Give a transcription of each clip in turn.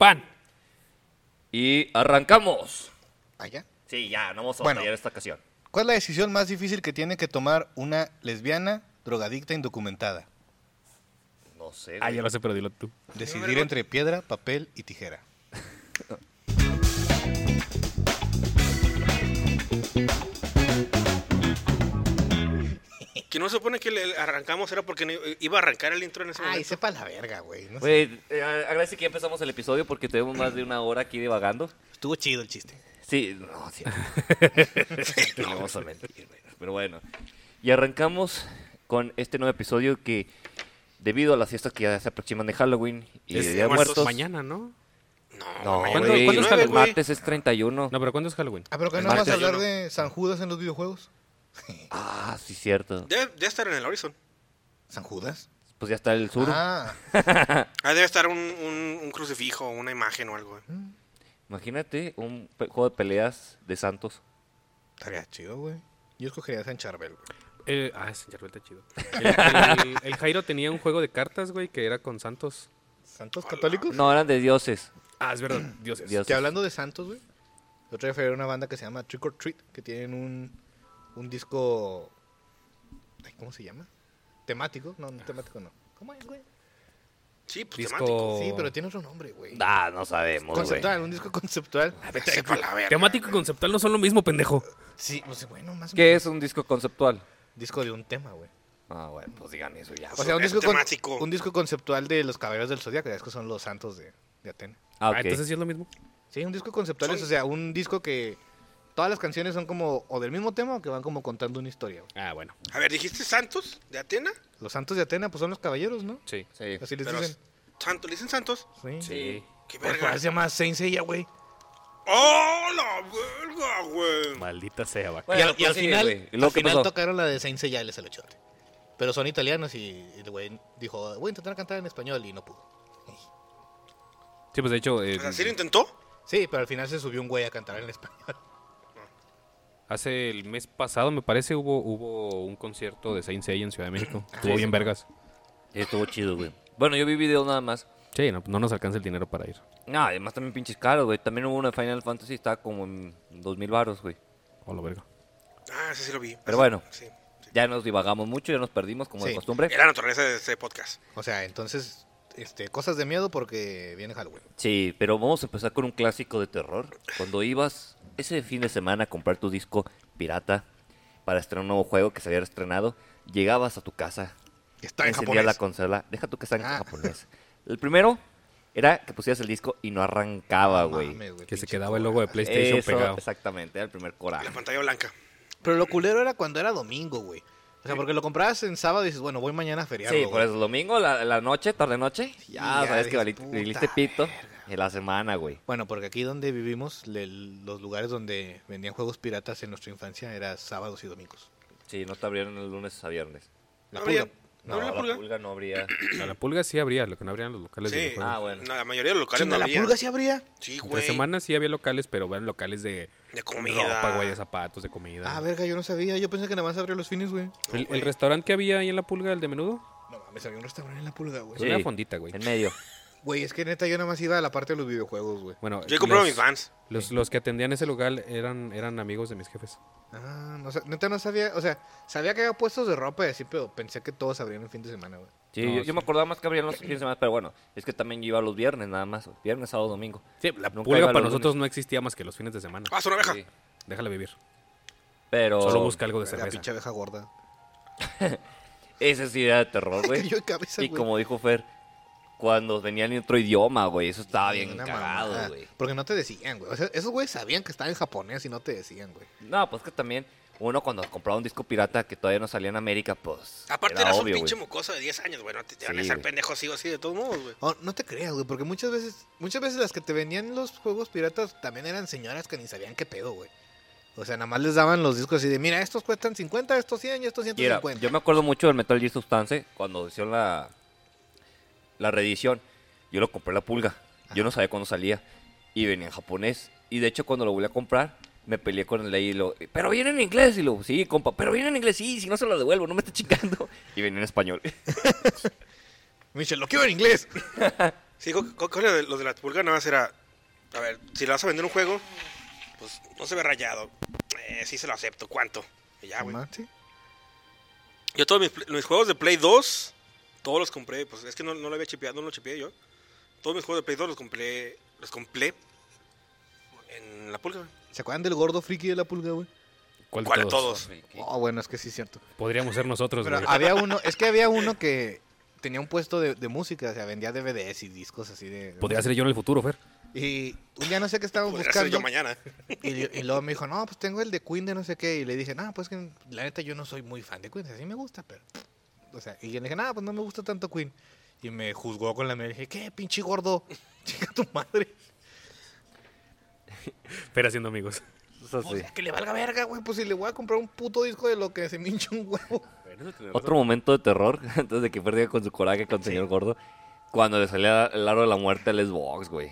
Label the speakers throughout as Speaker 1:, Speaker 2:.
Speaker 1: Pan.
Speaker 2: Y arrancamos.
Speaker 3: Allá.
Speaker 2: Sí, ya, no vamos a
Speaker 3: Bueno.
Speaker 2: batallar esta ocasión.
Speaker 3: ¿Cuál es la decisión más difícil que tiene que tomar una lesbiana drogadicta indocumentada?
Speaker 2: No sé.
Speaker 1: Ah,
Speaker 2: güey.
Speaker 1: ya lo sé, pero dilo tú.
Speaker 3: Decidir entre piedra, papel y tijera.
Speaker 4: Que no se supone que le arrancamos era porque no iba a arrancar el intro en ese
Speaker 3: Ay,
Speaker 4: momento.
Speaker 3: sepa la verga, güey. no sé.
Speaker 2: Güey, eh, agradece que ya empezamos el episodio porque tuvimos más de una hora aquí divagando.
Speaker 3: Estuvo chido el chiste.
Speaker 2: Sí, no, sí. Te lo vamos a mentir, güey. Pero bueno. Y arrancamos con este nuevo episodio que, debido a las fiestas que ya se aproximan de Halloween y de
Speaker 4: Es
Speaker 2: Día de
Speaker 4: muertos
Speaker 2: Muertos.
Speaker 1: Mañana, ¿no?
Speaker 4: No,
Speaker 2: No,
Speaker 4: mañana
Speaker 1: ¿Cuándo-
Speaker 2: güey,
Speaker 1: cuándo es
Speaker 2: el
Speaker 1: Halloween?
Speaker 2: martes es 31.
Speaker 1: No, pero ¿cuándo es Halloween?
Speaker 3: Ah, pero que
Speaker 2: El
Speaker 3: no vamos a
Speaker 2: martes.
Speaker 3: hablar de San Judas en los videojuegos.
Speaker 2: Ah, sí, cierto.
Speaker 4: Debe, debe estar en el Horizon.
Speaker 3: ¿San Judas?
Speaker 2: Pues ya está el sur.
Speaker 3: Ah,
Speaker 4: Ah, debe estar un, un, un crucifijo, una imagen o algo. ¿eh? güey.
Speaker 2: Imagínate un pe- juego de peleas de santos.
Speaker 3: estaría chido, güey. Yo escogería San Charbel, güey.
Speaker 1: El- ah, ese Charbel está chido. El, el- el Jairo tenía un juego de cartas, güey, que era con santos.
Speaker 3: ¿Santos católicos?
Speaker 2: No, eran de dioses.
Speaker 1: Ah, es verdad, dioses.
Speaker 2: Dios.
Speaker 3: Que hablando de Santos, güey. El otro día fui a ver una banda que se llama Trick or Treat, que tienen un, un disco. ay, ¿Cómo se llama? Temático. No, no temático, no. Ah. ¿Cómo es, güey? Oh.
Speaker 4: Sí, pues temático.
Speaker 1: Disco...
Speaker 3: Sí, pero tiene otro nombre, güey.
Speaker 2: Ah, no sabemos, güey.
Speaker 3: Conceptual, un disco conceptual.
Speaker 4: Sepa la verga.
Speaker 1: Temático y conceptual no son lo mismo, pendejo.
Speaker 3: Sí, pues bueno, más o
Speaker 2: ¿Qué
Speaker 3: menos.
Speaker 2: es un disco conceptual?
Speaker 3: Disco de un tema, güey.
Speaker 2: Ah, bueno, pues digan eso ya.
Speaker 3: O sea, un
Speaker 4: Es
Speaker 3: disco, con-
Speaker 4: temático.
Speaker 3: un disco conceptual de los caballeros del Zodíaco, ya es que son los santos de, de Atenas.
Speaker 2: Ah,
Speaker 1: Ah,
Speaker 2: ok.
Speaker 1: entonces sí es lo mismo.
Speaker 3: Sí, un disco conceptual es,
Speaker 4: Son-
Speaker 3: o sea, un disco que todas las canciones son como o del mismo tema o que van como contando una historia. güey.
Speaker 1: Ah, bueno.
Speaker 4: A ver, dijiste Santos de Atena,
Speaker 3: Los santos de Atenas, pues son los caballeros, ¿no?
Speaker 1: Sí.
Speaker 2: Sí.
Speaker 3: Así les
Speaker 4: pero
Speaker 3: dicen.
Speaker 4: Santos, le dicen Santos.
Speaker 3: Sí.
Speaker 2: Sí.
Speaker 4: Qué
Speaker 3: Por eso
Speaker 4: verga.
Speaker 3: se llama Saint Seiya, güey.
Speaker 4: ¡Oh, la verga, güey!
Speaker 1: Maldita sea, vaca.
Speaker 2: Bueno,
Speaker 3: y al, pues y al
Speaker 2: prosigue,
Speaker 3: final,
Speaker 2: güey. ¿Y luego
Speaker 3: al
Speaker 2: qué
Speaker 3: final
Speaker 2: pasó?
Speaker 3: tocaron la de Saint Seiya y les salió chote. Pero son italianos y y el güey dijo, voy a intentar cantar en español y no pudo.
Speaker 1: Sí, pues de hecho, eh,
Speaker 4: O sea, ¿sí lo intentó?
Speaker 3: Sí, pero al final se subió un güey a cantar en español.
Speaker 1: hace el mes pasado, me parece, hubo, hubo un concierto de Saint Seiya en Ciudad de México. Estuvo bien vergas.
Speaker 2: Estuvo chido, güey. Bueno, yo vi video nada más.
Speaker 1: Sí, no, no nos alcanza el dinero para ir.
Speaker 2: No, además también pinches caros, güey. También hubo una de Final Fantasy, estaba como en 2000 baros, güey.
Speaker 1: O lo verga.
Speaker 4: Ah, sí, sí lo vi.
Speaker 2: Pero bueno.
Speaker 4: Sí. sí.
Speaker 2: Ya nos divagamos mucho, ya nos perdimos como de
Speaker 3: Sí.
Speaker 2: costumbre.
Speaker 4: Era la naturaleza de este podcast.
Speaker 3: O sea, entonces, este, cosas de miedo porque viene Halloween.
Speaker 2: Sí, pero vamos a empezar con un clásico de terror. Cuando ibas ese fin de semana a comprar tu disco pirata para estrenar un nuevo juego que se había estrenado, llegabas a tu casa,
Speaker 3: Está en
Speaker 2: encendías
Speaker 3: japonés.
Speaker 2: la consola, deja tu casa en
Speaker 3: Ah.
Speaker 2: japonés. El primero era que pusieras el disco y no arrancaba, güey.
Speaker 3: Mames, güey,
Speaker 1: Que se
Speaker 3: pinche
Speaker 1: quedaba el logo de
Speaker 3: coraje.
Speaker 1: PlayStation
Speaker 2: Eso,
Speaker 1: pegado.
Speaker 2: exactamente, era el primer
Speaker 4: Y
Speaker 2: coraje.
Speaker 4: La pantalla blanca.
Speaker 3: Pero lo culero era cuando era domingo, güey. O sea, porque lo comprabas en sábado y dices, bueno, voy mañana a feriado.
Speaker 2: Sí,
Speaker 3: güey.
Speaker 2: por eso, domingo, la, la noche, tarde noche, ya
Speaker 3: ya
Speaker 2: sabes que
Speaker 3: dices,
Speaker 2: valiste-
Speaker 3: puta
Speaker 2: valiste pito en la semana, güey.
Speaker 3: Bueno, porque aquí donde vivimos, le- los lugares donde vendían juegos piratas en nuestra infancia era sábados y domingos.
Speaker 2: Sí, no te abrieron el lunes a viernes.
Speaker 3: La
Speaker 4: No habría-
Speaker 3: pulga.
Speaker 4: no habría
Speaker 2: la
Speaker 4: pulga.
Speaker 2: pulga? no habría.
Speaker 1: O sea, la pulga sí habría, lo que no habrían los locales de
Speaker 4: Sí.
Speaker 1: videojuegos.
Speaker 2: Ah, bueno.
Speaker 4: No, la mayoría de los locales
Speaker 3: Chinga,
Speaker 4: no
Speaker 3: la
Speaker 4: había.
Speaker 3: pulga sí habría.
Speaker 4: Sí,
Speaker 1: Entre
Speaker 4: güey.
Speaker 1: semanas sí había locales, pero eran locales de
Speaker 4: De comida.
Speaker 1: ropa, güey, de zapatos, de comida.
Speaker 3: Ah, verga, yo no sabía. Yo pensé que nada más abría los fines, güey.
Speaker 1: el, el restaurante que había ahí en la pulga, el de menudo,
Speaker 3: No mames, había un restaurante en la pulga, güey.
Speaker 1: Sí. una fondita, güey.
Speaker 2: En medio.
Speaker 3: Güey, es que neta yo nada más iba a la parte de los videojuegos, güey.
Speaker 1: bueno,
Speaker 4: Yo he comprado
Speaker 1: los-
Speaker 4: mis vans.
Speaker 1: Los, los que atendían ese lugar eran, eran amigos de mis jefes.
Speaker 3: Ah, no, sa- neta no sabía, o sea, sabía que había puestos de ropa y así, pero pensé que todos abrían el fin de semana, güey.
Speaker 2: Sí,
Speaker 1: No,
Speaker 2: yo, yo
Speaker 1: sí.
Speaker 2: me acordaba más que abrían los fines de semana, pero bueno, es que también yo iba los viernes nada más, güey. viernes, sábado, domingo.
Speaker 1: Sí, la
Speaker 2: Nunca
Speaker 1: pulga
Speaker 2: iba
Speaker 1: para
Speaker 2: los
Speaker 1: nosotros no existía más que los fines de semana.
Speaker 4: Ah, es una abeja.
Speaker 2: Sí.
Speaker 1: Déjala vivir.
Speaker 2: Pero
Speaker 1: Solo busca algo de
Speaker 3: La
Speaker 1: cerveza.
Speaker 3: pinche abeja gorda.
Speaker 2: esa es idea de terror, güey.
Speaker 3: Cayó de cabeza,
Speaker 2: y
Speaker 3: güey.
Speaker 2: como dijo Fer, cuando venían en otro idioma, güey, eso estaba Ah, bien
Speaker 3: Una
Speaker 2: cagado,
Speaker 3: mamada.
Speaker 2: güey.
Speaker 3: Porque no te decían, güey. O sea, esos güeyes sabían que estaba en japonés y no te decían, güey.
Speaker 2: No, pues que también uno cuando compraba un disco pirata que todavía no salía en América, pues
Speaker 4: Aparte
Speaker 2: era
Speaker 4: eras
Speaker 2: obvio,
Speaker 4: un pinche
Speaker 2: güey.
Speaker 4: mocoso de 10 años, güey. No te, te van a
Speaker 2: Sí,
Speaker 4: hacer
Speaker 2: güey.
Speaker 4: pendejos así o así de todos modos, güey.
Speaker 3: Oh, no te creas, güey, porque muchas veces, muchas veces las que te vendían los juegos piratas también eran señoras que ni sabían qué pedo, güey. O sea, nada más les daban los discos así de, mira, estos cuestan 50, estos 100 y estos
Speaker 2: Y era-
Speaker 3: 150.
Speaker 2: yo me acuerdo mucho del Metal Gear Substance cuando hicieron la, la reedición. Yo lo compré en la pulga. Yo no sabía cuándo salía. Y venía en japonés. Y de hecho, cuando lo volví a comprar, me peleé con el ley y lo. Pero viene en inglés. Y lo, sí, compa, pero viene en inglés. Sí, si no se lo devuelvo, no me esté chingando. Y venía en español.
Speaker 3: Me dice, lo quiero en inglés.
Speaker 4: Sí, co- co- co- lo de, lo de la pulga nada más era. A ver, si le vas a vender un juego, pues no se ve rayado. Eh, sí se lo acepto. ¿Cuánto? Y ya, güey.
Speaker 3: Nomás, sí.
Speaker 4: Yo todos mis, pl- mis juegos de Play 2, todos los compré. Pues es que no, no lo había chipeado, no lo chipeé yo. Todos mis juegos de Play 2 los compré. Los compré en la pulga, güey.
Speaker 3: ¿Se acuerdan del gordo friki de la pulga, güey?
Speaker 1: ¿Cuál, de
Speaker 4: ¿Cuál de
Speaker 1: todos?
Speaker 4: todos?
Speaker 3: Oh, bueno, es que sí es cierto.
Speaker 1: Podríamos ser nosotros,
Speaker 2: Pues
Speaker 3: Pero ah.
Speaker 1: güey.
Speaker 3: había uno, es que había uno que tenía un puesto de, de música, o sea, vendía DVDs y discos así de...
Speaker 1: Podría ser yo en el futuro, Fer.
Speaker 3: Y un día no sé qué estaban
Speaker 4: Podría ser
Speaker 3: buscando.
Speaker 4: yo mañana.
Speaker 3: Y, y luego me dijo, no, pues tengo el de Queen de no sé qué. Y le dije, no, pues que la neta yo no soy muy fan de Queen. Así me gusta, pero... O sea, y yo le dije, no, pues no me gusta tanto Queen. Y me juzgó con la mía. Le dije, ¿qué, pinche gordo? Chica tu madre.
Speaker 1: Fer haciendo amigos.
Speaker 3: O sea, "Pues que le valga verga, güey. Pues si le voy a comprar un puto disco de lo que se me hincha un huevo.
Speaker 2: Otro momento de terror, antes de que perdiera con su coraje con el señor gordo, cuando le salía el aro de la muerte al Xbox, güey.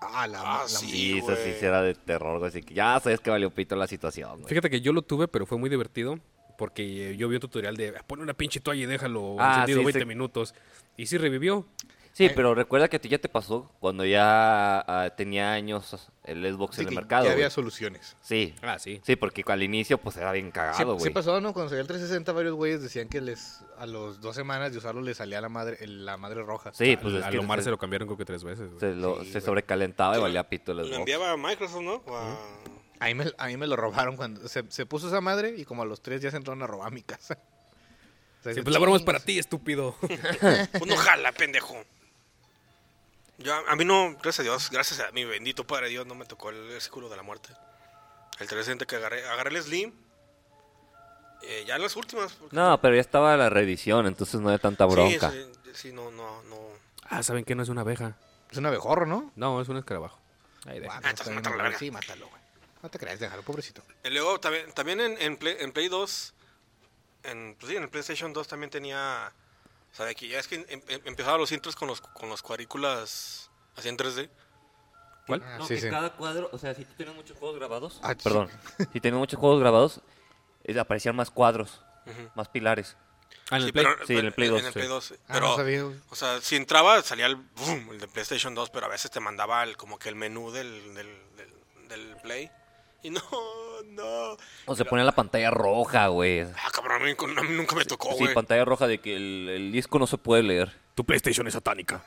Speaker 3: Ah, la,
Speaker 4: Ah,
Speaker 3: la-
Speaker 4: sí.
Speaker 2: Sí, eso sí
Speaker 4: güey.
Speaker 2: era de terror, güey. Así que ya sabes que valió pito la situación, güey.
Speaker 1: Fíjate que yo lo tuve, pero fue muy divertido. Porque eh, yo vi un tutorial de "Ah, pon una pinche toalla y déjalo
Speaker 2: Ah,
Speaker 1: encendido
Speaker 2: sí,
Speaker 1: 20
Speaker 2: sí.
Speaker 1: minutos. Y sí revivió.
Speaker 3: eh,
Speaker 2: Sí, pero recuerda que a ti ya te pasó cuando ya ah, tenía años el Xbox
Speaker 3: Sí,
Speaker 2: en el
Speaker 3: que
Speaker 2: mercado.
Speaker 3: ya
Speaker 2: güey.
Speaker 3: había soluciones.
Speaker 2: Sí.
Speaker 1: Ah, sí.
Speaker 2: Sí, porque al inicio pues era bien
Speaker 3: Sí,
Speaker 2: cagado,
Speaker 3: sí
Speaker 2: güey.
Speaker 3: pasó, ¿no? Cuando salió el 360, varios güeyes decían que les a los dos semanas de usarlo les salía la madre, el- la madre roja.
Speaker 2: Sí,
Speaker 1: Al-
Speaker 2: pues es
Speaker 1: al
Speaker 2: que
Speaker 1: Omar se
Speaker 2: se,
Speaker 1: lo cambiaron creo que tres veces. güey.
Speaker 2: se lo-
Speaker 3: Sí,
Speaker 2: se
Speaker 3: güey.
Speaker 2: sobrecalentaba y valía pito el
Speaker 4: Lo
Speaker 2: Xbox.
Speaker 4: enviaba a Microsoft, ¿no? O a-
Speaker 3: A mí, me, a mí me lo robaron cuando se, se puso esa madre y como a los tres días entraron a robar mi casa. O sea,
Speaker 1: Sí,
Speaker 3: que
Speaker 1: pues la broma es para
Speaker 3: chingas.
Speaker 1: ti, estúpido.
Speaker 4: Pues no jala, pendejo. Yo, a a mí no, gracias a Dios, gracias a mi bendito Padre Dios, no me tocó el, el círculo de la muerte. El 360 que agarré, agarré el Slim. eh, ya en las últimas. porque-
Speaker 2: No, pero ya estaba la reedición, entonces no había tanta
Speaker 4: sí,
Speaker 2: bronca.
Speaker 4: sí, sí, no, no, no.
Speaker 1: ah, ¿saben qué? No es una abeja.
Speaker 3: Es un abejorro, ¿no?
Speaker 1: No, es un escarabajo. Ahí
Speaker 3: Ah,
Speaker 1: deja.
Speaker 3: pues
Speaker 4: entonces
Speaker 3: está bien,
Speaker 4: mátalo a la
Speaker 3: güey.
Speaker 4: verga.
Speaker 3: Sí, mátalo, güey. No te creas, déjalo, pobrecito.
Speaker 4: Y luego también, también en, en, Play, en Play 2, en, pues sí, en el PlayStation 2 también tenía. O sea, de que ya es que em- em- empezaba los intros con los, con los cuadrículas así en 3D.
Speaker 1: ¿Cuál?
Speaker 3: Ah, sí, sí.
Speaker 2: cada cuadro, o sea, si tú tienes muchos juegos grabados.
Speaker 3: Ah, sí.
Speaker 2: perdón. si tienes muchos juegos grabados, eh, aparecían más cuadros,
Speaker 4: Ujú.
Speaker 2: más pilares.
Speaker 1: Ah, en el
Speaker 4: Sí,
Speaker 1: Play.
Speaker 4: pero-
Speaker 2: Sí, en el Play 2, sí.
Speaker 4: 2,
Speaker 3: Ah,
Speaker 4: pero,
Speaker 3: no sabía, güey.
Speaker 4: o sea, si entraba, salía el boom, el de PlayStation 2, pero a veces te mandaba el- como que el menú del, del, del- del Play. Y no, no.
Speaker 2: O se ponía la pantalla roja, güey.
Speaker 4: Ah, cabrón, a mí, con- a mí nunca me tocó,
Speaker 2: Sí,
Speaker 4: Oh, güey.
Speaker 2: pantalla roja de que el, el disco no se puede leer.
Speaker 1: Tu PlayStation es satánica.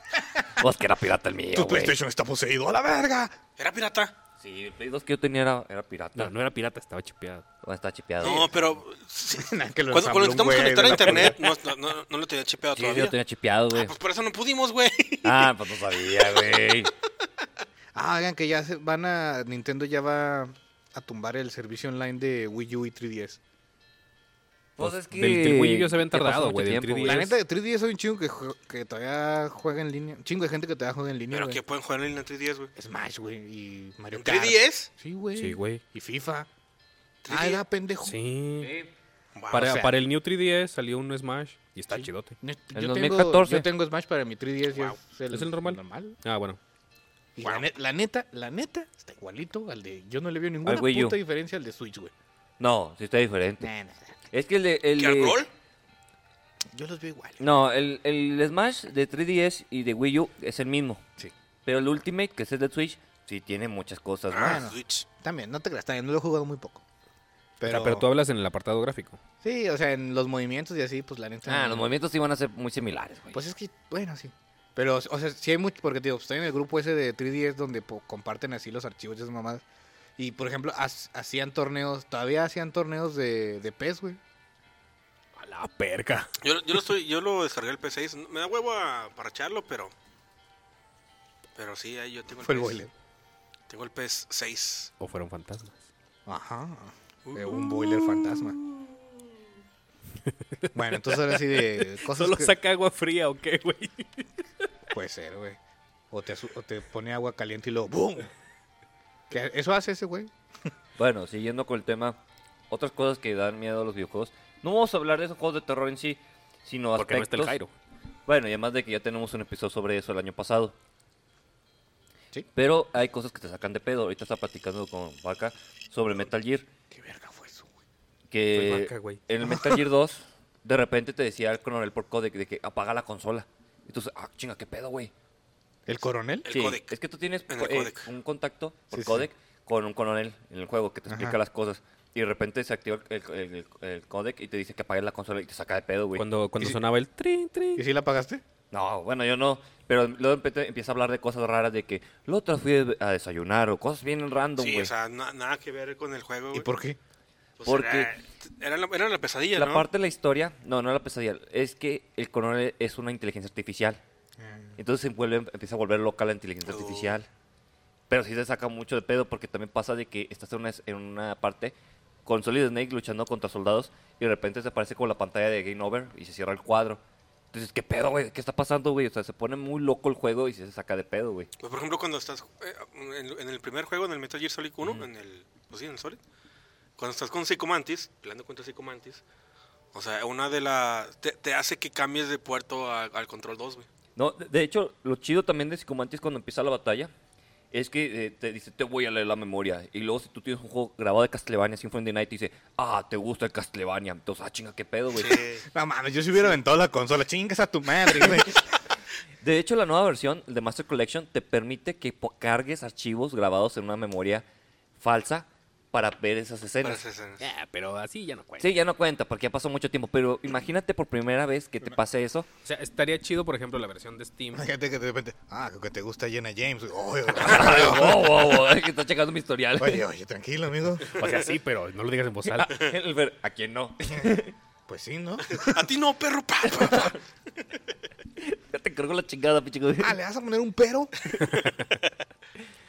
Speaker 2: O es que era pirata el mío, güey.
Speaker 3: está poseído, a la verga.
Speaker 4: Era pirata.
Speaker 2: Sí, el Play 2 que yo tenía era, era pirata.
Speaker 1: No, no era pirata, estaba chipeado.
Speaker 2: Bueno, estaba chipeado.
Speaker 4: No, pero sí,
Speaker 3: que lo
Speaker 4: cuando, cuando
Speaker 3: ensambló un
Speaker 4: intentamos
Speaker 3: güey
Speaker 4: conectar a
Speaker 3: de la
Speaker 4: internet, no, no, no- no lo tenía chipeado
Speaker 2: sí, yo
Speaker 4: todavía.
Speaker 2: lo tenía chipeado, güey.
Speaker 4: Pues por eso no pudimos, güey.
Speaker 2: Ah, pues no sabía, güey.
Speaker 3: Ah, hagan que ya se van a. Nintendo ya va a tumbar el servicio online de Wii U y 3DS.
Speaker 2: Pues es que...
Speaker 1: del- del Wii U ya se habían
Speaker 2: ya pasó
Speaker 1: tardado,
Speaker 2: mucho
Speaker 1: güey, del
Speaker 2: tiempo,
Speaker 1: 3DS.
Speaker 3: La
Speaker 1: Pues-
Speaker 3: neta de 3DS hay un chingo que, jue- que todavía juega en línea. Un chingo de gente que todavía juega en línea.
Speaker 4: pero
Speaker 3: güey.
Speaker 4: que pueden jugar en el 3DS, güey.
Speaker 3: Smash, güey. Y Mario
Speaker 4: ¿En
Speaker 3: Kart.
Speaker 4: 3DS?
Speaker 3: Sí, güey.
Speaker 1: Sí, güey.
Speaker 3: Y FIFA.
Speaker 4: 3DS.
Speaker 3: Ah, era pendejo.
Speaker 1: Sí.
Speaker 4: Wow.
Speaker 1: Ah, Para,
Speaker 3: o sea-
Speaker 1: para el New 3DS salió un Smash y está chidote.
Speaker 3: No,
Speaker 2: En
Speaker 3: yo, tengo,
Speaker 2: 2014.
Speaker 3: yo tengo Smash para mi 3DS. y Es,
Speaker 1: E ¿Es el normal?
Speaker 3: normal.
Speaker 1: Ah, bueno.
Speaker 3: Y
Speaker 4: Wow.
Speaker 3: la, ne- la neta, la neta, está igualito al de. Yo no le veo ninguna
Speaker 2: Al Wii U.
Speaker 3: puta diferencia al de Switch, güey.
Speaker 2: No, sí está diferente. Es que el de... El
Speaker 4: ¿Que al
Speaker 2: de-
Speaker 4: rol?
Speaker 3: Yo los veo igual.
Speaker 2: No, el, el Smash de 3DS y de Wii U es el mismo.
Speaker 3: Sí.
Speaker 2: Pero el Ultimate, que es el de Switch, sí tiene muchas cosas
Speaker 4: Ah,
Speaker 2: más.
Speaker 3: bueno.
Speaker 4: Switch.
Speaker 3: También, no te creas, también lo he jugado muy poco. Pero,
Speaker 1: Ah, Pero tú hablas en el apartado gráfico.
Speaker 3: Sí, o sea, en los movimientos y así, pues la neta.
Speaker 2: Ah, los movimientos sí van a ser muy similares, güey.
Speaker 3: Pues es que, bueno, sí. Pero, o sea, sí hay mucho, porque, tío, estoy en el grupo ese de 3DS donde po- comparten así los archivos de esas mamadas. Y, por ejemplo, ha- hacían torneos, todavía hacían torneos de, de PES, güey.
Speaker 1: A la perca.
Speaker 4: Yo, yo lo estoy, yo lo descargué el P6. Me da huevo a, para echarlo, pero. Pero sí, ahí yo tengo el
Speaker 3: Fue el
Speaker 4: PS-
Speaker 3: boiler.
Speaker 4: Tengo el PS6.
Speaker 1: O fueron fantasmas.
Speaker 3: Ajá. Eh, un boiler fantasma. bueno, entonces ahora sí de cosas
Speaker 1: Solo
Speaker 3: que-
Speaker 1: saca agua fría o qué, güey.
Speaker 3: Puede ser, güey. O te, asu- o te pone agua caliente y luego ¡boom! Que Eso hace ese, güey.
Speaker 2: Bueno, siguiendo con el tema, otras cosas que dan miedo a los videojuegos. No vamos a hablar de esos juegos de terror en sí, sino
Speaker 1: Porque no está
Speaker 2: aspectos.
Speaker 1: el Jairo.
Speaker 2: Bueno, y además de que ya tenemos un episodio sobre eso el año pasado.
Speaker 3: Sí.
Speaker 2: Pero hay cosas que te sacan de pedo. Ahorita está platicando con Vaca sobre Metal Gear.
Speaker 3: ¿Qué verga fue eso, güey?
Speaker 2: Que
Speaker 1: Soy Vaca, güey.
Speaker 2: en el Metal Gear 2, de repente te decía el coronel por codec de que apaga la consola. Y tú dices, ah, chinga, qué pedo, güey.
Speaker 3: ¿El coronel?
Speaker 4: El
Speaker 2: Sí,
Speaker 4: codec.
Speaker 2: Es que tú tienes
Speaker 4: En el
Speaker 2: eh,
Speaker 4: codec.
Speaker 2: un contacto por
Speaker 3: Sí, sí.
Speaker 2: codec con un coronel en el juego que te explica
Speaker 3: Ajá.
Speaker 2: las cosas. Y de repente se activa el, el- el- el codec y te dice que apagues la consola y te saca de pedo, güey.
Speaker 1: Cuando, cuando
Speaker 3: si-
Speaker 1: sonaba el trin, trin.
Speaker 3: ¿Y si la pagaste?
Speaker 2: No, bueno, yo no. Pero luego empe- empieza a hablar de cosas raras de que la otra fui de- a desayunar o cosas bien random,
Speaker 4: Sí,
Speaker 2: güey.
Speaker 4: o sea, na- nada que ver con el juego.
Speaker 3: ¿Y
Speaker 4: güey.
Speaker 3: por qué?
Speaker 4: Pues
Speaker 2: porque-
Speaker 4: Era, era la, era la pesadilla,
Speaker 2: la
Speaker 4: ¿no?
Speaker 2: parte de la historia, no, no la pesadilla, es que el coronel es una inteligencia artificial. Entonces se vuelve, empieza a volver loca la inteligencia
Speaker 4: Oh.
Speaker 2: artificial. Pero sí se saca mucho de pedo porque también pasa de que estás en una, en una parte con Solid Snake luchando contra soldados y de repente se aparece con la pantalla de Game Over y se cierra el cuadro. Entonces, ¿qué pedo, güey? ¿Qué está pasando, güey? O sea, se pone muy loco el juego y sí se saca de pedo, güey.
Speaker 4: Pues, por ejemplo, cuando estás eh, en, en el primer juego, en el Metal Gear Solid 1, en el, pues sí, en el Solid, cuando estás con Psychomantis, peleando contra Psychomantis, o sea, una de las... Te, te hace que cambies de puerto a- al Control 2, güey.
Speaker 2: No, de- de hecho, lo chido también de Psicomantis cuando empieza la batalla es que eh, te dice, te voy a leer la memoria. Y luego si tú tienes un juego grabado de Castlevania, Symphony of the Night, te dice, ah, te gusta el Castlevania. Entonces, ah, chinga, qué pedo, güey.
Speaker 3: No mames, yo si hubiera aventado la consola. Chingas a tu madre, güey.
Speaker 2: De hecho, la nueva versión de Master Collection te permite que po- cargues archivos grabados en una memoria falsa para ver esas
Speaker 4: Para
Speaker 2: escenas.
Speaker 4: esas escenas.
Speaker 1: Ah, pero así ya no cuenta.
Speaker 2: Sí, ya no cuenta porque ya pasó mucho tiempo, pero imagínate por primera vez que te pase eso.
Speaker 1: O sea, estaría chido, por ejemplo, la versión de Steam.
Speaker 3: Imagínate que de repente, ah, creo que te gusta Jenna James. güey. Oye,
Speaker 2: Ay, wow, wow, wow, que está checando mi historial.
Speaker 3: oye, oye, tranquilo, amigo.
Speaker 1: O sea, sí, pero no lo digas en voz
Speaker 2: Ah,
Speaker 1: alta.
Speaker 2: el ver- ¿A quién no?
Speaker 3: Pues sí, ¿no?
Speaker 4: A ti no, perro. pa, pa, pa.
Speaker 2: Ya te cargo la chingada, pinche.
Speaker 3: Ah, ¿le vas a poner un pero?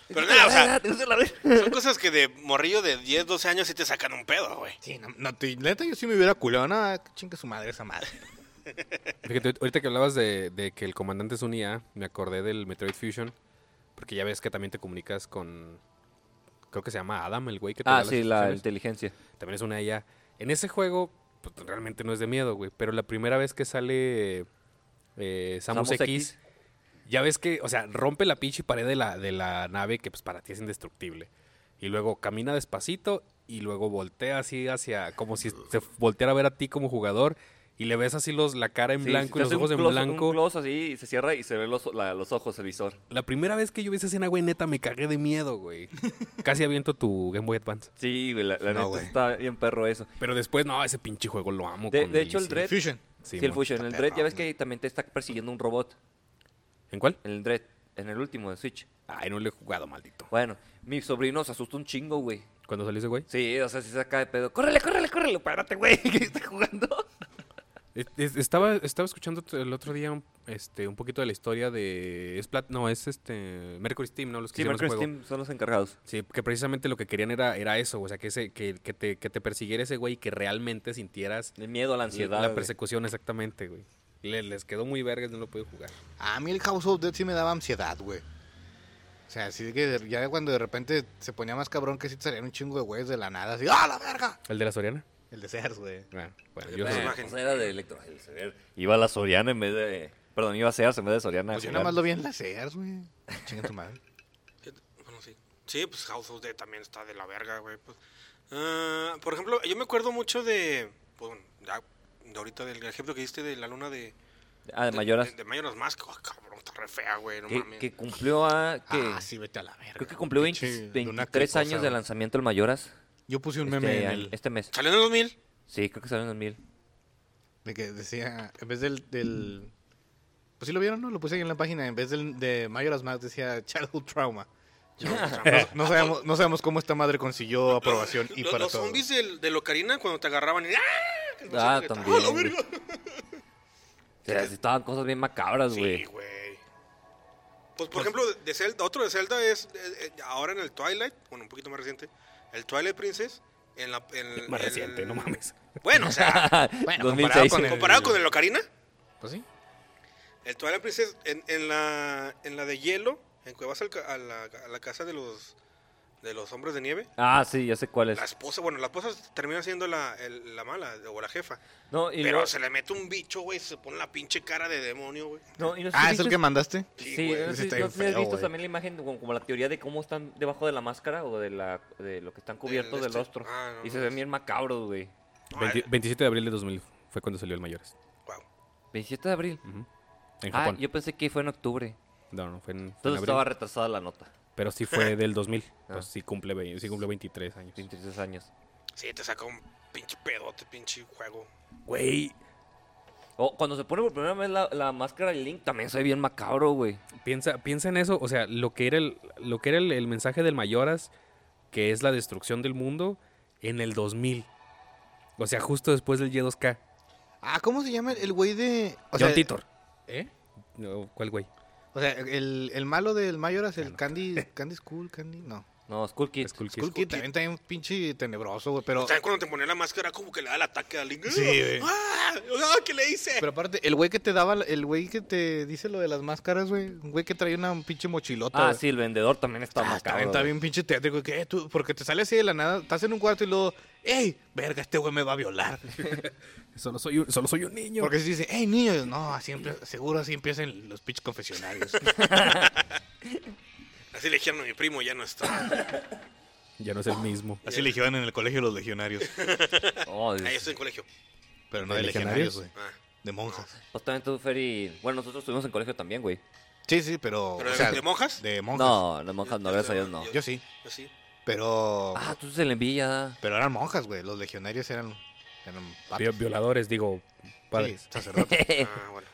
Speaker 4: Pero nada, o sea,
Speaker 2: Te gusta la ver-
Speaker 4: son cosas que de morrillo de 10, 12 años sí te sacan un pedo, güey.
Speaker 3: Sí, no, no te, la neta yo sí me hubiera culado. Nada, chinga su madre esa madre.
Speaker 1: Fíjate, ahor- ahorita que hablabas de, de que el comandante es un IA, me acordé del Metroid Fusion. Porque ya ves que también te comunicas con. Creo que se llama Adam, el güey que te da
Speaker 2: Ah,
Speaker 1: las
Speaker 2: sí, la
Speaker 1: instrucciones.
Speaker 2: inteligencia.
Speaker 1: También es una IA. En ese juego, pues, realmente no es de miedo, güey. Pero la primera vez que sale eh, Samus, X,
Speaker 2: Samus X.
Speaker 1: ya ves que, o sea, rompe la pinche pared de la, de la nave que pues para ti es indestructible. Y luego camina despacito y luego voltea así hacia, como si se volteara a ver a ti como jugador. Y le ves así los, la cara en
Speaker 2: Sí,
Speaker 1: blanco
Speaker 2: te
Speaker 1: y los
Speaker 2: hace un
Speaker 1: ojos en
Speaker 2: close-
Speaker 1: blanco.
Speaker 2: Un close así y se cierra y se ven los, la- los ojos, el visor.
Speaker 1: La primera vez que yo vi esa escena, güey, neta, me cagué de miedo, güey. Casi aviento tu Game Boy Advance.
Speaker 2: Sí, güey, la, la
Speaker 3: No,
Speaker 2: neta
Speaker 3: güey.
Speaker 2: está bien perro eso.
Speaker 1: Pero después, no, ese pinche juego lo amo.
Speaker 2: De-
Speaker 1: con
Speaker 2: de hecho, el
Speaker 1: delicia.
Speaker 2: Dread-
Speaker 3: Fusion.
Speaker 1: Sí,
Speaker 2: sí, el
Speaker 1: mon.
Speaker 2: Fusion. El
Speaker 3: Está eh.
Speaker 2: Dread, ya
Speaker 3: perro,
Speaker 2: ves que también te está persiguiendo un robot.
Speaker 1: ¿En cuál?
Speaker 2: El Dread, en el último de Switch.
Speaker 1: Ay, no lo he jugado, maldito.
Speaker 2: Bueno, mi sobrino se asusta un chingo, güey.
Speaker 1: ¿Cuándo salió ese güey?
Speaker 2: Sí, o sea, se saca de pedo. ¡Córrele, córrele, córrele! ¡Párate, güey! ¿Qué estás jugando?
Speaker 1: Es- es- Estaba, estaba escuchando t- el otro día un- este, un poquito de la historia de... Es Plat- no, es este Mercury Steam, ¿no? Los que
Speaker 2: Sí,
Speaker 1: hicieron ese
Speaker 2: Mercury
Speaker 1: juego.
Speaker 2: Steam son los encargados.
Speaker 1: Sí, que precisamente lo que querían era, era eso, o sea, que, ese, que, que te, que te persiguiera ese güey y que realmente sintieras
Speaker 2: El miedo, la ansiedad.
Speaker 1: la
Speaker 2: güey.
Speaker 1: persecución exactamente, güey. Le- les quedó muy vergas, no lo pude jugar.
Speaker 3: A mí el House of Dead sí me daba ansiedad, güey. O sea, así que de- ya cuando de repente se ponía más cabrón que sí te salían un chingo de güeyes de la nada, así, ¡ah, la verga!
Speaker 1: ¿El de la Soriana?
Speaker 3: El de Sears, güey.
Speaker 1: Ah, bueno,
Speaker 4: El de
Speaker 1: yo
Speaker 4: la
Speaker 1: sé-
Speaker 2: Eh,
Speaker 4: imagen.
Speaker 2: o sea, era de Electro. Iba a la Soriana en vez de. Perdón, iba a Sears en vez de Soriana. a
Speaker 3: Pues yo
Speaker 2: jugar.
Speaker 3: nada más lo vi en la Sears, güey. Chinga tu madre.
Speaker 4: Bueno, sí. Sí, pues House of Dead también está de la verga, güey. pues. Ah, por ejemplo, yo me acuerdo mucho de. pues, bueno, ya, de ahorita del ejemplo que diste de la luna de.
Speaker 2: Ah, de Mayoras.
Speaker 4: De, de Mayoras Mask. Oh, cabrón, está re fea, güey. No
Speaker 2: que,
Speaker 4: mames.
Speaker 2: que cumplió a. Que,
Speaker 3: Ah, sí, vete a la verga.
Speaker 2: creo que cumplió 20
Speaker 3: Pinche luna
Speaker 2: 23 años
Speaker 3: cricosa,
Speaker 2: de
Speaker 3: güey.
Speaker 2: lanzamiento el Mayoras.
Speaker 3: Yo puse un meme
Speaker 2: Este,
Speaker 3: en
Speaker 2: año-
Speaker 3: el-
Speaker 2: este mes.
Speaker 4: Salió en el 2000.
Speaker 2: Sí, creo que salió en 2000.
Speaker 3: de que decía, en vez del, del... Pues sí lo vieron, ¿no? Lo puse ahí en la página. En vez del, de Majora's Mask decía Childhood Trauma. No sabemos, no sabemos cómo esta madre consiguió aprobación y
Speaker 4: Los,
Speaker 3: para
Speaker 4: los
Speaker 3: todo.
Speaker 4: zombies del, del Ocarina cuando te agarraban. Y, ¡ah! Que no sé
Speaker 2: Ah,
Speaker 4: qué tal.
Speaker 2: también.
Speaker 4: ¡Ah, la
Speaker 2: güey.
Speaker 4: verga!
Speaker 2: O sea, sí estaban cosas bien macabras,
Speaker 4: Sí,
Speaker 2: güey.
Speaker 4: güey. Pues, por ejemplo, de Zelda, otro de Zelda es eh, eh, ahora en el Twilight, bueno, un poquito más reciente, el Twilight Princess. En la, en-
Speaker 1: Más
Speaker 4: en-
Speaker 1: reciente, no mames.
Speaker 4: Bueno, o sea,
Speaker 2: 2006.
Speaker 3: Bueno, comparado con el-
Speaker 4: comparado con el Ocarina,
Speaker 3: Pues sí.
Speaker 4: el Twilight Princess en, en la, en la de hielo, en que vas al ca- a, la, a la casa de los, de los hombres de nieve,
Speaker 2: Ah, sí, ya sé cuál es.
Speaker 4: la esposa, bueno, la esposa termina siendo la, el- la mala o la jefa.
Speaker 2: No, y
Speaker 4: Pero
Speaker 2: luego-
Speaker 4: se le mete un bicho, güey, se pone la pinche cara de demonio, güey.
Speaker 2: no, y no sé
Speaker 3: Ah,
Speaker 2: si
Speaker 3: ¿es el
Speaker 2: viste-
Speaker 3: que mandaste?
Speaker 4: Sí,
Speaker 2: Sí,
Speaker 4: güey.
Speaker 2: no
Speaker 3: ese
Speaker 2: sé,
Speaker 3: está
Speaker 2: no
Speaker 3: bien
Speaker 2: sé si has
Speaker 3: feo,
Speaker 2: visto
Speaker 3: güey.
Speaker 2: también la imagen, como, como la teoría de cómo están debajo de la máscara o de, la, de lo que están cubiertos del
Speaker 4: este-
Speaker 2: rostro.
Speaker 4: ah, no,
Speaker 2: y se
Speaker 4: no,
Speaker 2: ven
Speaker 4: es-
Speaker 2: bien macabros, güey.
Speaker 4: No,
Speaker 1: 20
Speaker 4: eh,
Speaker 1: 27 de abril de 2000 fue cuando salió el Mayores.
Speaker 4: guau.
Speaker 2: 27 de abril.
Speaker 1: En
Speaker 2: Ah,
Speaker 1: Japón.
Speaker 2: yo pensé que fue en octubre.
Speaker 1: No, no, fue en, fue en
Speaker 2: Entonces
Speaker 1: abril.
Speaker 2: estaba retrasada la nota.
Speaker 1: Pero sí fue del 2000.
Speaker 2: Ah.
Speaker 1: Pues sí cumple, ve- sí cumple 23 años.
Speaker 2: 23 años.
Speaker 4: Sí, te saca un pinche pedote, pinche juego.
Speaker 1: Güey,
Speaker 2: O cuando se pone por primera vez la, la máscara de Link, también soy bien macabro, güey.
Speaker 1: piensa, piensa en eso. O sea, lo que era, el, lo que era el, el mensaje del Mayoras, que es la destrucción del mundo, en el 2000. O sea, justo después del Y2K.
Speaker 3: Ah, ¿cómo se llama el- el güey de. O
Speaker 1: John Titor.
Speaker 3: ¿Eh?
Speaker 1: No, ¿Cuál güey?
Speaker 3: O sea, el, el malo del mayor es el Candy. Candy School, Candy. No.
Speaker 2: No, Skull Kid.
Speaker 1: Skull Kid.
Speaker 3: School Kid también está bien pinche tenebroso, güey. Pero,
Speaker 4: ¿Saben cuando te ponía la máscara como que le da el ataque a Link?
Speaker 3: Sí, güey.
Speaker 4: ¡Ah! ¡Ah! ¿Qué le hice?
Speaker 3: pero aparte, el güey que te daba. El güey que te dice lo de las máscaras, güey. Un güey que trae una pinche mochilota.
Speaker 2: Ah,
Speaker 3: güey.
Speaker 2: sí, el vendedor también está
Speaker 3: Ah,
Speaker 2: macabro.
Speaker 3: está, bien, está
Speaker 2: güey.
Speaker 3: bien pinche teátrico. ¿Qué? Tú, porque te sale así de la nada. Estás en un cuarto y luego. ¡Ey! Verga, este güey me va a violar.
Speaker 1: Solo soy un, solo soy un niño.
Speaker 3: Porque si dice, hey niño, yo, no, así empe- seguro así empiezan los pitch confesionarios.
Speaker 4: Así le dijeron a mi primo, ya no está.
Speaker 1: Ya no es el mismo.
Speaker 3: Así le dijeron en el colegio los legionarios.
Speaker 2: No, Oh, es-
Speaker 4: Ahí Ah, estoy en colegio.
Speaker 3: Pero no
Speaker 1: ¿De
Speaker 3: de legionarios,
Speaker 1: legionarios?
Speaker 3: güey.
Speaker 4: Ah.
Speaker 3: De monjas.
Speaker 2: pues también tú, Ferry. Bueno, nosotros estuvimos en colegio también, güey.
Speaker 3: Sí, sí, pero.
Speaker 4: ¿Pero
Speaker 3: o
Speaker 4: de-
Speaker 3: sea,
Speaker 4: de monjas?
Speaker 3: De monjas.
Speaker 2: No, las monjas no, gracias a Dios no.
Speaker 3: Yo sí.
Speaker 4: Yo sí.
Speaker 3: Pero.
Speaker 2: Ah, tú se le envía.
Speaker 3: Pero eran monjas, güey. Los legionarios eran. Eran patos.
Speaker 1: Vi- Violadores, digo,
Speaker 3: Sí,
Speaker 1: padres.
Speaker 3: sacerdotes.
Speaker 4: Ah, bueno.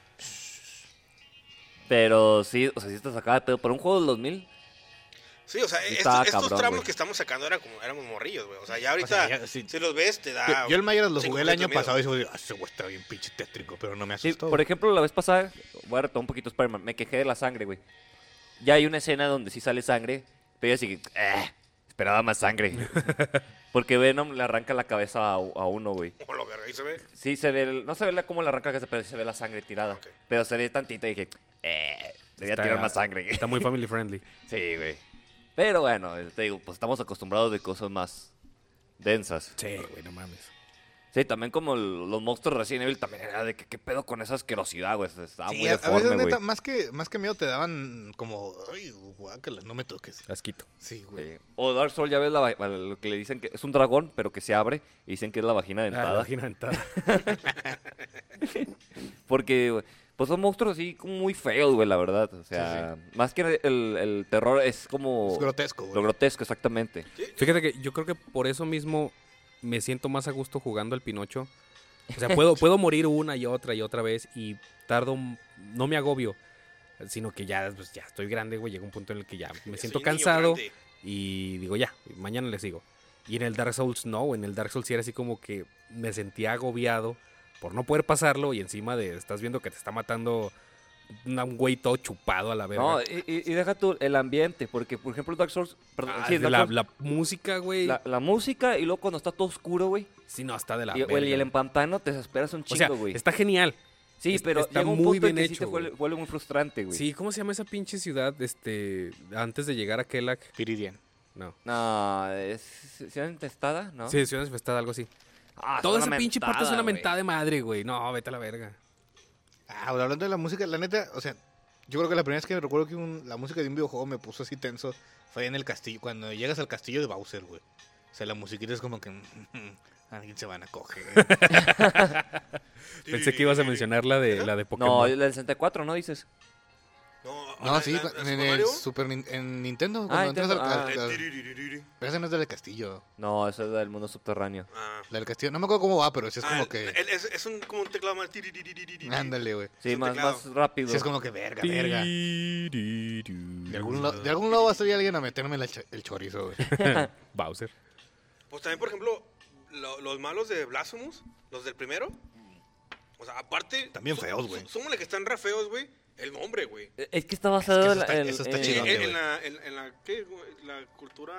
Speaker 2: Pero sí, o sea, sí te sacaba de pedo. Por un juego del 2000,
Speaker 4: Sí, o sea,
Speaker 2: Sí
Speaker 4: estos-
Speaker 2: estaba
Speaker 4: estos
Speaker 2: cabrón,
Speaker 4: tramos
Speaker 2: güey.
Speaker 4: que estamos sacando era como, éramos morrillos, güey. O sea, ya
Speaker 3: O
Speaker 4: ahorita,
Speaker 3: sea, ya, sí.
Speaker 4: si los ves, te da.
Speaker 3: yo, yo el Mayoras lo
Speaker 4: cinco
Speaker 3: jugué el
Speaker 4: minutos de
Speaker 3: año
Speaker 4: miedo.
Speaker 3: pasado y dije, ah, ese güey está bien pinche tétrico, pero no me
Speaker 2: Sí,
Speaker 3: asustó.
Speaker 2: por ejemplo, la vez pasada, voy a retomar un poquito Spider-Man, me quejé de la sangre, güey. Ya hay una escena donde sí sale sangre, pero yo así que, "Ah, esperaba más sangre. Porque Venom le arranca la cabeza a, a uno, güey.
Speaker 4: Oh, la verga, ahí se ve.
Speaker 2: Sí, se ve, el- no se ve la, cómo le arranca la cabeza, pero sí se ve la sangre tirada.
Speaker 4: Ok.
Speaker 2: Pero se ve tantita y dije, eh, debía
Speaker 1: Está-
Speaker 2: tirar más sangre.
Speaker 1: Está muy family friendly.
Speaker 2: sí, güey. Pero bueno, te digo, pues estamos acostumbrados de cosas más densas.
Speaker 1: Sí, güey, no mames.
Speaker 2: Sí, también como el- los monstruos recién Evil también era de que qué pedo con esa asquerosidad, güey. Estaba
Speaker 3: Sí,
Speaker 2: Ah, muy
Speaker 3: a, a
Speaker 2: deforme,
Speaker 3: veces,
Speaker 2: güey.
Speaker 3: neta, más que, más que miedo te daban como, ay, guácala, no me toques.
Speaker 1: Asquito.
Speaker 3: Sí, güey.
Speaker 2: Sí. Eh, O Dark Soul, ya ves la va- lo que le dicen que es un dragón, pero que se abre y dicen que es la vagina
Speaker 1: Ah, la
Speaker 2: dentada.
Speaker 1: vagina dentada.
Speaker 2: Porque, güey, pues son monstruos así como muy feos, güey, la verdad. O sea, más que el, el terror es como.
Speaker 3: Es grotesco, güey.
Speaker 2: Lo grotesco, exactamente.
Speaker 1: Fíjate que yo creo que por eso mismo me siento más a gusto jugando al Pinocho. O sea, puedo, puedo morir una y otra y otra vez y tardo, un- no me agobio, sino que ya, pues, ya estoy grande, güey. Llega un punto en el que ya me
Speaker 4: Soy
Speaker 1: siento
Speaker 4: un niño
Speaker 1: cansado
Speaker 4: grande.
Speaker 1: y digo, ya, mañana le sigo. Y en el Dark Souls no, en el Dark Souls sí era así como que me sentía agobiado por no poder pasarlo y encima de estás viendo que te está matando una- un güey todo chupado a la verga.
Speaker 2: No, y, y- y deja tú el ambiente, porque, por ejemplo, Dark Souls. Perdón,
Speaker 1: Ah,
Speaker 2: sí, Dark
Speaker 1: la,
Speaker 2: Souls,
Speaker 1: la música, güey.
Speaker 2: la- la música y luego cuando está todo oscuro, güey.
Speaker 1: Sí, no, está de la
Speaker 2: Y,
Speaker 1: verga.
Speaker 2: güey, y el empantano te desesperas un
Speaker 1: O sea,
Speaker 2: chingo, güey.
Speaker 1: está genial.
Speaker 2: sí,
Speaker 1: es-
Speaker 2: pero
Speaker 1: está
Speaker 2: llega un
Speaker 1: muy
Speaker 2: punto en
Speaker 1: bien
Speaker 2: que sí te
Speaker 1: hecho,
Speaker 2: vuelve,
Speaker 1: güey.
Speaker 2: vuelve muy frustrante, güey.
Speaker 1: Sí, ¿cómo se llama esa pinche ciudad? Este, antes de llegar a Kelak.
Speaker 3: Piridian.
Speaker 1: No.
Speaker 2: No, es. ¿Ciudad Intestada? ¿No?
Speaker 1: Sí, ciudad infestada, algo así.
Speaker 2: Ah,
Speaker 1: Toda
Speaker 2: es
Speaker 1: esa
Speaker 2: una
Speaker 1: pinche parte es una
Speaker 2: güey.
Speaker 1: mentada de madre, güey. No, vete a la verga.
Speaker 3: Ah, bueno, hablando de la música, la neta, o sea, yo creo que la primera vez que recuerdo que un- la música de un videojuego me puso así tenso fue en el castillo, cuando llegas al castillo de Bowser, güey. O sea, la musiquita es como que... "Mm, Alguien se van a coger.
Speaker 1: Pensé que ibas a mencionar la de, la de
Speaker 2: No,
Speaker 1: Pokémon.
Speaker 2: el del 64, ¿no dices?
Speaker 4: No,
Speaker 3: No,
Speaker 4: ahora
Speaker 3: sí,
Speaker 4: en la-
Speaker 3: en,
Speaker 4: Super
Speaker 3: el
Speaker 4: Mario,
Speaker 3: Super Nin- en Nintendo. Cuando entras al,
Speaker 2: Nintendo,
Speaker 3: al-
Speaker 2: ah.
Speaker 4: eh,
Speaker 3: al-
Speaker 4: tiriririri.
Speaker 3: pero ese no es del castillo.
Speaker 2: No, eso es del mundo subterráneo.
Speaker 4: Ah.
Speaker 3: La del castillo. No me acuerdo cómo va, pero sí es
Speaker 4: Ah,
Speaker 3: como
Speaker 4: el-
Speaker 3: que.
Speaker 4: el- Es es un como un teclado más. tiriririri.
Speaker 3: Ándale, güey.
Speaker 2: Sí,
Speaker 4: Su
Speaker 2: más,
Speaker 4: teclado.
Speaker 2: más rápido.
Speaker 3: Sí, es como que verga, verga. De
Speaker 1: De
Speaker 3: algún, lado- de algún lado va a salir alguien a meterme la cho- el chorizo, güey.
Speaker 1: Bowser.
Speaker 4: Pues también, por ejemplo, lo- los malos de Blasphemous, los del primero. O sea, aparte.
Speaker 3: También
Speaker 4: son-
Speaker 3: feos, güey.
Speaker 4: son- Son los que están re feos, güey. El nombre, güey.
Speaker 2: Eh, Es que está basado
Speaker 3: eso
Speaker 2: en la-
Speaker 3: está-
Speaker 2: en-
Speaker 3: eso está
Speaker 2: en-
Speaker 4: Sí,
Speaker 3: chido.
Speaker 4: en,
Speaker 3: ¿dónde,
Speaker 4: en
Speaker 3: güey?
Speaker 4: la, en, en la, ¿qué, güey? La cultura.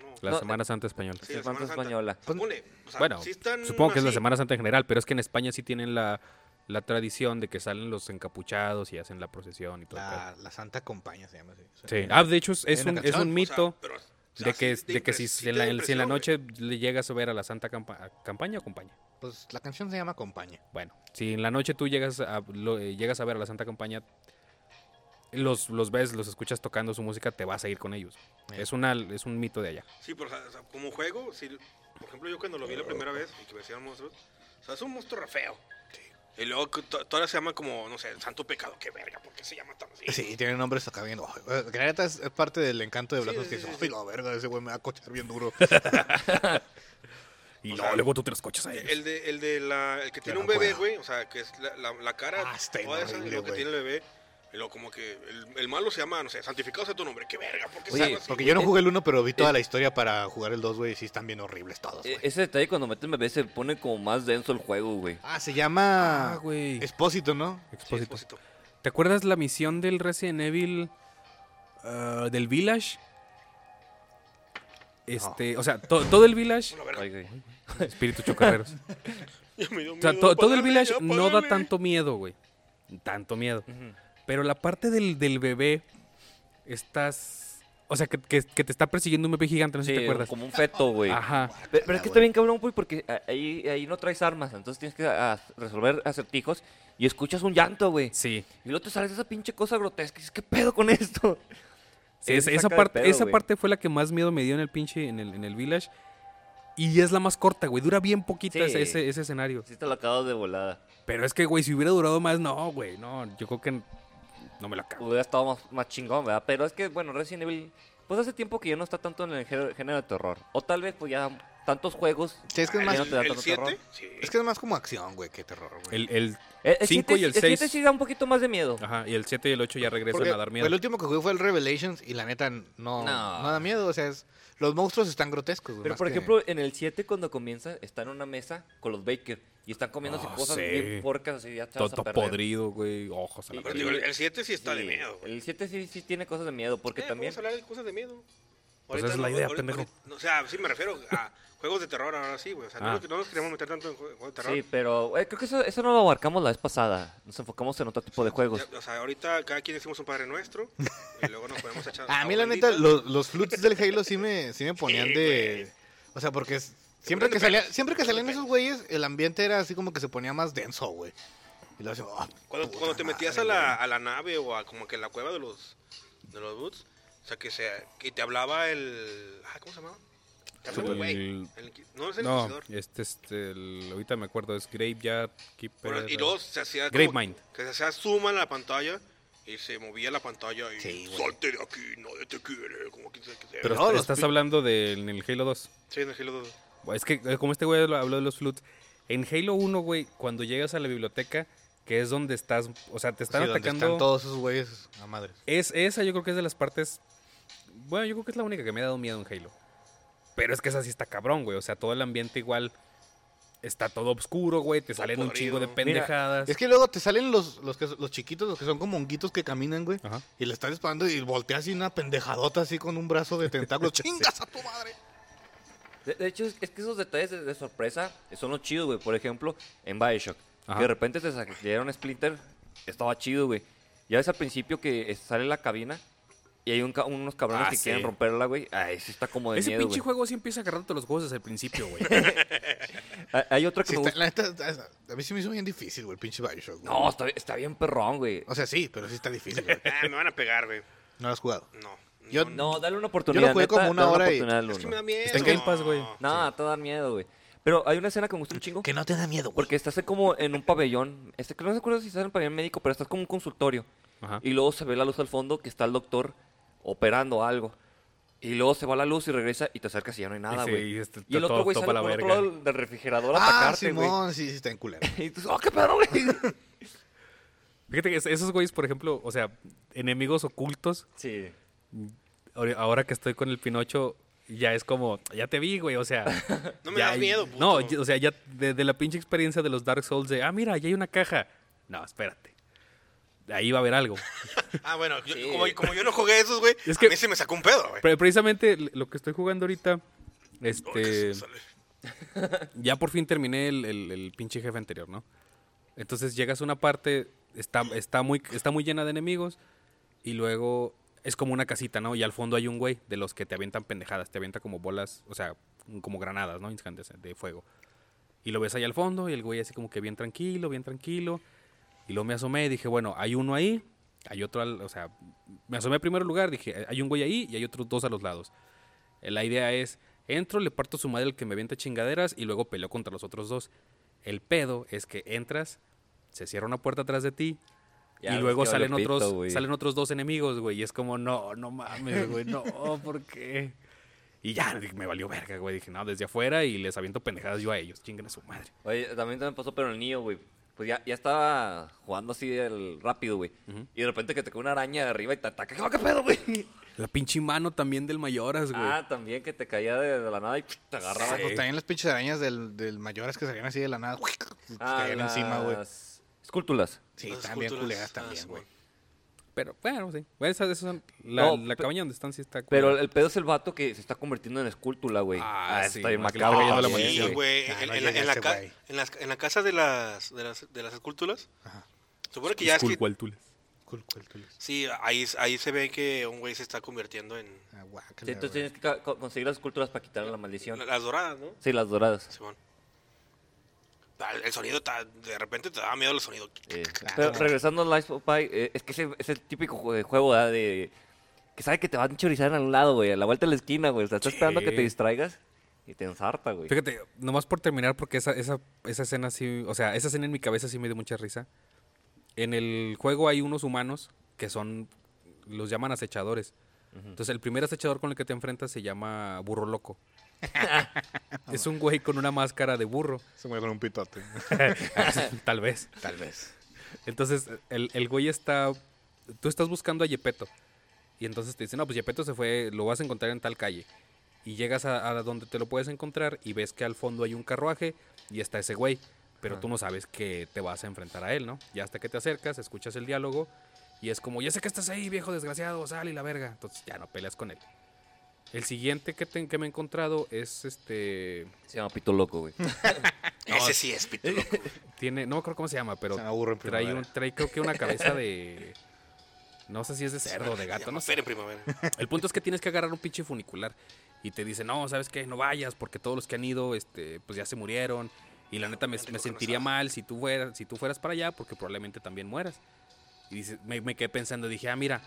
Speaker 4: No.
Speaker 1: La
Speaker 2: No,
Speaker 1: Semana Santa Española.
Speaker 4: Sí, la
Speaker 2: Semana
Speaker 4: Semana Santa.
Speaker 2: Española.
Speaker 4: Se supone, o sea,
Speaker 1: bueno,
Speaker 4: sí están
Speaker 1: supongo que es la
Speaker 4: así.
Speaker 1: Semana Santa en general, pero es que en España sí tienen la, la tradición de que salen los encapuchados y hacen la procesión y todo. el
Speaker 4: Ah,
Speaker 3: La, la Santa Compañía se llama así.
Speaker 1: pedo. Sí. Ah, de hecho, es, es
Speaker 3: Hay una
Speaker 1: un, es un
Speaker 3: canción,
Speaker 4: O sea,
Speaker 1: mito.
Speaker 4: pero, o sea,
Speaker 1: De que,
Speaker 4: sí te
Speaker 1: de que
Speaker 4: impres-
Speaker 1: si,
Speaker 4: sí
Speaker 1: en,
Speaker 4: te
Speaker 1: la,
Speaker 4: da
Speaker 1: en- si en la
Speaker 4: impresión,
Speaker 1: noche le llegas a ver a la Santa Campa- Campaña o Compaña.
Speaker 3: Pues la canción se llama Compañía.
Speaker 1: Bueno, si en la noche tú llegas a, lo- eh, llegas a ver a la Santa Campaña, los, los ves, los escuchas tocando su música, te vas a ir con ellos.
Speaker 3: Eh.
Speaker 1: Es, una, es un mito de allá.
Speaker 4: güey. Sí, pero o sea, o sea, como juego, si, por ejemplo, yo cuando lo vi la primera vez y que me decían monstruos, o sea, es un monstruo re feo. Y luego que to- todas se llaman como, no sé, Santo Pecado. Qué verga, ¿por qué se llama tan así?
Speaker 3: Sí, tiene nombres acá bien. ojo, eh, Que la neta es, es parte del encanto de
Speaker 4: Sí,
Speaker 3: Blasón.
Speaker 4: sí,
Speaker 3: que
Speaker 4: sí,
Speaker 3: dice,
Speaker 4: sí.
Speaker 3: "Ay, la verga, ese güey me va a cochar bien duro.
Speaker 1: Y
Speaker 4: O
Speaker 1: no,
Speaker 4: sea,
Speaker 1: luego tú te los coches a ellos.
Speaker 4: El de, el de la, el que tiene
Speaker 3: no
Speaker 4: un bebé,
Speaker 3: puedo.
Speaker 4: güey, o sea, que es la, la- la cara,
Speaker 3: Ah, está
Speaker 4: toda esa, y
Speaker 3: horrible,
Speaker 4: lo que
Speaker 3: güey.
Speaker 4: tiene el bebé, y luego como que el, el malo se llama, no sé, santificado sea tu nombre, qué verga, ¿por qué
Speaker 2: Oye,
Speaker 4: se llama así?
Speaker 3: Porque yo no jugué el 1, pero vi toda la historia para jugar el 2, güey. Y sí, están bien horribles todos,
Speaker 2: E-
Speaker 3: güey.
Speaker 2: ese detalle cuando meten bebé se pone como más denso el juego, güey.
Speaker 3: Ah, se llama.
Speaker 1: Ah, güey.
Speaker 3: Expósito, ¿no?
Speaker 4: Sí,
Speaker 1: Expósito.
Speaker 4: Expósito.
Speaker 1: ¿Te acuerdas la misión del Resident Evil ah, del Village? Este, o sea, to- todo el Village,
Speaker 4: Una verga.
Speaker 2: Ay, güey.
Speaker 1: espíritu chocarreros.
Speaker 4: Ya me dio
Speaker 1: O sea,
Speaker 4: miedo,
Speaker 1: to- todo el
Speaker 4: apágale,
Speaker 1: Village
Speaker 4: ya,
Speaker 1: no da
Speaker 4: apágale.
Speaker 1: tanto miedo, güey. Tanto miedo. Pero la parte del, del bebé, estás. O sea, que, que- que te está persiguiendo un bebé gigante, no sé
Speaker 2: Sí,
Speaker 1: si te acuerdas.
Speaker 2: como un feto, güey.
Speaker 1: Ajá.
Speaker 2: Pe- Pero, es que está bien cabrón, güey, porque a- ahí, ahí no traes armas, entonces tienes que a- resolver acertijos y escuchas un llanto, güey.
Speaker 1: Sí.
Speaker 2: Y luego te sales esa pinche cosa grotesca y dices, ¿qué pedo con esto?
Speaker 1: Sí,
Speaker 2: Te
Speaker 1: esa, esa
Speaker 2: saca de
Speaker 1: parte,
Speaker 2: pedo,
Speaker 1: esa
Speaker 2: güey.
Speaker 1: parte fue la que más miedo me dio en el pinche, en el, en el village. Y es la más corta, güey. Dura bien poquito
Speaker 2: Sí.
Speaker 1: ese, ese- ese escenario.
Speaker 2: Sí te lo acabas de volada.
Speaker 1: Pero es que, güey, si hubiera durado más, no, güey. No, yo creo que n- no me la cago.
Speaker 2: Hubiera estado más, más chingón, ¿verdad? Pero es que, bueno, Resident Evil, pues hace tiempo que ya no está tanto en el género, género de terror. O tal vez, pues ya tantos juegos.
Speaker 3: Sí, es que es
Speaker 4: Ah,
Speaker 3: más.
Speaker 2: no
Speaker 4: ¿El-
Speaker 2: te da
Speaker 4: el
Speaker 2: tanto
Speaker 4: 7?
Speaker 2: terror.
Speaker 4: Sí.
Speaker 3: Es que es más como acción, güey, que terror, güey.
Speaker 1: El, el
Speaker 2: El- el
Speaker 1: 5
Speaker 2: siete-
Speaker 1: y el Ah,
Speaker 2: El 7 sí
Speaker 1: 6.
Speaker 2: da un poquito más de miedo.
Speaker 1: Ajá, y el 7 y el 8 ya regresan
Speaker 3: Porque
Speaker 1: a dar
Speaker 3: fue
Speaker 1: miedo.
Speaker 3: El último que jugué fue el Revelations y la neta no, no. da miedo. O sea, es- los monstruos están grotescos,
Speaker 1: pues
Speaker 3: güey.
Speaker 2: Pero,
Speaker 3: más
Speaker 2: por
Speaker 3: que-
Speaker 2: ejemplo, en el 7, cuando comienza, está en una mesa con los Baker y están comiéndose
Speaker 1: Ah,
Speaker 2: cosas
Speaker 1: sí.
Speaker 2: bien porcas, así ya te vas a
Speaker 1: Toto
Speaker 2: perder.
Speaker 1: podrido, güey. Ojos a la
Speaker 2: Y-
Speaker 4: Pero
Speaker 1: verga.
Speaker 4: digo, el 7 sí está de
Speaker 2: Sí,
Speaker 4: miedo, güey.
Speaker 2: El 7 sí, sí tiene cosas de miedo, porque
Speaker 4: Eh,
Speaker 2: también.
Speaker 4: Vamos a hablar de cosas de miedo.
Speaker 1: Pues esa es la idea,
Speaker 4: ahorita-
Speaker 1: pendejo.
Speaker 4: ahorita- no, o sea, sí me refiero a juegos de terror ahora sí, güey. O sea, no
Speaker 1: Ah.
Speaker 4: nos- no nos queremos meter tanto en jue- juegos de terror.
Speaker 2: Sí, pero eh, creo que eso, eso no lo abarcamos la vez pasada. Nos enfocamos en otro tipo de juegos.
Speaker 4: Ya, o sea, ahorita cada quien decimos un padre nuestro y luego nos podemos echar.
Speaker 3: Ah, A mí,
Speaker 4: agua
Speaker 3: la neta,
Speaker 4: bendita.
Speaker 3: los, los flutes del Halo sí me, sí me ponían de. O sea, porque es- siempre,
Speaker 4: ponían
Speaker 3: que
Speaker 4: de
Speaker 3: salía,
Speaker 4: pelos,
Speaker 3: siempre que
Speaker 4: te
Speaker 3: salían
Speaker 4: ponían de
Speaker 3: esos güeyes, el ambiente era así como que se ponía más denso, güey. Y luego así, oh,
Speaker 4: Cuando,
Speaker 3: puta
Speaker 4: cuando te
Speaker 3: madre,
Speaker 4: metías a la, a la nave o a como que la cueva de los de los boots, o sea, que, se, que te hablaba el. ah, ¿Cómo se llamaba? Te hablaba un güey.
Speaker 1: El-
Speaker 4: El inqui- No, es el
Speaker 1: No,
Speaker 4: inquisidor.
Speaker 1: este, este, el- ahorita me acuerdo, es Grave Yard Keeper.
Speaker 4: Bueno, y luego se hacía.
Speaker 1: Grave
Speaker 4: como
Speaker 1: Mind.
Speaker 4: Que se hacía suma en la pantalla y se movía la pantalla y.
Speaker 3: Sí, güey.
Speaker 4: Salte de aquí, nadie te quiere. Como que se que se-
Speaker 1: Pero
Speaker 3: No, los
Speaker 1: estás
Speaker 3: pi-
Speaker 1: hablando del en el Halo 2.
Speaker 4: Sí, en el Halo 2.
Speaker 1: Güey, Es que eh, como este güey lo- habló de los flutes, en Halo 1, güey, cuando llegas a la biblioteca, que es donde estás, o sea, te
Speaker 3: sí,
Speaker 1: están
Speaker 3: donde
Speaker 1: atacando.
Speaker 3: Están todos esos güeyes a madre.
Speaker 1: Es esa, yo creo que es de las partes. Bueno, yo creo que es la única que me ha dado miedo en Halo. Pero es que esa sí está cabrón, güey. O sea, todo el ambiente igual está todo oscuro, güey. Te
Speaker 4: Todo
Speaker 1: salen un
Speaker 4: podrido.
Speaker 1: chingo de
Speaker 4: Mira,
Speaker 1: pendejadas.
Speaker 3: Es que luego te salen los, los, que, los chiquitos, los que son como honguitos que caminan, güey.
Speaker 1: Ajá.
Speaker 3: Y le están disparando y volteas así una pendejadota así con un brazo de tentáculos. ¡Chingas a tu madre!
Speaker 2: De, de hecho, es, es que esos detalles de, de sorpresa son los chidos, güey. Por ejemplo, en Bioshock.
Speaker 1: Ajá.
Speaker 2: Que de repente te sacaron Splinter. Estaba chido, güey. Ya ves al principio que es- sale la cabina y hay un ca- unos cabrones
Speaker 1: Ah,
Speaker 2: que
Speaker 1: sí.
Speaker 2: quieren romperla, güey. Ay, sí está como de
Speaker 1: Ese
Speaker 2: miedo,
Speaker 1: pinche
Speaker 2: güey.
Speaker 1: juego sí empieza agarrándote los juegos desde el principio, güey.
Speaker 2: Ah, Hay otro que
Speaker 3: Sí,
Speaker 2: me
Speaker 3: está-
Speaker 2: gusta.
Speaker 3: la neta, a- a mí sí me hizo bien difícil, güey, el pinche Bioshock. güey.
Speaker 2: No, está, bien- está bien perrón, güey.
Speaker 3: O sea, sí, pero sí está difícil, güey.
Speaker 4: Ah, me van a pegar, güey.
Speaker 3: No lo has jugado.
Speaker 4: No.
Speaker 3: Yo-
Speaker 4: no,
Speaker 2: No, dale una oportunidad.
Speaker 3: jugué
Speaker 2: neta,
Speaker 3: como una
Speaker 2: dale
Speaker 3: hora y-
Speaker 2: oportunidad al
Speaker 4: Es que
Speaker 2: uno.
Speaker 4: me da miedo.
Speaker 1: Está en Game Pass, güey.
Speaker 2: No, te da miedo, güey. Pero hay una escena que me gusta un chingo.
Speaker 3: Que no te da miedo, güey.
Speaker 2: Porque estás como en un pabellón. Este, que no me acuerdo si estás en un pabellón médico, pero estás como un consultorio.
Speaker 1: Ajá.
Speaker 2: Y luego se ve la luz al fondo que está el doctor operando algo. Y luego se va la luz y regresa y te acercas y ya no hay nada,
Speaker 1: sí,
Speaker 2: güey.
Speaker 1: y este-
Speaker 2: y el otro
Speaker 1: todo-
Speaker 2: güey
Speaker 1: todo
Speaker 2: sale
Speaker 1: para
Speaker 2: por
Speaker 1: la
Speaker 2: otro
Speaker 1: verga.
Speaker 2: lado del refrigerador a
Speaker 3: Ah,
Speaker 2: atacarte, güey.
Speaker 3: Simón, sí, sí está en culero.
Speaker 2: Y tú, oh, qué pedo, güey.
Speaker 1: Fíjate que es- esos güeyes, por ejemplo, o sea, enemigos ocultos.
Speaker 2: Sí.
Speaker 1: ahora- Ahora que estoy con el Pinocho, ya es como, ya te vi, güey. O sea.
Speaker 4: No me
Speaker 1: ya-
Speaker 4: das miedo, puto.
Speaker 1: No, ya- o sea, ya de, de la pinche experiencia de los Dark Souls de, ah, mira, ya hay una caja. No, espérate. Ahí va a haber algo.
Speaker 4: Ah, bueno, yo-
Speaker 2: Sí.
Speaker 4: como, como yo no jugué esos, güey,
Speaker 1: Es que-
Speaker 4: a mí se me sacó un pedo, güey.
Speaker 1: Pero precisamente lo que estoy jugando ahorita,
Speaker 4: Uy, que
Speaker 1: este,
Speaker 4: se sale.
Speaker 1: ya por fin terminé el, el- el pinche jefe anterior, ¿no? Entonces llegas a una parte, está, está, muy, está muy llena de enemigos y luego es como una casita, ¿no? Y al fondo hay un güey de los que te avientan pendejadas, te avienta como bolas, o sea, como granadas, ¿no? Incandescentes de fuego. Y lo ves ahí al fondo y el güey así como que bien tranquilo, bien tranquilo. Y luego me asomé y dije, bueno, hay uno ahí, hay otro, al, o sea, me asomé al primer lugar, dije, hay un güey ahí y hay otros dos a los lados. Eh, La idea es, entro, le parto su madre al que me avienta chingaderas y luego peleo contra los otros dos. El pedo es que entras se cierra una puerta atrás de ti
Speaker 2: Ya
Speaker 1: y
Speaker 2: ves
Speaker 1: luego
Speaker 2: que
Speaker 1: salen
Speaker 2: vale pito,
Speaker 1: otros
Speaker 2: güey.
Speaker 1: salen otros dos enemigos, güey, y es como no, no mames, güey, no, ¿por qué? Y ya me valió verga, güey, dije, "No, desde afuera y les aviento pendejadas yo a ellos, chinguen a su madre."
Speaker 2: Oye, también también pasó, pero el niño, güey. Pues ya, ya estaba jugando así el rápido, güey. Y de repente que te cae una araña de arriba y te ataca. ¿Qué va, qué pedo, güey?
Speaker 1: La pinche mano también del Mayoras, güey.
Speaker 2: Ah, también que te caía de, de la nada y te agarraba.
Speaker 3: Pues también las pinches arañas del, del Mayoras que salían así de la nada. y Pues te
Speaker 2: Ah,
Speaker 3: caían encima, güey.
Speaker 2: las Escúltulas.
Speaker 3: Sí,
Speaker 4: Las
Speaker 3: están bien
Speaker 4: esculturas,
Speaker 3: culeras
Speaker 4: ah,
Speaker 3: también,
Speaker 4: sí,
Speaker 3: güey.
Speaker 1: Pero bueno, sí. Bueno, esa- esa son- la,
Speaker 2: No,
Speaker 1: la
Speaker 2: pe-
Speaker 1: cabaña donde están sí está
Speaker 2: Pero
Speaker 1: culera.
Speaker 2: el pedo es el vato que se está convirtiendo en escúltula, güey.
Speaker 1: Ah,
Speaker 2: Ah,
Speaker 1: sí,
Speaker 2: está bien
Speaker 1: más que
Speaker 2: macabro.
Speaker 1: le está cayendo la
Speaker 2: güey.
Speaker 4: Sí,
Speaker 1: maldición,
Speaker 4: güey.
Speaker 3: Ah,
Speaker 4: En,
Speaker 3: no
Speaker 4: en la- en la
Speaker 3: llegaste,
Speaker 4: ca-
Speaker 3: güey.
Speaker 4: en las- en la casa de las, de las, de las esculturas,
Speaker 3: Ajá.
Speaker 4: supone que ya es que-
Speaker 1: Cusculcualtules.
Speaker 3: Cool, cool, cool.
Speaker 4: Sí, ahí, ahí se ve que un güey se está convirtiendo en
Speaker 3: Ah, guácala,
Speaker 2: Sí, entonces
Speaker 3: güey.
Speaker 2: tienes que ca- co- conseguir las esculturas para quitarle la maldición.
Speaker 4: las doradas, ¿no?
Speaker 2: Sí, las doradas.
Speaker 4: Simón. Ah, El sonido, ta- de repente te da miedo el sonido.
Speaker 2: Sí.
Speaker 3: Claro.
Speaker 2: Eh, Pero regresando al Life of Pi, eh, es que ese- es el típico ju- de juego ¿verdad? de que sabe que te van a chorizar a un lado, güey, a la vuelta de la esquina, güey. O sea, estás
Speaker 1: Sí.
Speaker 2: esperando que te distraigas y te ensarta, güey.
Speaker 1: Fíjate, nomás por terminar, porque esa, esa, esa escena sí, o sea, esa escena en mi cabeza sí me dio mucha risa. En el juego hay unos humanos que son, los llaman acechadores. Entonces, el primer acechador con el que te enfrentas se llama Burro Loco. es un güey con una máscara de burro,
Speaker 3: Se me con un pitote.
Speaker 1: tal vez.
Speaker 3: Tal vez.
Speaker 1: Entonces, el, el güey está. Tú estás buscando a Yepeto. Y entonces te dicen, no, pues Yepeto se fue, lo vas a encontrar en tal calle. Y llegas a, a donde te lo puedes encontrar y ves que al fondo hay un carruaje y está ese güey. Pero tú no sabes que te vas a enfrentar a él, ¿no? Ya hasta que te acercas, escuchas el diálogo y es como, ya sé que estás ahí, viejo desgraciado, sal y la verga. Entonces ya no peleas con él. El siguiente que, te- que me he encontrado es este.
Speaker 2: Se llama Pito Loco, güey.
Speaker 4: Ese sí es pito loco.
Speaker 1: Tiene, no me acuerdo cómo se llama, pero
Speaker 3: Se me aburre en
Speaker 1: trae,
Speaker 3: primavera.
Speaker 1: un, trae creo que una cabeza de... No sé si es de cerdo o de gato, no sé.
Speaker 4: Espera en primavera.
Speaker 1: El punto es que tienes que agarrar un pinche funicular y te dice, no, ¿sabes qué? No vayas porque todos los que han ido, este, pues ya se murieron. Y la neta
Speaker 2: Ah,
Speaker 1: me, me sentiría mal si tú, fueras, si tú fueras para allá porque probablemente también mueras. Y dice, me, me quedé pensando, dije, ah, mira,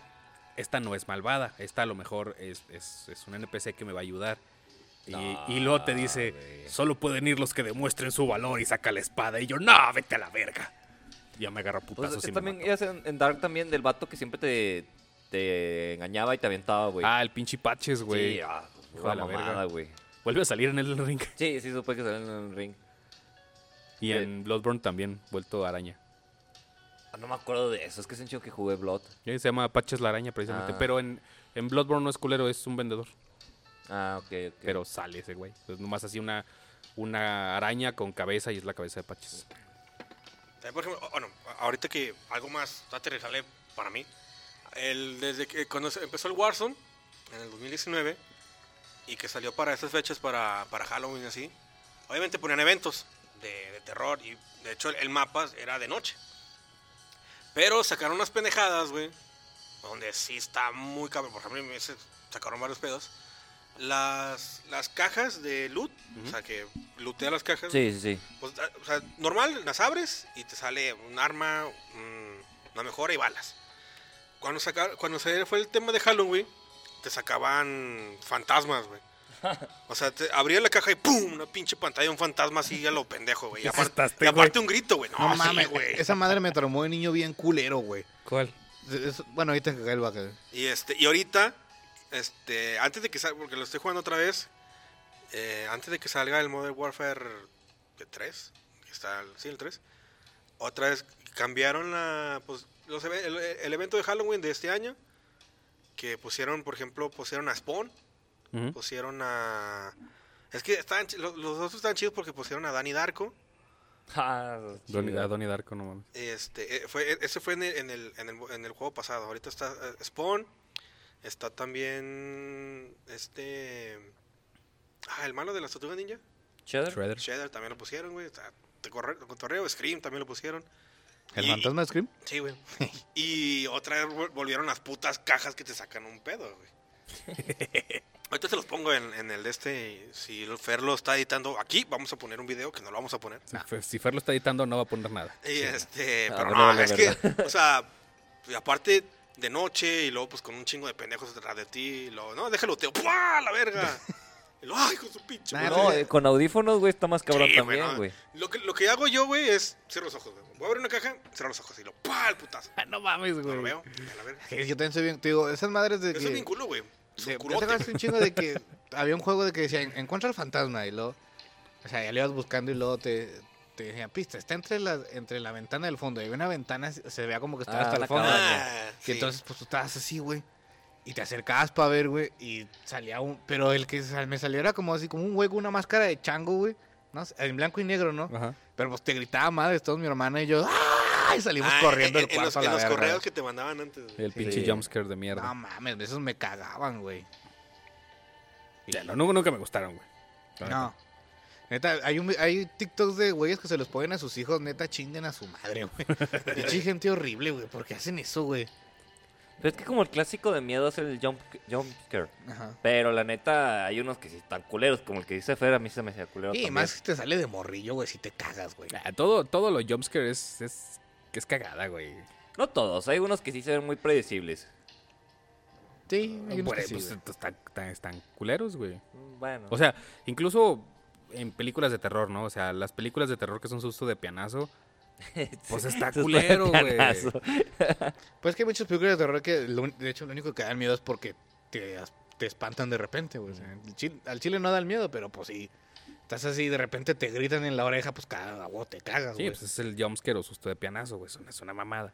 Speaker 1: esta no es malvada, esta a lo mejor es, es, es un NPC que me va a ayudar. Y, y luego te dice, solo pueden ir los que demuestren su valor y saca la espada. Y yo, no, vete a la verga. Ya me agarra
Speaker 2: Pues
Speaker 1: putazos
Speaker 2: es
Speaker 1: y me
Speaker 2: también
Speaker 1: mató.
Speaker 2: es en, en Dark también del vato que siempre te, te engañaba y te aventaba, güey.
Speaker 1: Ah, el pinche Paches, güey.
Speaker 2: Sí, ah,
Speaker 1: Hijo
Speaker 2: la
Speaker 1: de la verga.
Speaker 2: mamada, güey.
Speaker 1: Vuelve a salir en el ring.
Speaker 2: Sí, sí, supe que salen en el ring.
Speaker 1: Y
Speaker 2: Sí.
Speaker 1: en Bloodborne también, vuelto araña.
Speaker 2: Ah, no me acuerdo de eso, es que es un chico que jugué Blood.
Speaker 1: Eh, Se llama Paches la araña precisamente.
Speaker 2: Ah.
Speaker 1: Pero en, en Bloodborne no es culero, es un vendedor.
Speaker 2: Ah, ok, ok.
Speaker 1: Pero sale ese güey. Es nomás así una, una araña con cabeza y es la cabeza de Paches.
Speaker 4: También, por ejemplo, oh, bueno, a- ahorita que algo más aterrizable para mí, el, desde que cuando se- empezó el Warzone en el 2019 y que salió para esas fechas, para, para Halloween y así, obviamente ponían eventos de, de terror y de hecho el, el mapa era de noche. Pero sacaron unas pendejadas, güey, donde sí está muy cabrón. Por ejemplo, me se- sacaron varios pedos. Las, las cajas de loot, o sea, que lootea las cajas.
Speaker 2: Sí, sí, sí.
Speaker 4: Pues, ah, o sea, normal, las abres y te sale un arma, un- una mejora y balas. Cuando, saca- cuando se fue el tema de Halloween, te sacaban fantasmas, güey. O sea, te abría la caja y ¡pum! Una pinche pantalla, un fantasma así a lo pendejo, güey. Y apar- y aparte,
Speaker 1: asustaste,
Speaker 4: un grito, güey. No,
Speaker 3: No
Speaker 4: Ah, sí,
Speaker 3: mames,
Speaker 4: güey.
Speaker 3: Esa madre me traumó de niño bien culero, güey.
Speaker 1: ¿Cuál?
Speaker 3: Es- es- Bueno, ahorita que cae el vaca.
Speaker 4: Y este, y ahorita, este, antes de que salga, porque lo estoy jugando otra vez, eh, antes de que salga el Modern Warfare de 3, que está el- sí, el 3, otra vez cambiaron la pues, los eve- el, el evento de Halloween de este año, que pusieron, por ejemplo, pusieron a Spawn,
Speaker 1: ¿Mm?
Speaker 4: pusieron a es que estaban chi- lo- los dos están chidos porque pusieron a Danny Darko.
Speaker 2: Ah,
Speaker 1: Donnie,
Speaker 2: chido.
Speaker 1: a Donnie Darko, no mames.
Speaker 4: Este, eh, fue, ese fue en el, en, el, en, el, en el juego pasado. Ahorita está eh, Spawn. Está también. Este. Ah, el malo de la Tortuga Ninja.
Speaker 2: Cheddar.
Speaker 1: Shredder.
Speaker 4: Shredder también lo pusieron, güey. Está de corre- de cotorreo. Scream también lo pusieron.
Speaker 3: ¿El
Speaker 4: Y-
Speaker 3: fantasma de Scream?
Speaker 4: Sí, güey. y otra vez vol- volvieron las putas cajas que te sacan un pedo, güey. Ahorita te los pongo en, en el de este. Si el Fer lo está editando aquí, vamos a poner un video que no lo vamos a poner.
Speaker 1: Si Fer- Si Fer lo está editando, no va a poner nada.
Speaker 4: Y este,
Speaker 2: Ah,
Speaker 4: pero
Speaker 2: bueno,
Speaker 4: no,
Speaker 2: vale,
Speaker 4: es que, o sea, y aparte de noche y luego pues con un chingo de pendejos detrás de ti, y luego, no, déjalo, te, ¡pua! la verga. Y luego, ¡Ay, con su pinche!
Speaker 3: Nah,
Speaker 4: madre".
Speaker 2: No, eh, con audífonos, güey, está más cabrón
Speaker 4: Sí, güey,
Speaker 2: también,
Speaker 4: no.
Speaker 2: güey.
Speaker 4: Lo que, lo que hago yo, güey, es cierro los ojos, güey. Voy a abrir una caja, cierro los ojos y lo pa al putazo.
Speaker 1: No mames,
Speaker 4: Ah, No lo
Speaker 1: güey.
Speaker 4: veo, a la verga.
Speaker 3: Que Yo también soy bien, te digo, esas madres de
Speaker 4: Eso es
Speaker 3: que...
Speaker 4: bien culo, güey. Es un
Speaker 3: de- ¿te
Speaker 4: culote.
Speaker 3: acuerdas un chingo de que había un juego de que decía, "En- encuentra al fantasma y luego... O sea, ya le ibas buscando y luego te, te decían, pista, está entre la, entre la ventana del fondo. Y había una ventana, se veía como que estaba
Speaker 2: Ah,
Speaker 3: hasta el
Speaker 2: la
Speaker 3: fondo.
Speaker 2: cabaña.
Speaker 4: Ah,
Speaker 3: Y
Speaker 4: sí.
Speaker 3: entonces, pues tú estabas así, güey. Y te acercabas para ver, güey. Y salía un. Pero el que sal- me salió era como así, como un güey con una máscara de chango, güey. ¿no? sé, En blanco y negro, ¿no?
Speaker 1: Ajá.
Speaker 3: Pero pues te gritaba madre, todos mi hermana y yo. ¡Ah! Y salimos
Speaker 4: Ah,
Speaker 3: corriendo
Speaker 4: en,
Speaker 3: del
Speaker 4: en los,
Speaker 3: cuarto a
Speaker 4: en
Speaker 3: la
Speaker 4: los
Speaker 3: verga.
Speaker 4: correos que te mandaban antes. güey.
Speaker 1: El pinche
Speaker 2: Sí.
Speaker 1: jumpscare de
Speaker 3: No
Speaker 1: mierda.
Speaker 3: mames, esos me cagaban, güey.
Speaker 1: Ya, no, nunca- nunca me gustaron, güey. La
Speaker 3: No. Neta, hay, un, hay TikToks de güeyes que se los ponen a sus hijos, neta, chinguen a su madre, güey. Pinche gente horrible, güey. ¿Por qué hacen eso, güey?
Speaker 2: Pero es que como el clásico de miedo es el jump, jump scare.
Speaker 3: Ajá.
Speaker 2: Pero la neta, hay unos que sí están culeros, como el que dice Fer, a mí se me hacía culero.
Speaker 3: Y
Speaker 2: también.
Speaker 3: más si te sale de morrillo, güey, si te cagas, güey.
Speaker 1: neta. Ah, todo, todo lo jumpscare es, es, que es cagada, güey.
Speaker 2: No todos, hay unos que sí se ven muy predecibles.
Speaker 3: Sí, hay unos
Speaker 1: Por-
Speaker 3: que sí,
Speaker 1: pues,
Speaker 3: güey.
Speaker 1: están, están- están culeros, güey.
Speaker 2: Bueno,
Speaker 1: O sea, incluso en películas de terror, ¿no? O sea, las películas de terror que son susto de pianazo, pues está
Speaker 2: Eso está
Speaker 1: culero, güey.
Speaker 2: planazo.
Speaker 3: Pues que hay muchas películas de terror que, lo un- de hecho, lo único que dan miedo es porque te, as- te espantan de repente, güey. O sea, el chil- al chile no da el miedo, pero pues si estás así y de repente te gritan en la oreja, pues cada huevo te cagas,
Speaker 1: Sí,
Speaker 3: güey.
Speaker 1: pues es el jumpscare o susto de pianazo, güey. Es una, es una mamada.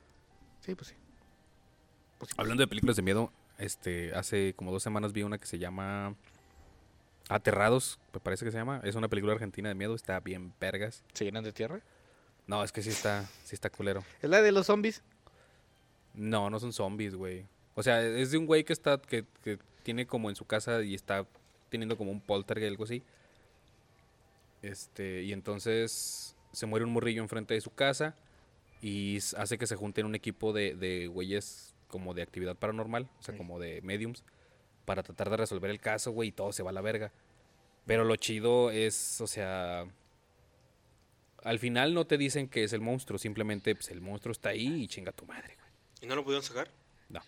Speaker 3: sí, pues sí. Pues sí, pues
Speaker 1: Hablando de películas de miedo, este, hace como dos semanas vi una que se llama Aterrados, me parece que se llama. Es una película argentina de miedo, está bien vergas.
Speaker 3: sí. ¿Se llenan de tierra?
Speaker 1: No, es que sí está, sí está culero.
Speaker 3: ¿Es la de los zombies?
Speaker 1: No, no son zombies, güey. O sea, es de un güey que está, que, que tiene como en su casa y está teniendo como un poltergeist, algo así. Este, y entonces se muere un morrillo enfrente de su casa y s- hace que se junten un equipo de, de güeyes como de actividad paranormal, o sea, como de mediums, para tratar de resolver el caso, güey, y todo se va a la verga. Pero lo chido es, o sea, al final no te dicen que es el monstruo, simplemente pues, el monstruo está ahí y chinga tu madre, güey.
Speaker 4: ¿Y no lo pudieron sacar?
Speaker 1: No.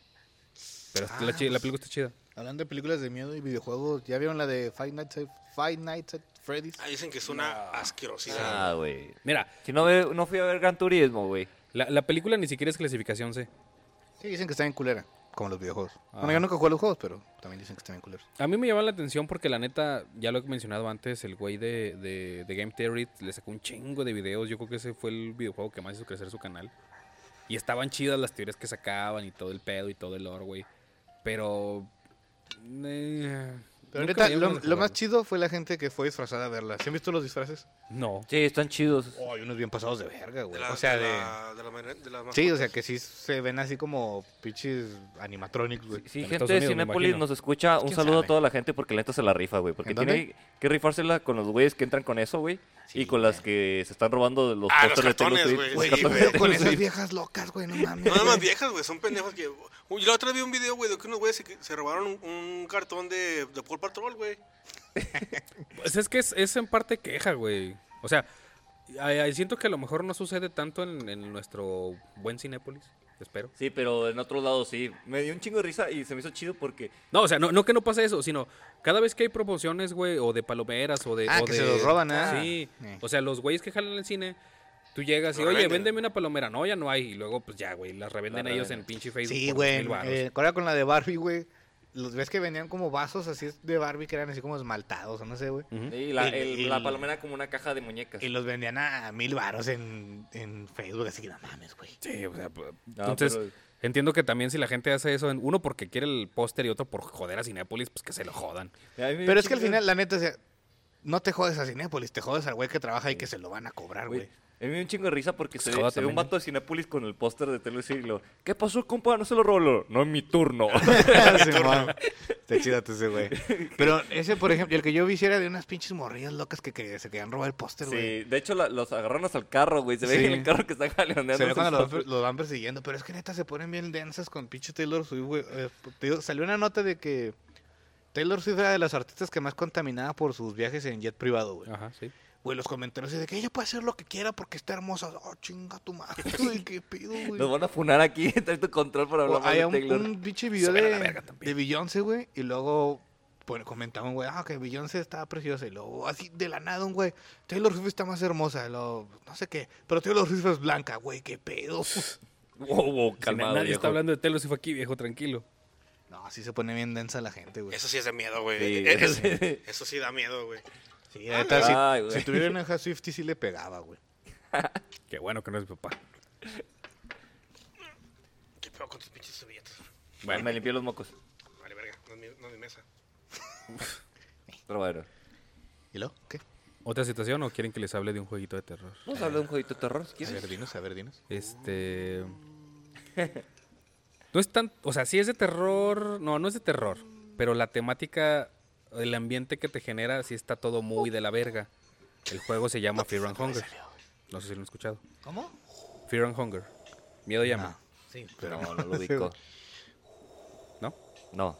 Speaker 1: Pero
Speaker 3: Ah,
Speaker 1: la, chi- la película está chida.
Speaker 3: Hablando de películas de miedo y videojuegos, ¿ya vieron la de Five Nights at, Five Nights at Freddy's?
Speaker 4: Ah, dicen que es una asquerosidad.
Speaker 2: Ah, güey.
Speaker 1: Mira,
Speaker 2: Si no, ve- no fui a ver Gran Turismo, güey.
Speaker 1: la, la película ni siquiera es clasificación C.
Speaker 3: Sí, dicen que está bien culera, como los videojuegos. Bueno,
Speaker 1: Ah.
Speaker 3: yo nunca jugué a los juegos, pero también dicen que está bien culera.
Speaker 1: A mí me llama la atención porque la neta, ya lo he mencionado antes, el güey de, de, de Game Theory le sacó un chingo de videos. Yo creo que ese fue el videojuego que más hizo crecer su canal. Y estaban chidas las teorías que sacaban y todo el pedo y todo el lore, güey. Pero... eh,
Speaker 3: Pero
Speaker 1: nunca
Speaker 3: neta,
Speaker 1: me
Speaker 3: lo,
Speaker 1: llamaron
Speaker 3: lo
Speaker 1: a
Speaker 3: más
Speaker 1: jugarlo.
Speaker 3: chido fue la gente que fue disfrazada a verla. ¿Se han visto los disfraces?
Speaker 1: No.
Speaker 2: Sí, están chidos.
Speaker 3: Oh, hay unos bien pasados de verga,
Speaker 4: De
Speaker 3: güey.
Speaker 4: la-
Speaker 3: O sea,
Speaker 4: de...
Speaker 3: de...
Speaker 4: la- de la manera- de las
Speaker 3: Sí, o
Speaker 4: mascotas.
Speaker 3: sea, que sí se ven así como pinches animatronics, güey.
Speaker 2: Si
Speaker 1: En Estados
Speaker 2: gente de
Speaker 1: Unidos, me
Speaker 2: Cinépolis
Speaker 1: imagino.
Speaker 2: nos escucha, un
Speaker 3: Pues, ¿Quién
Speaker 2: saludo
Speaker 3: sabe?
Speaker 2: a toda la gente porque la neta se la rifa, güey. Porque
Speaker 3: ¿En dónde?
Speaker 2: tiene que rifársela con los güeyes que entran con eso, güey.
Speaker 3: Sí,
Speaker 2: y con las que se están robando los
Speaker 4: Ah, los
Speaker 2: pósteres de Taylor
Speaker 4: cartones,
Speaker 2: Swift.
Speaker 4: güey.
Speaker 2: Los
Speaker 4: Sí,
Speaker 2: cartones
Speaker 4: güey.
Speaker 2: de
Speaker 3: Con
Speaker 2: Taylor
Speaker 3: esas
Speaker 2: Swift.
Speaker 3: viejas locas, güey, no mames.
Speaker 4: No, nada más viejas, güey, son pendejos que... Uy, la otra vez vi un video, güey, de que unos güeyes se, se robaron un, un cartón de, de Paul Patrol, güey.
Speaker 1: Pues es que es, es en parte queja, güey. O sea, ay- ay, siento que a lo mejor no sucede tanto en, en nuestro buen Cinépolis, espero.
Speaker 2: Sí, pero en otro lado sí. Me dio un chingo de risa y se me hizo chido porque.
Speaker 1: No, o sea, no, no que no pase eso, sino cada vez que hay promociones, güey, o de palomeras o de...
Speaker 3: Ah,
Speaker 1: o
Speaker 3: que
Speaker 1: de-
Speaker 3: se los roban, ¿eh?
Speaker 1: Sí.
Speaker 3: Eh.
Speaker 1: O sea, los güeyes que jalan el cine, tú llegas y,
Speaker 4: Lo
Speaker 1: oye,
Speaker 4: revenden.
Speaker 1: véndeme una palomera. No, ya no hay. Y luego, pues ya, güey, las revenden
Speaker 2: La
Speaker 1: ellos
Speaker 2: revenden.
Speaker 1: en pinche Facebook.
Speaker 3: Sí,
Speaker 1: por
Speaker 3: güey.
Speaker 1: 1000 varos.
Speaker 3: eh, ¿cuál era con la de Barbie, güey. Los ves que venían como vasos así de Barbie que eran así como esmaltados, o no sé, güey.
Speaker 1: Ujú.
Speaker 2: Y la,
Speaker 3: El-
Speaker 2: el-
Speaker 3: el-
Speaker 2: la palomera como una caja de muñecas.
Speaker 3: Y los vendían a mil varos en, en Facebook, así que no mames, güey.
Speaker 1: Sí, o sea, pues,
Speaker 2: No,
Speaker 1: entonces...
Speaker 2: pero-
Speaker 1: Entiendo que también si la gente hace eso, en- uno porque quiere el póster y otro por joder a Cinépolis, pues que se lo jodan.
Speaker 2: A mí me dio
Speaker 3: Pero
Speaker 2: un
Speaker 3: es que al
Speaker 2: chingo de-
Speaker 3: final, la neta, o sea, no te jodes a Cinépolis, te jodes al güey que trabaja y que se lo van a cobrar,
Speaker 2: Güey,
Speaker 3: güey.
Speaker 2: A mí me dio un chingo de risa porque se,
Speaker 1: Pues joda
Speaker 2: se ve un
Speaker 1: también,
Speaker 2: vato de Cinépolis con el póster de Taylor Swift y lo, ¿Qué pasó, compa? No se lo robó. No, es mi turno.
Speaker 3: Simón. Está chido ese güey. Pero ese, por ejemplo, el que yo vi sí era de unas pinches morrillas locas que, que se querían robar el póster, güey.
Speaker 2: sí, de hecho la- los agarraron hasta el carro, güey. Se ve
Speaker 3: Sí.
Speaker 2: en el carro que está jaleondeando.
Speaker 3: Se ve cuando
Speaker 2: sus-
Speaker 3: los, van per- los van persiguiendo, pero es que neta se ponen bien densas con pinche Taylor Swift, güey. Eh, te digo, salió una nota de que Taylor Swift era de las artistas que más contaminaba por sus viajes en jet privado, güey.
Speaker 1: Ajá, sí.
Speaker 3: Güey, los comentarios de que ella puede hacer lo que quiera porque está hermosa. Oh, chinga tu madre, güey, qué pido, güey.
Speaker 2: Nos van a funar aquí, trae tu control para hablar
Speaker 3: O
Speaker 2: más de
Speaker 3: Oh, Hay un,
Speaker 2: Taylor.
Speaker 3: un pinche video
Speaker 1: vayan a
Speaker 3: de,
Speaker 1: la verga también.
Speaker 3: de Beyoncé, güey, y luego pone- comentaba un güey, ah, que Beyoncé estaba preciosa. Y luego, así de la nada, un güey, Taylor Swift está más hermosa. y luego, no sé qué, pero Taylor Swift es blanca, güey, qué pedo.
Speaker 2: Wow, wow,
Speaker 1: Si na-
Speaker 2: calmado,
Speaker 1: nadie
Speaker 2: viejo.
Speaker 1: está hablando de Taylor Swift aquí, viejo, tranquilo.
Speaker 3: No, así se pone bien densa la gente, güey.
Speaker 4: Eso sí es de miedo, güey.
Speaker 2: Sí,
Speaker 4: E-
Speaker 2: eso
Speaker 4: e-
Speaker 2: sí.
Speaker 4: eso sí da miedo, güey.
Speaker 3: Sí, la neta, si-
Speaker 2: Ay,
Speaker 3: si,
Speaker 2: Ah, güey.
Speaker 3: tuviera una hija Swiftie sí le pegaba, güey.
Speaker 1: Qué bueno que no es mi papá.
Speaker 4: ¿Qué pedo con tus pinches servilletas?
Speaker 2: Bueno, me limpié los mocos.
Speaker 4: Vale, verga, no es mi, no es mi mesa.
Speaker 2: Pero bueno.
Speaker 3: ¿Y luego? ¿Qué?
Speaker 1: ¿Otra situación o quieren que les hable de un jueguito de terror?
Speaker 2: Vamos a hablar de un jueguito de terror, si
Speaker 3: A ver,
Speaker 2: quieres.
Speaker 3: dinos, a ver, dinos.
Speaker 1: Este. No es tan. O sea, sí es de terror. No, no es de terror. Pero la temática, el ambiente que te genera, sí está todo muy de la verga. El juego se llama Fear and Hunger. No sé si lo han escuchado.
Speaker 3: ¿Cómo?
Speaker 1: Fear and Hunger. Miedo y hambre.
Speaker 3: No. Sí,
Speaker 2: Ah, Pero no, no lo ubico.
Speaker 1: ¿No?
Speaker 2: No.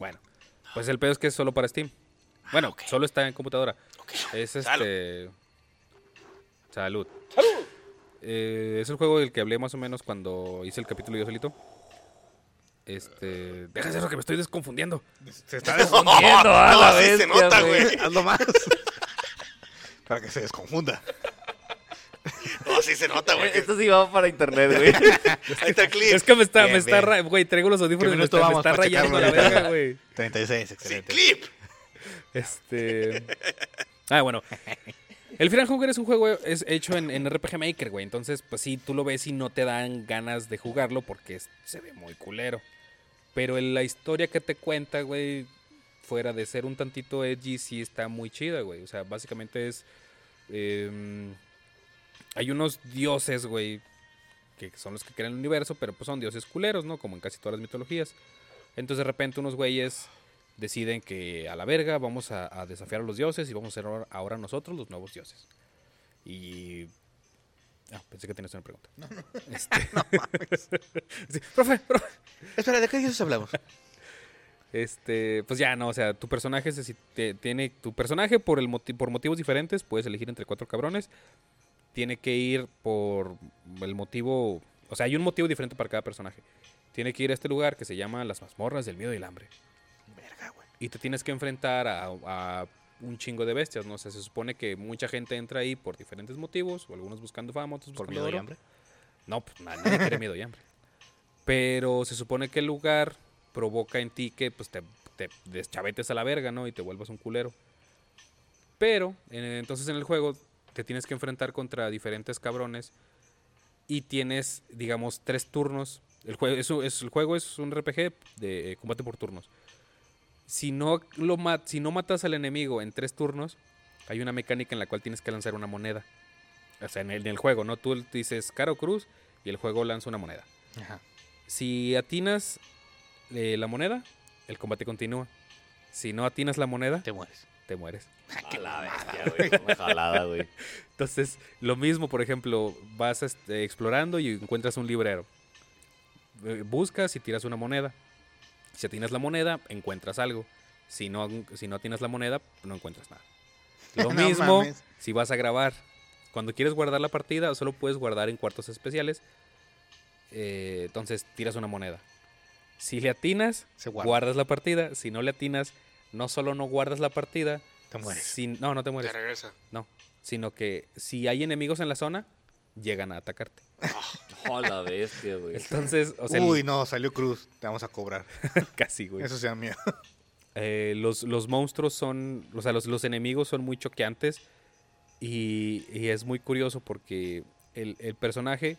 Speaker 1: Bueno. Pues el pedo es que es solo para Steam. Bueno, solo está en computadora. Es
Speaker 4: Salud.
Speaker 1: este. Salud. Eh, es el juego del que hablé más o menos cuando hice el capítulo yo solito. Este. Deja de hacer lo que me estoy desconfundiendo.
Speaker 3: Se está des-
Speaker 2: Viendo a la
Speaker 4: sí se
Speaker 2: bestia,
Speaker 4: nota,
Speaker 2: güey.
Speaker 4: güey.
Speaker 3: Hazlo más. Para que se desconfunda.
Speaker 4: No, sí se nota, güey.
Speaker 2: Eh, Esto sí va para internet, güey.
Speaker 4: Ahí está el clip.
Speaker 1: Es que me está,
Speaker 3: Bien,
Speaker 1: me está,
Speaker 3: bien.
Speaker 1: ra- güey, traigo los audífonos y me
Speaker 3: minuto
Speaker 1: está, me
Speaker 3: vamos
Speaker 1: está
Speaker 3: para
Speaker 1: rayando a la
Speaker 3: checarlo?
Speaker 1: verga, güey.
Speaker 3: 36,
Speaker 4: Sí,
Speaker 3: excelente.
Speaker 4: clip.
Speaker 1: Este. Ah, bueno. El Fear and Hunger es un juego es hecho en, en RPG Maker, güey. Entonces, pues sí, tú lo ves y no te dan ganas de jugarlo porque es- se ve muy culero. Pero en la historia que te cuenta, güey, fuera de ser un tantito edgy, sí está muy chida, güey. O sea, básicamente es. em, hay unos dioses, güey, que son los que crean el universo, pero pues son dioses culeros, ¿no? Como en casi todas las mitologías. Entonces, de repente, unos güeyes deciden que a la verga vamos a, a desafiar a los dioses y vamos a ser ahora- ahora nosotros los nuevos dioses. Y... Ah, pensé que tenías una pregunta. Este- Sí, profe, profe.
Speaker 3: Espera, ¿de qué dioses hablamos?
Speaker 1: Este, pues ya, no, o sea, tu personaje se, si- te- tiene tu personaje por el moti- por motivos diferentes, puedes elegir entre cuatro cabrones. Tiene que ir por el motivo, o sea, hay un motivo diferente para cada personaje. Tiene que ir a este lugar que se llama las mazmorras del miedo y el hambre. Y te tienes que enfrentar a, a un chingo de bestias, ¿no? O sea, se supone que mucha gente entra ahí por diferentes motivos, o algunos buscando fama, otros buscando
Speaker 3: Por miedo y
Speaker 1: oro.
Speaker 3: hambre.
Speaker 1: No, pues na- nadie quiere miedo y hambre. Pero se supone que el lugar provoca en ti que pues te, te deschavetes a la verga, ¿no? Y te vuelvas un culero. Pero eh, entonces en el juego te tienes que enfrentar contra diferentes cabrones y tienes, digamos, tres turnos. El juego es, un- es- el juego es un RPG de eh, combate por turnos. Si no, lo ma- si no matas al enemigo en tres turnos, hay una mecánica en la cual tienes que lanzar una moneda. O sea, en el, en el juego, ¿no? Tú dices caro cruz y el juego lanza una moneda.
Speaker 3: Ajá.
Speaker 1: Si atinas eh, la moneda, el combate continúa. Si no atinas la moneda,
Speaker 3: Te mueres.
Speaker 1: te mueres.
Speaker 2: A la bestia, güey. Una jalada, güey.
Speaker 1: Entonces, lo mismo, por ejemplo, vas este, explorando y encuentras un librero. Eh, Buscas y tiras una moneda. Si atinas la moneda, encuentras algo. Si no, si no atinas la moneda, no encuentras nada. Lo
Speaker 3: No
Speaker 1: mismo
Speaker 3: mames.
Speaker 1: si vas a grabar. Cuando quieres guardar la partida, solo puedes guardar en cuartos especiales. Eh, entonces, tiras una moneda. Si le atinas,
Speaker 3: Se guarda.
Speaker 1: guardas la partida. Si no le atinas, no solo no guardas la partida.
Speaker 3: Te mueres.
Speaker 1: sin- no, no te
Speaker 4: Te
Speaker 1: mueres.
Speaker 4: regresa.
Speaker 1: No, sino que si hay enemigos en la zona, llegan a atacarte.
Speaker 2: A la bestia, güey.
Speaker 1: Entonces, o sea,
Speaker 3: Uy, no, salió Cruz. Te vamos a cobrar.
Speaker 1: casi, güey.
Speaker 3: Eso sea miedo.
Speaker 1: Eh, los, los monstruos son, o sea, los, los enemigos son muy choqueantes y, y es muy curioso porque el, el personaje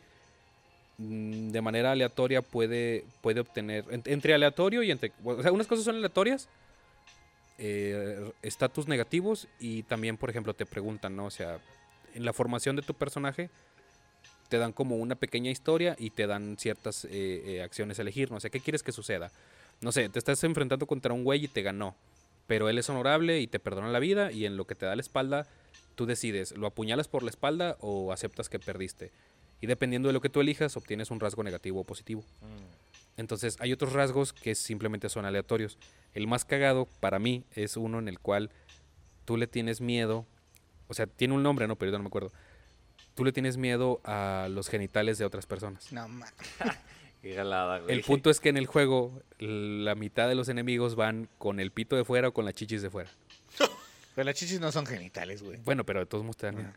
Speaker 1: mm, de manera aleatoria puede, puede obtener, en- entre aleatorio y entre, o sea, unas cosas son aleatorias, eh, estatus negativos y también, por ejemplo, te preguntan, ¿no? O sea, en la formación de tu personaje te dan como una pequeña historia y te dan ciertas eh, eh, acciones a elegir, ¿no? O sea, ¿qué quieres que suceda? No sé, te estás enfrentando contra un güey y te ganó, pero él es honorable y te perdona la vida y en lo que te da la espalda, tú decides, ¿lo apuñalas por la espalda o aceptas que perdiste? Y dependiendo de lo que tú elijas, obtienes un rasgo negativo o positivo. Entonces, hay otros rasgos que simplemente son aleatorios. El más cagado para mí es uno en el cual tú le tienes miedo, o sea, tiene un nombre, no, pero yo no me acuerdo. Tú le tienes miedo a los genitales de otras personas.
Speaker 3: No, man.
Speaker 2: Qué jalada, güey.
Speaker 1: El punto es que en el juego la mitad de los enemigos van con el pito de fuera o con las chichis de fuera.
Speaker 3: Pero las chichis no son genitales, güey.
Speaker 1: Bueno, pero de todos modos te dan miedo.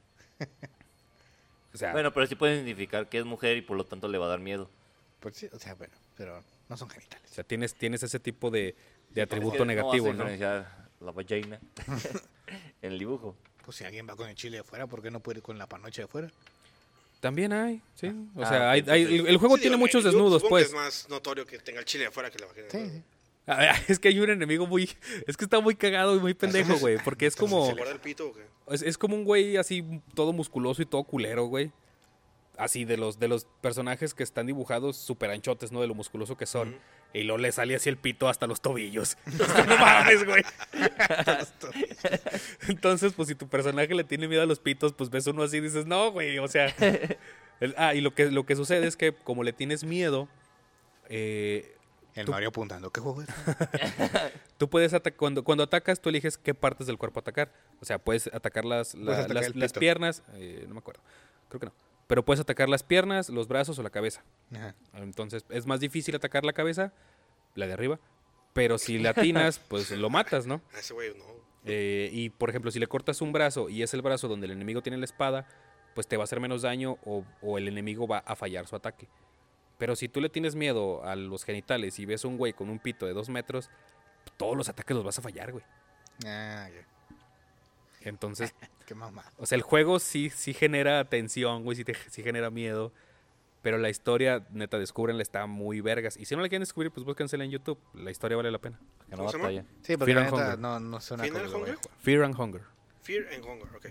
Speaker 1: O sea,
Speaker 2: Bueno, pero sí pueden identificar que es mujer y por lo tanto le va a dar miedo.
Speaker 3: Pues sí, o sea, bueno, pero no son genitales.
Speaker 1: o sea, tienes, tienes ese tipo de, de atributo
Speaker 2: Es que
Speaker 1: negativo,
Speaker 2: no
Speaker 1: ¿no?
Speaker 2: vas a diferenciar La vagina en el dibujo.
Speaker 3: Pues si alguien va con el chile de afuera, ¿por qué no puede ir con la panocha de afuera?
Speaker 1: También hay, sí. O
Speaker 2: Ah,
Speaker 1: sea, hay-
Speaker 2: entonces-
Speaker 1: hay- el, el juego
Speaker 4: Sí,
Speaker 1: tiene
Speaker 4: digo,
Speaker 1: muchos
Speaker 4: yo
Speaker 1: desnudos,
Speaker 4: supongo que
Speaker 1: pues.
Speaker 4: Es más notorio que tenga el chile afuera que la vagina.
Speaker 3: Sí,
Speaker 4: ¿no?
Speaker 3: sí.
Speaker 1: A ver, Es que hay un enemigo muy. Es que está muy cagado y muy pendejo, güey. Porque es
Speaker 4: ¿Se
Speaker 1: como.
Speaker 4: guarda el pito o qué?
Speaker 1: Es, es como un güey así, todo musculoso y todo culero, güey. Así, de los, de los personajes que están dibujados súper anchotes, ¿no? De lo musculoso que son. Y luego le sale así el pito hasta los tobillos. no mames, güey. Entonces, pues si tu personaje le tiene miedo a los pitos, pues ves uno así y dices, no, güey, o sea. el- ah, y lo que, lo que sucede es que como le tienes miedo, eh,
Speaker 3: El
Speaker 1: Tú-
Speaker 3: Mario apuntando, ¿qué juego es?
Speaker 1: Tú puedes atacar, cuando, cuando atacas, tú eliges qué partes del cuerpo atacar. O sea, puedes atacar las, la-
Speaker 3: Puedes atacar
Speaker 1: las-
Speaker 3: el
Speaker 1: las
Speaker 3: pito.
Speaker 1: piernas, eh, no me acuerdo, creo que no. Pero puedes atacar las piernas, los brazos o la cabeza.
Speaker 3: Ajá.
Speaker 1: Entonces, es más difícil atacar la cabeza, la de arriba. Pero si le atinas, pues lo matas, ¿no?
Speaker 4: A ese güey no.
Speaker 1: Eh, y por ejemplo, si le cortas un brazo y es el brazo donde el enemigo tiene la espada, pues te va a hacer menos daño o, o el enemigo va a fallar su ataque. Pero si tú le tienes miedo a los genitales y ves a un güey con un pito de dos metros, todos los ataques los vas a fallar, güey.
Speaker 3: Ah, ya.
Speaker 1: Entonces,
Speaker 3: Qué mamá.
Speaker 1: o sea, el juego sí, sí genera tensión, güey, sí, te- sí genera miedo. Pero la historia, neta, descubrenla, está muy vergas. Y si no la quieren descubrir, pues búsquensela en YouTube. La historia vale la pena.
Speaker 2: Que no
Speaker 4: ¿Cómo se llama?
Speaker 2: batalla.
Speaker 3: Sí, porque
Speaker 1: Fear
Speaker 3: la
Speaker 1: and
Speaker 3: neta
Speaker 1: Hunger.
Speaker 3: no, no suena
Speaker 4: ¿Final
Speaker 3: como lo voy a
Speaker 4: Hunger?
Speaker 3: jugar.
Speaker 1: Fear and Hunger.
Speaker 4: Fear and Hunger, ok.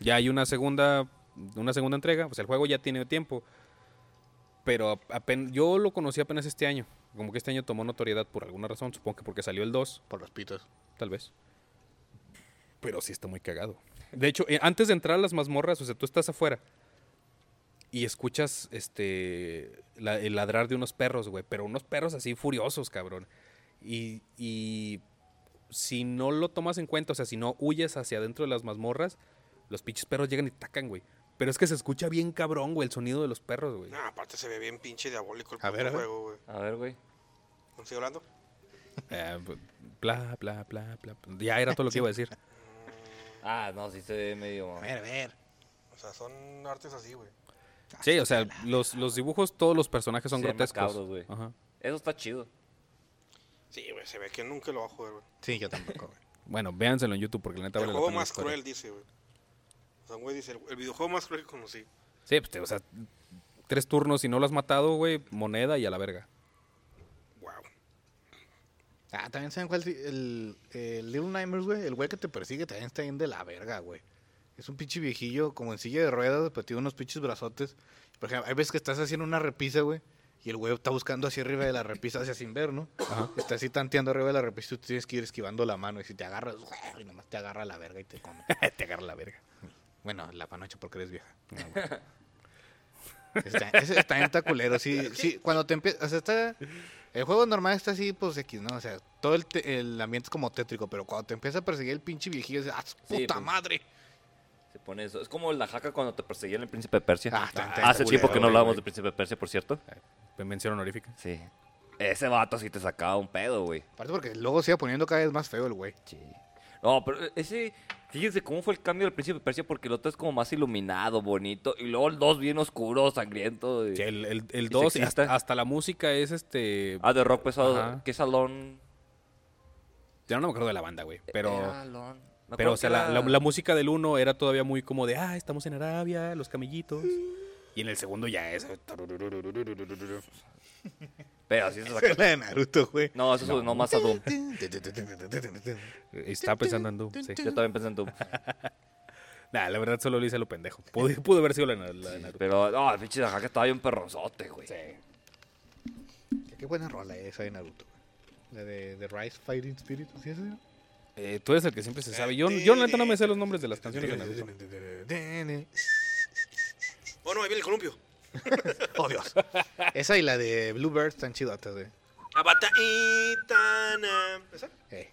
Speaker 1: Ya hay una segunda, una segunda entrega, pues el juego ya tiene tiempo. Pero ap- apen- yo lo conocí apenas este año. Como que este año tomó notoriedad por alguna razón, supongo que porque salió el 2,
Speaker 3: Por los pitos.
Speaker 1: tal vez. Pero sí está muy cagado. De hecho, eh, antes de entrar a las mazmorras, o sea, tú estás afuera y escuchas este la- el ladrar de unos perros, güey, pero unos perros así furiosos, cabrón. Y, y si no lo tomas en cuenta, o sea, si no huyes hacia adentro de las mazmorras, los pinches perros llegan y te atacan, güey. Pero es que se escucha bien cabrón, güey, el sonido de los perros, güey.
Speaker 4: Nah, Ah, aparte se ve bien pinche diabólico el
Speaker 3: A ver,
Speaker 4: puto
Speaker 3: a ver.
Speaker 4: juego, güey.
Speaker 2: A ver, güey.
Speaker 4: ¿No estoy hablando?
Speaker 1: Eh, bla, bla, bla, bla. Ya era todo lo que iba a decir.
Speaker 2: Ah, no, sí se ve medio.
Speaker 3: A ver, a ver.
Speaker 4: O sea, son artes así, güey.
Speaker 1: Sí, o sea, los, los dibujos, todos los personajes son
Speaker 2: Se ven
Speaker 1: grotescos.
Speaker 2: macabros, güey.
Speaker 1: Ajá.
Speaker 2: Eso está chido.
Speaker 4: Sí, güey, se ve que nunca lo va a jugar, güey.
Speaker 3: Sí, yo tampoco, güey.
Speaker 1: Bueno, véanselo en YouTube porque la neta
Speaker 4: El
Speaker 1: vale la
Speaker 4: juego
Speaker 1: pena la
Speaker 4: más
Speaker 1: historia.
Speaker 4: cruel, dice, güey. O sea, un güey dice, el, el videojuego más cruel que conocí.
Speaker 1: Sí, pues, te- o sea, tres turnos y no lo has matado, güey, moneda y a la verga.
Speaker 4: Wow.
Speaker 3: Ah, también saben cuál. El, el Little Nightmares, güey. El güey que te persigue también está bien de la verga, güey. Es un pinche viejillo, como en silla de ruedas, pero tiene unos pinches brazotes. Por ejemplo, hay veces que estás haciendo una repisa, güey. Y el güey está buscando hacia arriba de la repisa, hacia sin ver, ¿no? Está así tanteando arriba de la repisa y tú tienes que ir esquivando la mano. Y si te agarras, güey, y nomás te agarra la verga y te come.
Speaker 1: te agarra la verga.
Speaker 3: Bueno, la panocha porque eres vieja. está, ese está en taculero, sí, sí. Cuando te empiezas, o sea, está, el juego normal está así, pues X, ¿no? O sea, todo el, te- el ambiente es como tétrico, pero cuando te empieza a perseguir el pinche viejillo, dices, ¡ah, su
Speaker 2: Sí,
Speaker 3: puta
Speaker 2: pues.
Speaker 3: madre!
Speaker 2: Se pone eso. Es como la jaca cuando te perseguían el príncipe de Persia.
Speaker 3: Ah, está- está
Speaker 2: Hace
Speaker 3: culero,
Speaker 2: tiempo que no
Speaker 3: güey,
Speaker 2: hablábamos
Speaker 3: güey.
Speaker 2: del príncipe de Persia, por cierto.
Speaker 1: Ah, Me mención honorífica.
Speaker 2: Sí. Ese vato sí te sacaba un pedo, güey.
Speaker 3: Aparte porque luego sigue poniendo cada vez más feo el güey.
Speaker 2: Sí. No, pero ese. Fíjense cómo fue el cambio del príncipe de Persia, porque el otro es como más iluminado, bonito. Y luego el dos bien oscuro, sangriento. y-
Speaker 1: Sí, el el,
Speaker 2: Y
Speaker 1: 2,
Speaker 2: sexista.
Speaker 1: hasta, hasta la música es este.
Speaker 2: Ah, de rock pesado.
Speaker 1: Ajá.
Speaker 2: ¿Qué salón?
Speaker 1: Ya no me acuerdo de la banda, güey. Pero,
Speaker 2: Era salón. Ah, Me
Speaker 1: pero
Speaker 2: acuerdo
Speaker 1: o sea,
Speaker 2: que
Speaker 1: la,
Speaker 2: era-
Speaker 1: la- la música del 1 era todavía muy como de, ah, estamos en Arabia, los camellitos. Y en el segundo ya es.
Speaker 2: Pero así se
Speaker 3: Esa
Speaker 2: saca.
Speaker 3: es la de Naruto, güey.
Speaker 2: No, eso sonó más a Doom.
Speaker 1: Estaba pensando en Doom. sí.
Speaker 2: Yo también pensé en Doom.
Speaker 1: Nah, la verdad solo lo hice a lo pendejo. Pudo, pudo haber sido la, la de Naruto.
Speaker 2: Pero, no, el pinche Dajaka estaba bien perronzote, güey.
Speaker 3: Qué buena rola esa de Naruto, güey. La de, de Rise Fighting Spirit, ¿sí es eso?
Speaker 1: Eh, tú eres el que siempre se sabe. Yo, yo la neta no me sé los nombres de las canciones de Naruto.
Speaker 4: Oh, no, ahí viene el columpio.
Speaker 3: Oh, Dios. Esa y la de Bluebird están chidotas, güey.
Speaker 4: Abata Itana. ¿Esa?
Speaker 3: Eh.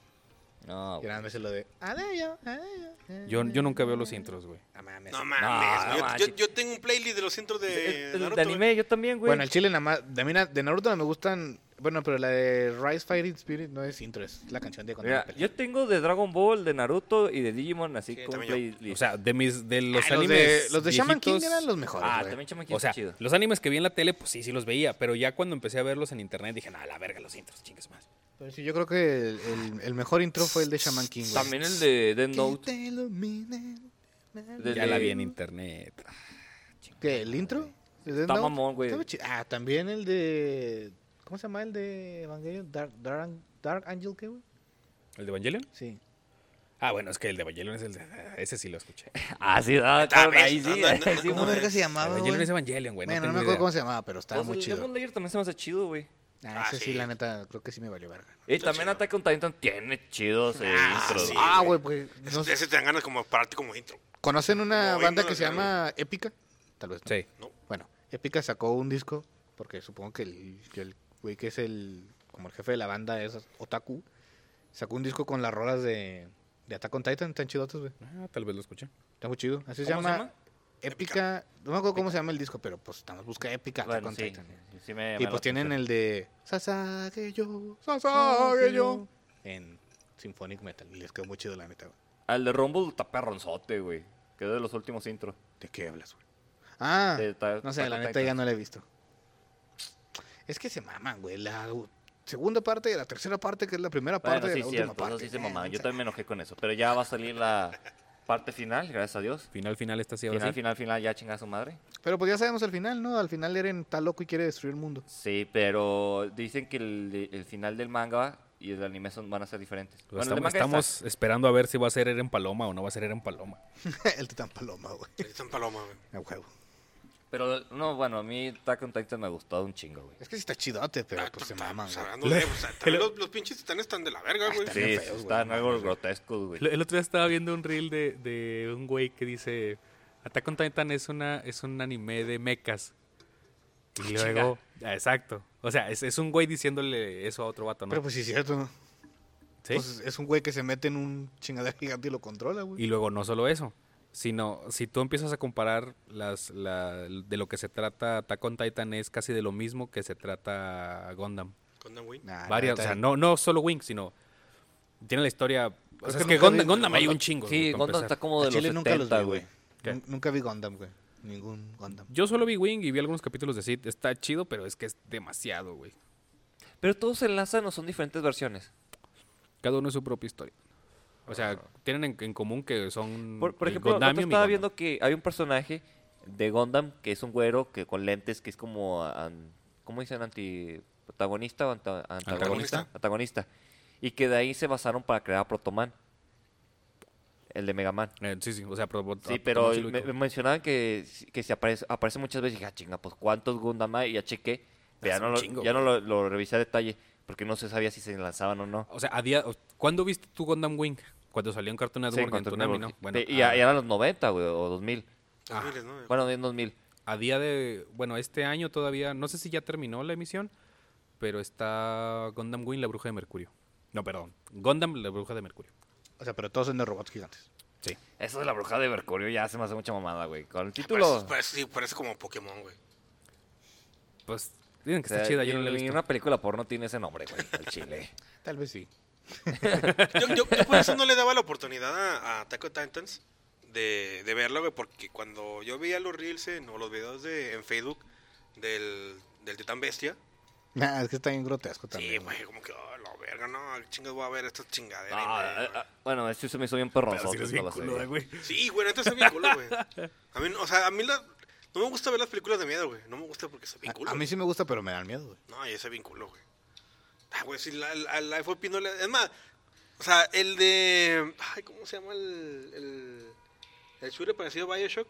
Speaker 2: No,
Speaker 3: Y
Speaker 2: güey.
Speaker 3: nada más se lo de. "Adeo, adeo, adeo".
Speaker 1: Yo, yo nunca veo los intros, güey.
Speaker 3: No mames.
Speaker 4: No mames,
Speaker 2: no
Speaker 4: güey. yo,
Speaker 2: manches.
Speaker 4: yo- yo tengo un playlist de los intros de
Speaker 2: Es- es
Speaker 4: Naruto.
Speaker 2: de
Speaker 4: güey.
Speaker 2: anime, yo también, güey.
Speaker 3: Bueno, el chile nada más. De, mí na- de Naruto no me gustan. Bueno, pero la de Rise Fighting Spirit no es intro, es la canción de cuando
Speaker 2: Mira,
Speaker 3: pelea.
Speaker 2: yo tengo de Dragon Ball, de Naruto y de Digimon, así
Speaker 4: Sí,
Speaker 2: como
Speaker 4: también yo.
Speaker 2: playlist.
Speaker 1: O sea, de mis de los
Speaker 3: Ah,
Speaker 1: animes
Speaker 3: de, los de Shaman King
Speaker 1: viejitos-
Speaker 3: eran los mejores.
Speaker 2: ah,
Speaker 3: güey.
Speaker 2: también Chama
Speaker 1: O sea,
Speaker 2: chido.
Speaker 1: los animes que vi en la tele, pues sí, sí los veía, pero ya cuando empecé a verlos en internet dije, "Nah, la verga los intros, chingues más."
Speaker 3: Pero sí, yo creo que el, el- el mejor intro fue el de Shaman King. güey.
Speaker 2: También el de Dead
Speaker 3: Que
Speaker 2: Note.
Speaker 3: te iluminen.
Speaker 2: Desde-
Speaker 1: Ya la vi en internet.
Speaker 3: ¿Qué? ¿El intro? ¿De Death
Speaker 2: Está
Speaker 3: Note?
Speaker 2: mamón, güey.
Speaker 3: Estaba chi- Ah, también el de. ¿Cómo se llama el de Evangelion? Dark, Dark, An- Dark Angel, ¿qué, güey?
Speaker 1: ¿El de Evangelion?
Speaker 3: Sí.
Speaker 1: Ah, bueno, es que el de Evangelion es el de... Ese sí lo escuché.
Speaker 2: Ah, sí, ah,
Speaker 4: Está
Speaker 2: cabrón, ahí
Speaker 4: bien,
Speaker 2: sí.
Speaker 4: no, no,
Speaker 2: ahí
Speaker 4: no,
Speaker 2: sí,
Speaker 4: no,
Speaker 3: ¿Cómo
Speaker 2: güey.
Speaker 3: verga se llamaba,
Speaker 1: Evangelion
Speaker 3: güey?
Speaker 1: es Evangelion, güey.
Speaker 3: Ah, bueno,
Speaker 1: no,
Speaker 3: no
Speaker 1: tengo
Speaker 3: me acuerdo
Speaker 1: idea.
Speaker 3: cómo se llamaba, pero estaba
Speaker 2: Pues,
Speaker 3: muy
Speaker 2: el
Speaker 3: chido.
Speaker 2: Demon Slayer también se me hace chido, güey.
Speaker 3: Ah,
Speaker 4: Ah,
Speaker 3: ese sí.
Speaker 4: sí.
Speaker 3: la neta, creo que sí me valió verga.
Speaker 2: Y también Attack on Titan tiene chidos eh,
Speaker 4: Ah,
Speaker 2: intros,
Speaker 4: sí.
Speaker 2: güey.
Speaker 3: ah, güey, pues. no sé.
Speaker 4: Ese te dan ganas como pararte como intro.
Speaker 3: ¿Conocen una
Speaker 4: Como
Speaker 3: banda
Speaker 4: himno
Speaker 3: que se
Speaker 4: nacional,
Speaker 3: llama Épica? Tal vez. ¿no?
Speaker 1: Sí.
Speaker 3: Bueno, Épica sacó un disco, porque supongo que el, que el güey que es el, como el jefe de la banda es Otaku, sacó un disco con las rolas de, de Attack on Titan, están chidotas, güey.
Speaker 1: Ah, tal vez lo escuché.
Speaker 3: Está muy chido. Así se
Speaker 2: ¿Cómo se
Speaker 3: llama,
Speaker 2: llama?
Speaker 3: Épica, no me acuerdo cómo se llama el disco, pero pues estamos busca Épica Attack
Speaker 2: Bueno,
Speaker 3: on
Speaker 2: sí.
Speaker 3: Titan.
Speaker 2: sí me
Speaker 3: Y
Speaker 2: llama la
Speaker 3: pues tienen
Speaker 2: atención.
Speaker 3: el de Sasage yo, Sasage yo en Symphonic Metal. Y les quedó muy chido la neta, güey.
Speaker 2: Al de Rumble está perronzote, güey. Que es de los últimos intros.
Speaker 3: ¿De qué hablas, güey? Ah,
Speaker 2: De ta-
Speaker 3: no sé,
Speaker 2: Attack
Speaker 3: la
Speaker 2: on
Speaker 3: neta ya
Speaker 2: Titan.
Speaker 3: no la he visto. Es que se maman, güey. La u- segunda parte y la tercera parte, que es la primera parte
Speaker 2: Bueno,
Speaker 3: de
Speaker 2: sí,
Speaker 3: la última
Speaker 2: cierto. Eso
Speaker 3: parte.
Speaker 2: sí se
Speaker 3: Eh,
Speaker 2: mamá.
Speaker 3: no
Speaker 2: Yo
Speaker 3: sé.
Speaker 2: también me enojé con eso. Pero ya va a salir la parte final, gracias a Dios.
Speaker 1: Final, final, esta sí, ahora
Speaker 2: Final,
Speaker 1: sí.
Speaker 2: final, final, ya chinga su madre.
Speaker 3: Pero pues ya sabemos el final, ¿no? Al final Eren está loco y quiere destruir el mundo.
Speaker 2: Sí, pero dicen que el, el final del manga y el anime son, van a ser diferentes.
Speaker 1: Pues
Speaker 2: el
Speaker 1: estamos
Speaker 2: del manga está-
Speaker 1: estamos esperando a ver si va a ser Eren Paloma o no va a ser Eren Paloma.
Speaker 3: el titán paloma, güey.
Speaker 4: Ahí está en Paloma, güey. Pues,
Speaker 3: A huevo.
Speaker 2: Pero no, bueno, a mí Attack on Titan me ha gustado un chingo, güey.
Speaker 3: Es que sí está chidote, pero
Speaker 4: Ah,
Speaker 3: pues se
Speaker 4: ta-
Speaker 3: maman,
Speaker 4: pues,
Speaker 3: güey.
Speaker 4: hablando de- pues, también los, los pinches titanes están de la verga, güey.
Speaker 3: está
Speaker 2: Sí,
Speaker 3: bien feos, güey,
Speaker 2: están
Speaker 3: no
Speaker 2: algo
Speaker 3: mames.
Speaker 2: grotescos, güey.
Speaker 1: El, el otro día estaba viendo un reel de, de un güey que dice Attack on Titan es una es un anime de mechas. Y luego, Ah, exacto. O sea, es, es un güey diciéndole eso a otro vato, ¿no?
Speaker 3: Pero pues sí es cierto, ¿no?
Speaker 1: ¿Sí?
Speaker 3: Pues es un güey que se mete en un chingadera gigante y lo controla, güey.
Speaker 1: y luego no solo eso, sino si tú empiezas a comparar las la- de lo que se trata Attack on Titan es casi de lo mismo que se trata Gundam.
Speaker 4: Condam, güey.
Speaker 3: Nah, Ah, la
Speaker 1: Varias, o
Speaker 3: neta,
Speaker 1: sea, no no solo Wing, sino tiene la historia, o sea,
Speaker 3: que
Speaker 1: es que
Speaker 3: nunca
Speaker 1: Gundam,
Speaker 3: vi-
Speaker 1: Gundam hay un chingo. güey,
Speaker 2: Sí,
Speaker 1: para
Speaker 2: Gondor
Speaker 1: empezar.
Speaker 2: está como
Speaker 3: a
Speaker 2: de los
Speaker 3: Chile nunca los
Speaker 2: 70,
Speaker 3: vi,
Speaker 2: güey.
Speaker 3: güey.
Speaker 1: ¿Qué?
Speaker 3: Nun- Nunca vi Gundam, güey. Ningún Gundam.
Speaker 1: Yo solo vi Wing y vi algunos capítulos de Sid. Está chido, pero es que es demasiado, güey.
Speaker 2: Pero todos se enlazan o son diferentes versiones.
Speaker 1: Cada uno es su propia historia. O sea, tienen en, en común que son.
Speaker 2: Por,
Speaker 1: Mm,
Speaker 2: por
Speaker 1: el
Speaker 2: ejemplo, el
Speaker 1: Gondamium y
Speaker 2: estaba
Speaker 1: Gondam.
Speaker 2: viendo que hay un personaje de Gondam que es un güero que con lentes que es como an- ¿cómo dicen? anti protagonista o anta- antagonista,
Speaker 4: Antagonista.
Speaker 2: antagonista. Y que de ahí se basaron para crear a Protoman. El de Mega Man.
Speaker 1: Eh, sí, sí, o sea, pero.
Speaker 2: Sí, pero
Speaker 1: sí lo
Speaker 2: me,
Speaker 1: ubico.
Speaker 2: me mencionaban que, si- que se aparece, aparece muchas veces y dije, ah, chinga, pues cuántos Gundam hay, y ya chequé. Pero ya
Speaker 1: Ah, Es
Speaker 2: no,
Speaker 1: un
Speaker 2: lo,
Speaker 1: chingo,
Speaker 2: ya no lo, lo revisé a detalle, porque no se sabía si se lanzaban o no.
Speaker 1: O sea, a día. ¿Cuándo viste tu Gundam Wing? Cuando salió en Cartoon
Speaker 2: Sí,
Speaker 1: Network en
Speaker 2: cuando
Speaker 1: Toonami,
Speaker 2: terminó.
Speaker 1: ¿no? Bueno, ah.
Speaker 2: Sí, y,
Speaker 1: a,
Speaker 2: ya- y eran los 90, güey, o 2000.
Speaker 4: Los miles, ¿no?
Speaker 2: Bueno, en 2000.
Speaker 1: a día de. Bueno, este año todavía. No sé si ya terminó la emisión, pero está Gundam Wing, la bruja de Mercurio. No, perdón. Gundam, la bruja de Mercurio.
Speaker 3: O sea, pero todos son de robots gigantes.
Speaker 1: Sí.
Speaker 2: Eso de la bruja de Mercurio ya se me hace mucha mamada, güey. Con el título.
Speaker 4: Parece, parece- sí, parece como Pokémon, güey.
Speaker 1: Pues. Dicen
Speaker 2: o
Speaker 1: que
Speaker 2: sea,
Speaker 1: está chida, yo no
Speaker 2: ni-
Speaker 1: la he
Speaker 2: ni
Speaker 1: visto.
Speaker 2: una película porno tiene ese nombre, güey, el chile.
Speaker 3: Tal vez sí.
Speaker 4: Yo, yo- yo por eso no le daba la oportunidad a, a Attack on Titans de, de verlo, güey, porque cuando yo veía los reels en, o los videos de, en Facebook del, del Titán Bestia,
Speaker 3: Nah, es que está bien grotesco
Speaker 4: sí,
Speaker 3: también.
Speaker 4: güey, como que, oh, la verga, no, al chingas voy a ver esta chingadera. y
Speaker 2: Ah,
Speaker 4: me-
Speaker 2: eh, ah, bueno, eso se me hizo bien perroso.
Speaker 4: Sí, güey, neta está bien culo, güey. A mí, o sea, a mí la- no me gusta ver las películas de miedo, güey. No me gusta porque se bien culo.
Speaker 3: A, a mí sí me gusta, pero me dan miedo, güey.
Speaker 4: No, yo se bien culo, güey. Ah, güey, si la, la, la FOP no le... Es más, o sea, el de... Ay, ¿cómo se llama el... El, el shooter parecido a Bioshock?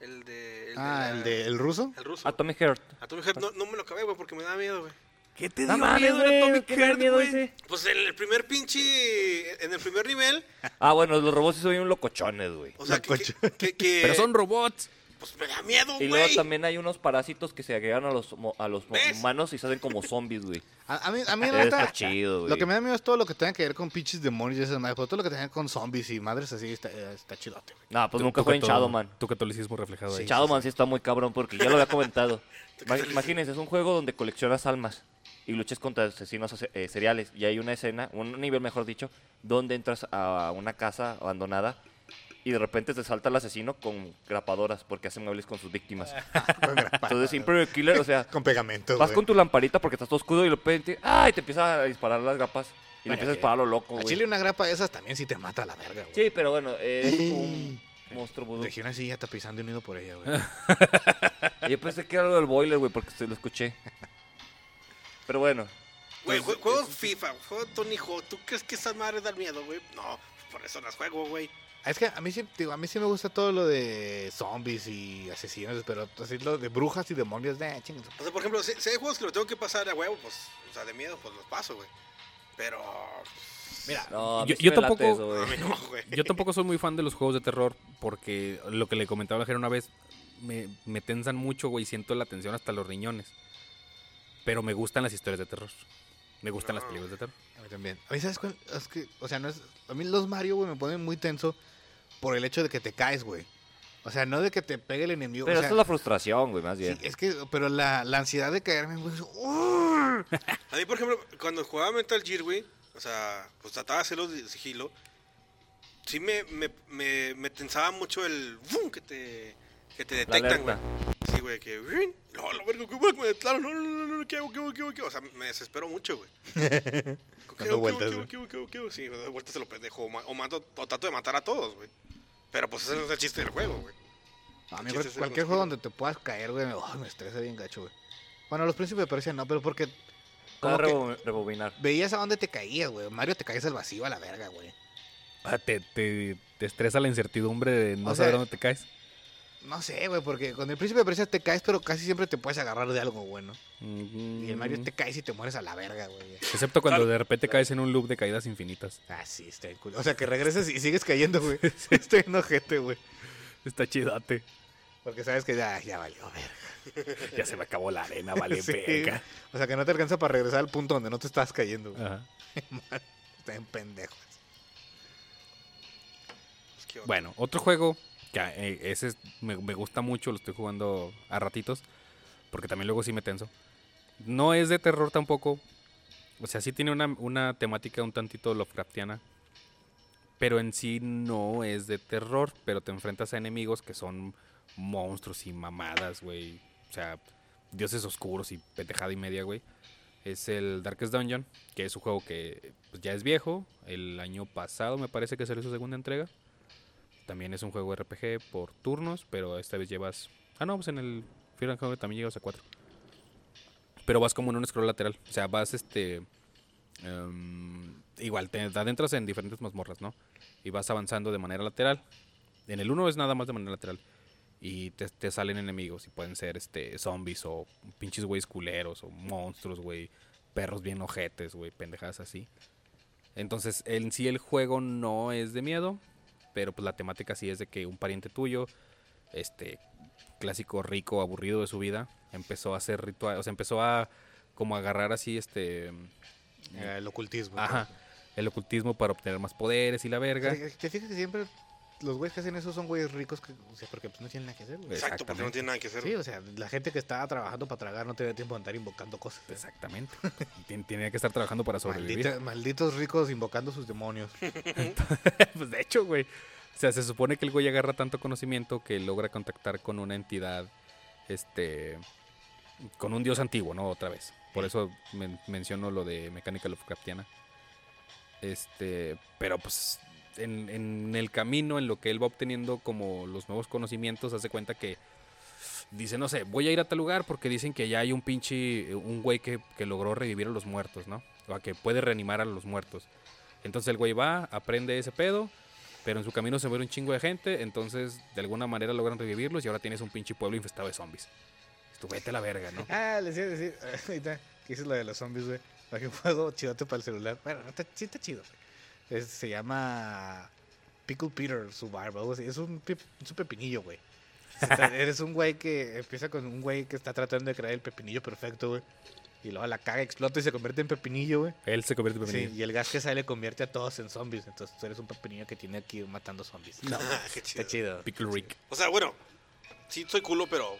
Speaker 4: El de... de
Speaker 3: Ah,
Speaker 4: la-
Speaker 3: el de el ruso.
Speaker 4: El ruso.
Speaker 2: Atomic Heart.
Speaker 4: A tu mujer no, no me lo acabé, güey, porque me da miedo, güey.
Speaker 1: ¿Qué te
Speaker 2: No mames, güey. ¿Qué da miedo ese?
Speaker 4: Pues en el primer pinche... En el primer nivel...
Speaker 2: Ah, bueno, los robots sí son bien locochones, güey.
Speaker 4: O sea,
Speaker 3: La
Speaker 4: que,
Speaker 3: cocha.
Speaker 4: que, que- que-
Speaker 1: Pero son robots.
Speaker 4: Pues me da miedo,
Speaker 2: Y
Speaker 4: güey.
Speaker 2: luego también hay unos parásitos que se agregan a los, mo- a los mo-
Speaker 4: ¿Ves?
Speaker 2: humanos y se hacen como zombies, güey.
Speaker 3: A, a mí, a mí la
Speaker 2: Eso
Speaker 3: neta,
Speaker 2: está chido, güey.
Speaker 3: lo que me da miedo es todo lo que tenga que ver con pinches demonios y esas madres. pero todo lo que tenga que ver con zombies y madres así está, eh, está chidote, güey.
Speaker 2: Nah, pues
Speaker 1: Tu-
Speaker 2: nunca
Speaker 1: tu
Speaker 2: fue en
Speaker 1: cató-
Speaker 2: Shadowman.
Speaker 1: Tu catolicismo reflejado ahí.
Speaker 2: Shadowman sí está muy cabrón porque ya lo había comentado.
Speaker 4: ¿Qué
Speaker 2: Ma-
Speaker 4: tal es?
Speaker 2: Imagínense, es un juego donde coleccionas almas y luchas contra asesinos ace- eh, seriales. Y hay una escena, un nivel mejor dicho, donde entras a una casa abandonada y de repente te salta el asesino con grapadoras porque hace muebles con sus víctimas.
Speaker 3: Con grapas,
Speaker 2: Entonces, Imperial Killer, o sea,
Speaker 3: Con pegamento,
Speaker 2: vas
Speaker 3: güey.
Speaker 2: con tu lamparita porque estás todo oscuro y de repente, ¡ay! Te empieza a disparar las grapas y
Speaker 3: Bueno,
Speaker 2: le empieza a
Speaker 3: que-
Speaker 2: disparar a lo loco,
Speaker 3: A
Speaker 2: güey.
Speaker 3: Chile una grapa de esas también sí te mata a la verga, güey.
Speaker 2: Sí, pero bueno, es un monstruo vudú.
Speaker 3: Dejé una silla tapizando y unido por ella, güey.
Speaker 2: Yo pensé que era lo del boiler, güey, porque se lo escuché. Pero bueno,
Speaker 4: Güey,
Speaker 2: pues,
Speaker 4: jue- juegos FIFA, juego Tony Hawk. ¿Tú crees que esas madres dan miedo, güey? No, por eso las juego, güey.
Speaker 3: Ah, Es que a mí, sí, digo, a mí sí me gusta todo lo de zombies y asesinos, pero así lo de brujas y demonios, de chingados.
Speaker 4: O sea, por ejemplo, si, si hay juegos que lo tengo que pasar a huevo, pues, o sea, de miedo, pues los paso, güey. Pero, pues,
Speaker 3: Mira,
Speaker 2: no, a mí
Speaker 1: Yo-
Speaker 2: sí
Speaker 1: yo
Speaker 2: me late
Speaker 1: tampoco-
Speaker 2: eso,
Speaker 4: a
Speaker 2: güey.
Speaker 4: mí no, güey.
Speaker 1: Yo tampoco soy muy fan de los juegos de terror porque lo que le comentaba a la Jera una vez, me, me tensan mucho, güey, siento la tensión hasta los riñones. Pero me gustan las historias de terror. Me gustan las
Speaker 4: No.
Speaker 1: películas de terror.
Speaker 3: A mí también. A mí, ¿sabes cuál? Es que, o sea, no es. A mí los Mario, güey, me ponen muy tenso por el hecho de que te caes, güey. O sea, no de que te pegue el enemigo.
Speaker 2: Pero
Speaker 3: o sea,
Speaker 2: esto es la frustración, güey, más bien.
Speaker 3: sí, es que, pero la, la ansiedad de caerme, güey. es- ¡Ur!
Speaker 4: A mí, por ejemplo, cuando jugaba Metal Gear, güey, o sea, pues trataba de hacerlo de sigilo, sí me, me, me, me tensaba mucho el ¡vum! que te, que te
Speaker 2: La
Speaker 4: detectan, güey.
Speaker 2: alerta.
Speaker 4: Sí, güey, que ¡vum! no, la verga, que güey, me detectaron, no, no, no, no, qué hago, qué hago, qué hago, qué hago? o sea, me desespero mucho, güey. ¿Qué
Speaker 3: Dando
Speaker 4: hago, qué hago,
Speaker 3: vueltas,
Speaker 4: qué hago,
Speaker 3: güey.
Speaker 4: qué hago, qué hago, qué hago? Sí, doy vueltas a lo pendejo, o, ma- o mato, o trato de matar a todos, güey. Pero pues ese no es el chiste del juego, güey.
Speaker 3: A mí,
Speaker 4: Sí,
Speaker 3: cual-
Speaker 4: sí, sí,
Speaker 3: cualquier
Speaker 4: sí.
Speaker 3: juego donde te puedas caer, güey, me, ay, me estresa bien gacho, güey. Bueno, los príncipes de Persia no, pero porque
Speaker 2: Como
Speaker 3: como que-
Speaker 2: rebobinar.
Speaker 3: veías a dónde te caías, güey. Mario te caes al vacío, a la verga, güey.
Speaker 1: Ah, te, te- te estresa la incertidumbre de no
Speaker 3: O
Speaker 1: saber
Speaker 3: sea-
Speaker 1: dónde te caes.
Speaker 3: No sé, güey, porque con el príncipe de Persia te caes, pero casi siempre te puedes agarrar de algo, güey, ¿no? Y el Mario
Speaker 1: Mm.
Speaker 3: te caes y te mueres a la verga, güey.
Speaker 1: Excepto cuando de repente caes en un loop de caídas infinitas.
Speaker 3: Ah, sí, está bien cool. O sea, que regreses y sigues cayendo, güey. Estoy en ojete, güey.
Speaker 1: Está chidate.
Speaker 3: Porque sabes que ya, ya valió, verga.
Speaker 1: Ya se me acabó la arena, vale
Speaker 3: Sí.
Speaker 1: verga.
Speaker 3: O sea, que no te alcanza para regresar al punto donde no te estás cayendo, güey.
Speaker 1: Ajá.
Speaker 3: Está en pendejo.
Speaker 4: Pues, ¿qué onda?
Speaker 1: Bueno, otro juego que eh, ese es- me, me gusta mucho, lo estoy jugando a ratitos, porque también luego sí me tenso. No es de terror tampoco, o sea, sí tiene una, una temática un tantito Lovecraftiana, pero en sí no es de terror, pero te enfrentas a enemigos que son monstruos y mamadas, güey. O sea, dioses oscuros y petejada y media, güey. Es el Darkest Dungeon, que es un juego que pues, ya es viejo. El año pasado me parece que salió su segunda entrega. También es un juego RPG por turnos, pero esta vez llevas. Ah, no, pues en el Fear and Hunger también llevas a cuatro. Pero vas como en un scroll lateral. O sea, vas este. em, igual, te adentras en diferentes mazmorras, ¿no? Y vas avanzando de manera lateral. En el uno es nada más de manera lateral. Y te, te salen enemigos. Y pueden ser este zombies o pinches güeyes culeros o monstruos, güey. Perros bien ojetes, güey. Pendejadas así. Entonces, en sí el juego no es de miedo pero pues la temática sí es de que un pariente tuyo, este clásico rico, aburrido de su vida, empezó a hacer ritual, o sea, empezó a como agarrar así este
Speaker 3: Eh, el ocultismo.
Speaker 1: ajá, el ocultismo para obtener más poderes y la verga.
Speaker 3: Te te fijas que siempre los güeyes que hacen eso son güeyes ricos, que, o sea, porque pues, no tienen nada que hacer, güey.
Speaker 1: Pues,
Speaker 4: Exacto, porque no
Speaker 1: exactamente.
Speaker 4: tiene nada que hacer.
Speaker 3: Sí, o sea, la gente que está trabajando para tragar no tiene tiempo de andar invocando cosas. ¿eh?
Speaker 1: Exactamente. Tien- Tenía que estar trabajando para sobrevivir.
Speaker 3: Maldita- malditos ricos invocando sus demonios.
Speaker 1: pues de hecho, güey. O sea, se supone que el güey agarra tanto conocimiento que logra contactar con una entidad, este, con un dios antiguo, ¿no? Otra vez. Por eso men- menciono lo de mecánica Lovecraftiana. Este, pero pues en, en el camino, en lo que él va obteniendo como los nuevos conocimientos, hace cuenta que dice, no sé, voy a ir a tal lugar porque dicen que ya hay un pinche, eh, un güey que, que logró revivir a los muertos, ¿no? O a que puede reanimar a los muertos. Entonces el güey va, aprende ese pedo, pero en su camino se muere un chingo de gente, entonces de alguna manera logran revivirlos y ahora tienes un pinche pueblo infestado de zombies. Tú vete a la verga, ¿no?
Speaker 3: Ah, les iba a decir, ahorita que hice lo de los zombies, güey. Bajé un juego chidote para el celular. Bueno, no está, sí está chido, güey. Es- se llama Pickle Peter Survival, algo así. Es un, pep- es un pepinillo, güey. Está- Eres un güey que empieza con un güey que está tratando de crear el pepinillo perfecto, güey. Y luego la caga, explota y se convierte en pepinillo, güey.
Speaker 1: Él se convierte en
Speaker 3: Sí,
Speaker 1: femenino.
Speaker 3: y el gas que sale convierte a todos en zombies. Entonces tú eres un pepinillo que tiene aquí matando zombies. No,
Speaker 4: Ah, qué
Speaker 3: está
Speaker 4: chido.
Speaker 3: chido.
Speaker 1: Pickle Rick.
Speaker 4: O sea, bueno, sí soy culo, pero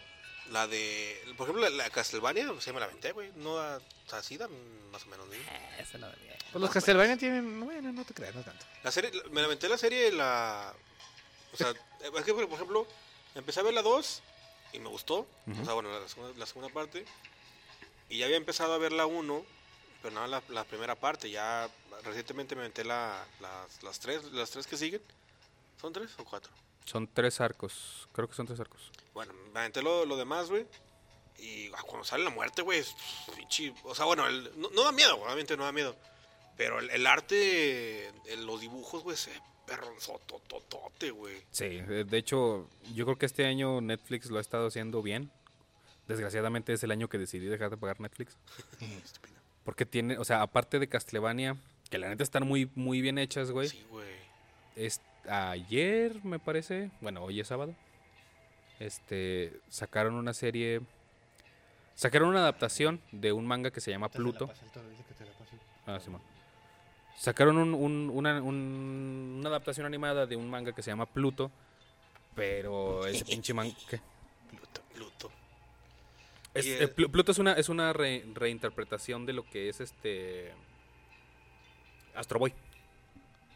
Speaker 4: la de. Por ejemplo, la, la Castlevania, sí me la aventé, güey. No da. O sea, sí da mm, más o menos, ¿no?
Speaker 3: Pues los Castlevania tienen. Bueno, no te creas, no tanto.
Speaker 4: La serie, me la aventé la serie, la. O sea, es que, por ejemplo, empecé a ver la 2 y me gustó. O sea, bueno, la, segunda, la segunda parte. Y ya había empezado a ver la 1, pero nada, la, la primera parte. Ya recientemente me aventé la, las, las, tres, las tres que siguen. ¿Son tres o cuatro?
Speaker 1: Son tres arcos. Creo que son tres arcos.
Speaker 4: Bueno, me aventé lo, lo demás, güey. Y ah, cuando sale la muerte, güey, es pinche- O sea, bueno, el- no, no da miedo, güey, obviamente no da miedo. Pero el, el arte, el- los dibujos, güey, se perronzotototote, güey.
Speaker 1: Sí, eh, de hecho, yo creo que este año Netflix lo ha estado haciendo bien. Desgraciadamente es el año que decidí dejar de pagar Netflix. Porque tiene, o sea, aparte de Castlevania, que la neta están muy, muy bien hechas, güey.
Speaker 4: Sí, güey.
Speaker 1: Es, ayer, me parece, bueno, hoy es sábado, este, sacaron una serie, sacaron una adaptación de un manga que se llama Pluto. Ah, Simón. Sacaron un- un- una, un- una adaptación animada de un manga que se llama Pluto, pero ese pinche manga...
Speaker 4: Pluto. Pluto.
Speaker 1: Es-
Speaker 4: Y,
Speaker 1: eh,
Speaker 4: eh,
Speaker 1: Plu- Pluto es una, es una re- reinterpretación de lo que es este Astro Boy.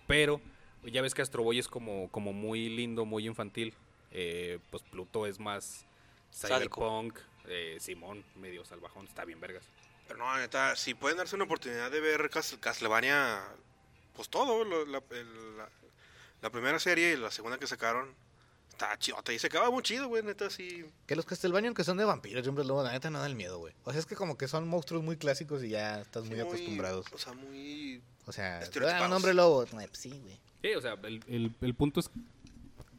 Speaker 1: Pero ya ves que Astro Boy es como, como muy lindo, muy infantil. Eh, pues Pluto es más
Speaker 2: Sádico.
Speaker 1: cyberpunk, eh, Simón, medio salvajón, está bien vergas.
Speaker 4: Pero no, la neta, si pueden darse una oportunidad de ver Cas- Castlevania, pues todo, lo- la, el- la- la primera serie y la segunda que sacaron, está chidota. Y se acaba muy chido, güey, neta, sí.
Speaker 3: Que los Castlevania, que son de vampiros, yo hombre lobo, la neta no da el miedo, güey. O sea, es que como que son monstruos muy clásicos y ya estás muy,
Speaker 4: sí,
Speaker 3: acostumbrados.
Speaker 4: O sea, muy.
Speaker 3: O sea,
Speaker 4: estereotipados.
Speaker 3: ah, un hombre lobo. eh, pues sí, güey.
Speaker 1: Sí, o sea, el, el- el punto es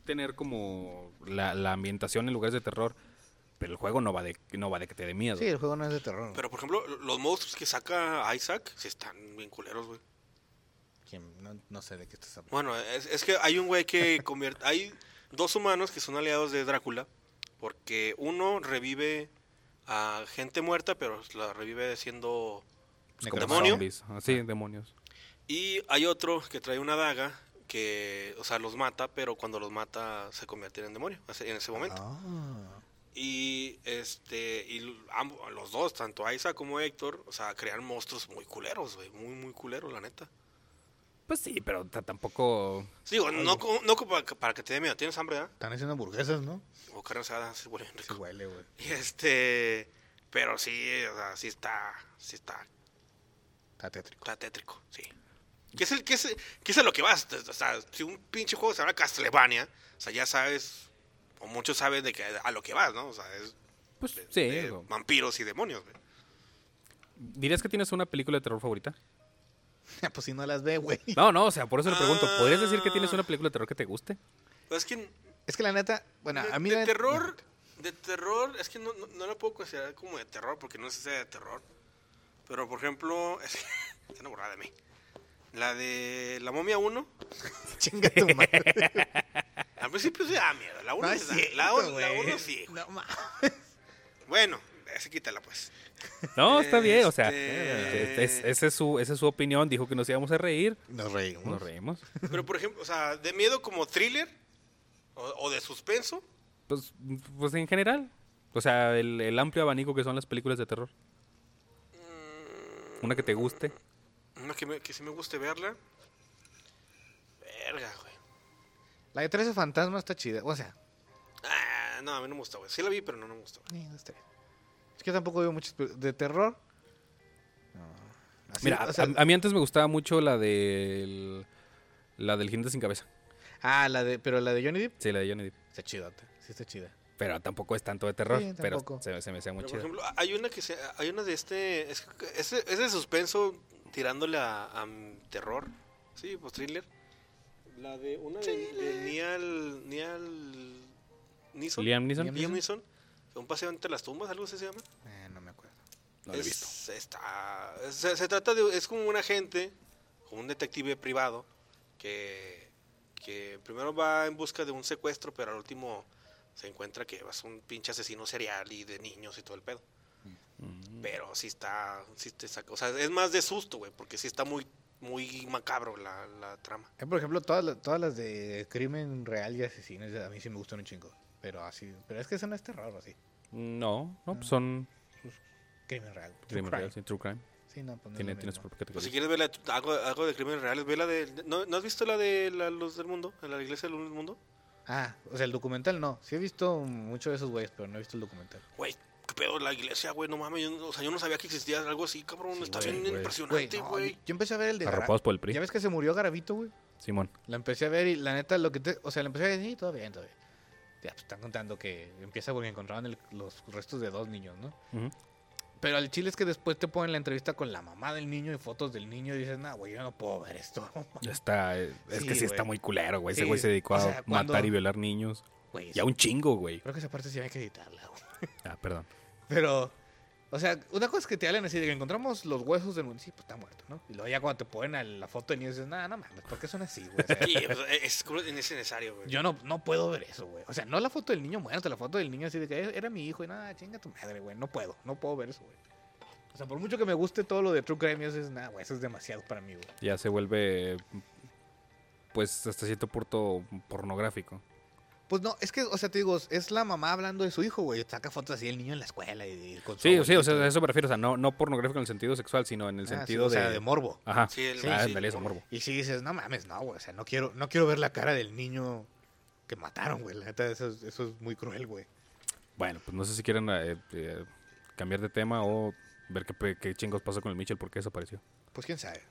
Speaker 1: tener como la, la ambientación en lugares de terror. Pero el juego no va de, no va de que te dé miedo.
Speaker 3: Sí, el juego no es de terror.
Speaker 4: Pero por ejemplo, los monstruos que saca Isaac sí están bien culeros, güey.
Speaker 3: ¿Quién? No, no sé de qué estás hablando.
Speaker 4: Bueno, es, es que hay un güey que convierte. Hay dos humanos que son aliados de Drácula. Porque uno revive a gente muerta, pero la revive siendo
Speaker 1: Es como
Speaker 4: demonio.
Speaker 1: zombies. Ah, Sí, demonios.
Speaker 4: Y hay otro que trae una daga que, o sea, los mata, pero cuando los mata se convierte en demonio o sea, en ese momento.
Speaker 3: Ah.
Speaker 4: Y este y l- ambos, los dos, tanto Isaac como Héctor, o sea, crean monstruos muy culeros, güey, muy muy culeros, la neta.
Speaker 1: Pues sí, pero ta- tampoco.
Speaker 4: Sí, digo, no, co- no como para, que- para que te dé miedo. ¿Tienes hambre, ¿verdad?
Speaker 3: Están haciendo hamburguesas, ¿no?
Speaker 4: O carne asada, sí, huele bien
Speaker 3: Sí,
Speaker 4: rico.
Speaker 3: huele, güey.
Speaker 4: Y este, pero sí, o sea, sí está, sí está,
Speaker 3: Está tétrico.
Speaker 4: está tétrico, sí. ¿Qué es, el, qué, es, qué es a lo que vas? O sea, si un pinche juego se llama Castlevania, o sea, ya sabes, o muchos saben de que a lo que vas, ¿no? O sea, es
Speaker 1: Pues
Speaker 4: de-
Speaker 1: sí.
Speaker 4: de
Speaker 1: digo,
Speaker 4: vampiros y demonios, güey.
Speaker 1: ¿Dirías que tienes una película de terror favorita?
Speaker 3: pues si no las ve, güey.
Speaker 1: No, no, o sea, por eso le pregunto. ¿Podrías decir que tienes
Speaker 4: Ah.
Speaker 1: una película de terror que te guste?
Speaker 4: Pero es que
Speaker 3: Es que la neta, bueno,
Speaker 4: de,
Speaker 3: Ah, a mí
Speaker 4: de
Speaker 3: la neta-
Speaker 4: terror, de terror, es que no, no, no la puedo considerar como de terror porque no es sea de terror. Pero por ejemplo, es que está enamorada de mí. La de La Momia 1,
Speaker 3: Chinga tu madre.
Speaker 4: al principio se da miedo. La 1
Speaker 3: No
Speaker 4: sí
Speaker 3: es
Speaker 4: da-
Speaker 3: cierto,
Speaker 4: la, un- la
Speaker 3: güey.
Speaker 4: 1 sí. güey.
Speaker 3: No mames.
Speaker 4: Bueno, ese quítala pues.
Speaker 1: No, está bien, o sea, eh,
Speaker 4: Este-
Speaker 1: es- esa es su, esa es su opinión. Dijo que nos íbamos a reír.
Speaker 3: Nos reímos.
Speaker 1: Nos reímos.
Speaker 4: Pero por ejemplo, o sea, de miedo como thriller o, o de suspenso.
Speaker 1: Pues, pues en general. O sea, el, el amplio abanico que son las películas de terror. Una que te
Speaker 4: Mm,
Speaker 1: guste.
Speaker 4: Una que, me- que sí me guste verla. Verga, güey.
Speaker 3: La de 13 fantasmas está chida. O sea,
Speaker 4: Ah, no, a mí no me gusta, güey. Sí la vi, pero no, no me gustó.
Speaker 3: eh, no está bien. Es que yo tampoco veo muchas pel- de terror. No. Así,
Speaker 1: Mira,
Speaker 3: o sea-
Speaker 1: a, a mí antes me gustaba mucho la del. La del jinete sin cabeza.
Speaker 3: ah, la de, pero la de Johnny Depp
Speaker 1: Sí, la de Johnny Depp.
Speaker 3: está chidota. Sí está chida.
Speaker 1: Pero tampoco es tanto de terror.
Speaker 3: Sí,
Speaker 1: pero
Speaker 3: tampoco.
Speaker 1: se, se me hacía muy
Speaker 4: Pero, por
Speaker 1: chido.
Speaker 4: ejemplo, hay una que se, hay una de este, es, es, es de suspenso tirándole a, a terror, sí, pues thriller. La de una de, de Neal, Neal Neeson,
Speaker 1: Liam Neeson.
Speaker 3: Liam
Speaker 4: Liam Neeson, un paseo entre las tumbas, algo así se llama.
Speaker 3: Eh, no me acuerdo.
Speaker 1: No lo he
Speaker 4: Es-
Speaker 1: visto.
Speaker 4: está- se, se trata de, es como un agente, como un detective privado que, que primero va en busca de un secuestro, pero al último se encuentra que vas un pinche asesino serial y de niños y todo el pedo.
Speaker 1: Mm.
Speaker 4: Pero sí está, sí te saca- o sea, es más de susto, güey, porque sí está muy, muy macabro la, la trama.
Speaker 3: Eh, por ejemplo, todas, las- todas las de crimen real y asesinos, a mí sí me gustan un chingo. Pero así, pero es que eso no es terror, así.
Speaker 1: No, no, pues son
Speaker 3: Crimen real. Ah. true
Speaker 1: crimen
Speaker 3: crime.
Speaker 1: real, sí, true crime.
Speaker 3: Sí, no, pues no es
Speaker 1: Tiene,
Speaker 3: lo
Speaker 1: tiene su
Speaker 3: mismo.
Speaker 1: propia categoría.
Speaker 4: Pues si quieres ver la- algo, algo de crímenes reales, ve la de... ¿no, no has visto la de la Luz del Mundo? ¿La Iglesia de la Luz del Mundo?
Speaker 3: Ah, o sea, el documental no. Sí he visto mucho de esos güeyes, pero no he visto el documental.
Speaker 4: Güey, qué pedo, la iglesia, güey, no mames. Yo, no- o sea, yo no sabía que existía algo así, cabrón. está
Speaker 1: güey,
Speaker 4: bien
Speaker 1: güey.
Speaker 3: Güey,
Speaker 4: impresionante,
Speaker 3: no,
Speaker 4: güey.
Speaker 3: yo empecé a ver el de...
Speaker 1: Arropados
Speaker 3: Gara-
Speaker 1: por el PRI.
Speaker 3: Ya ves que se murió Garavito, güey.
Speaker 1: Simón.
Speaker 3: La empecé a ver y la neta, lo que te, o sea, la empecé a ver y sí, todo bien, todo bien. Ya, pues están contando que empieza porque encontraron el- los restos de dos niños, ¿no?
Speaker 1: Ujú.
Speaker 3: Pero al chile es que después te ponen la entrevista con la mamá del niño y fotos del niño y dices, nah, güey, yo no puedo ver esto.
Speaker 1: Ya está. eh, Es
Speaker 3: Sí,
Speaker 1: que sí está
Speaker 3: güey.
Speaker 1: muy culero, güey. Ese
Speaker 3: Sí,
Speaker 1: güey se dedicó
Speaker 3: o
Speaker 1: a
Speaker 3: sea, cuando-
Speaker 1: matar y violar niños.
Speaker 3: Güey,
Speaker 1: Ya un chingo, güey.
Speaker 3: creo que esa parte sí hay que editarla, güey.
Speaker 1: Ah, perdón.
Speaker 3: Pero, o sea, una cosa es que te hablen así de que encontramos los huesos del municipio, está muerto, ¿no? Y luego ya cuando te ponen a la foto del niño dices, nah, no mames, ¿por qué son así, güey? O sea,
Speaker 4: Sí, pues, es, es necesario, güey.
Speaker 3: Yo no, no puedo ver eso, güey. O sea, no la foto del niño muerto, la foto del niño así de que "Eh, era mi hijo y nada, chinga tu madre, güey. No puedo, no puedo ver eso, güey. O sea, por mucho que me guste todo lo de True Crime, eso es nada, güey. Eso es demasiado para mí, güey.
Speaker 1: Ya se vuelve, pues, hasta cierto punto pornográfico.
Speaker 3: Pues no, es que, o sea, te digo, es la mamá hablando de su hijo, güey. Saca fotos así del niño en la escuela y, y con su
Speaker 1: Sí, sí, o
Speaker 3: abuelito,
Speaker 1: sea,
Speaker 3: güey.
Speaker 1: a eso me refiero. O sea, no, no pornográfico en el sentido sexual, sino en el
Speaker 3: Ah, sí,
Speaker 1: sentido
Speaker 3: o sea,
Speaker 1: de...
Speaker 3: de morbo.
Speaker 1: Ajá.
Speaker 4: Sí, el-
Speaker 1: ah,
Speaker 4: sí,
Speaker 1: ándale, eso,
Speaker 4: morbo.
Speaker 1: morbo.
Speaker 3: Y si dices, no mames, no, güey. O sea, no quiero, no quiero ver la cara del niño que mataron, güey. La neta, eso, es- eso es muy cruel, güey.
Speaker 1: Bueno, pues no sé si quieren eh, eh, cambiar de tema o ver qué, pe- qué chingos pasó con el Mitchell, por qué desapareció.
Speaker 3: Pues quién sabe.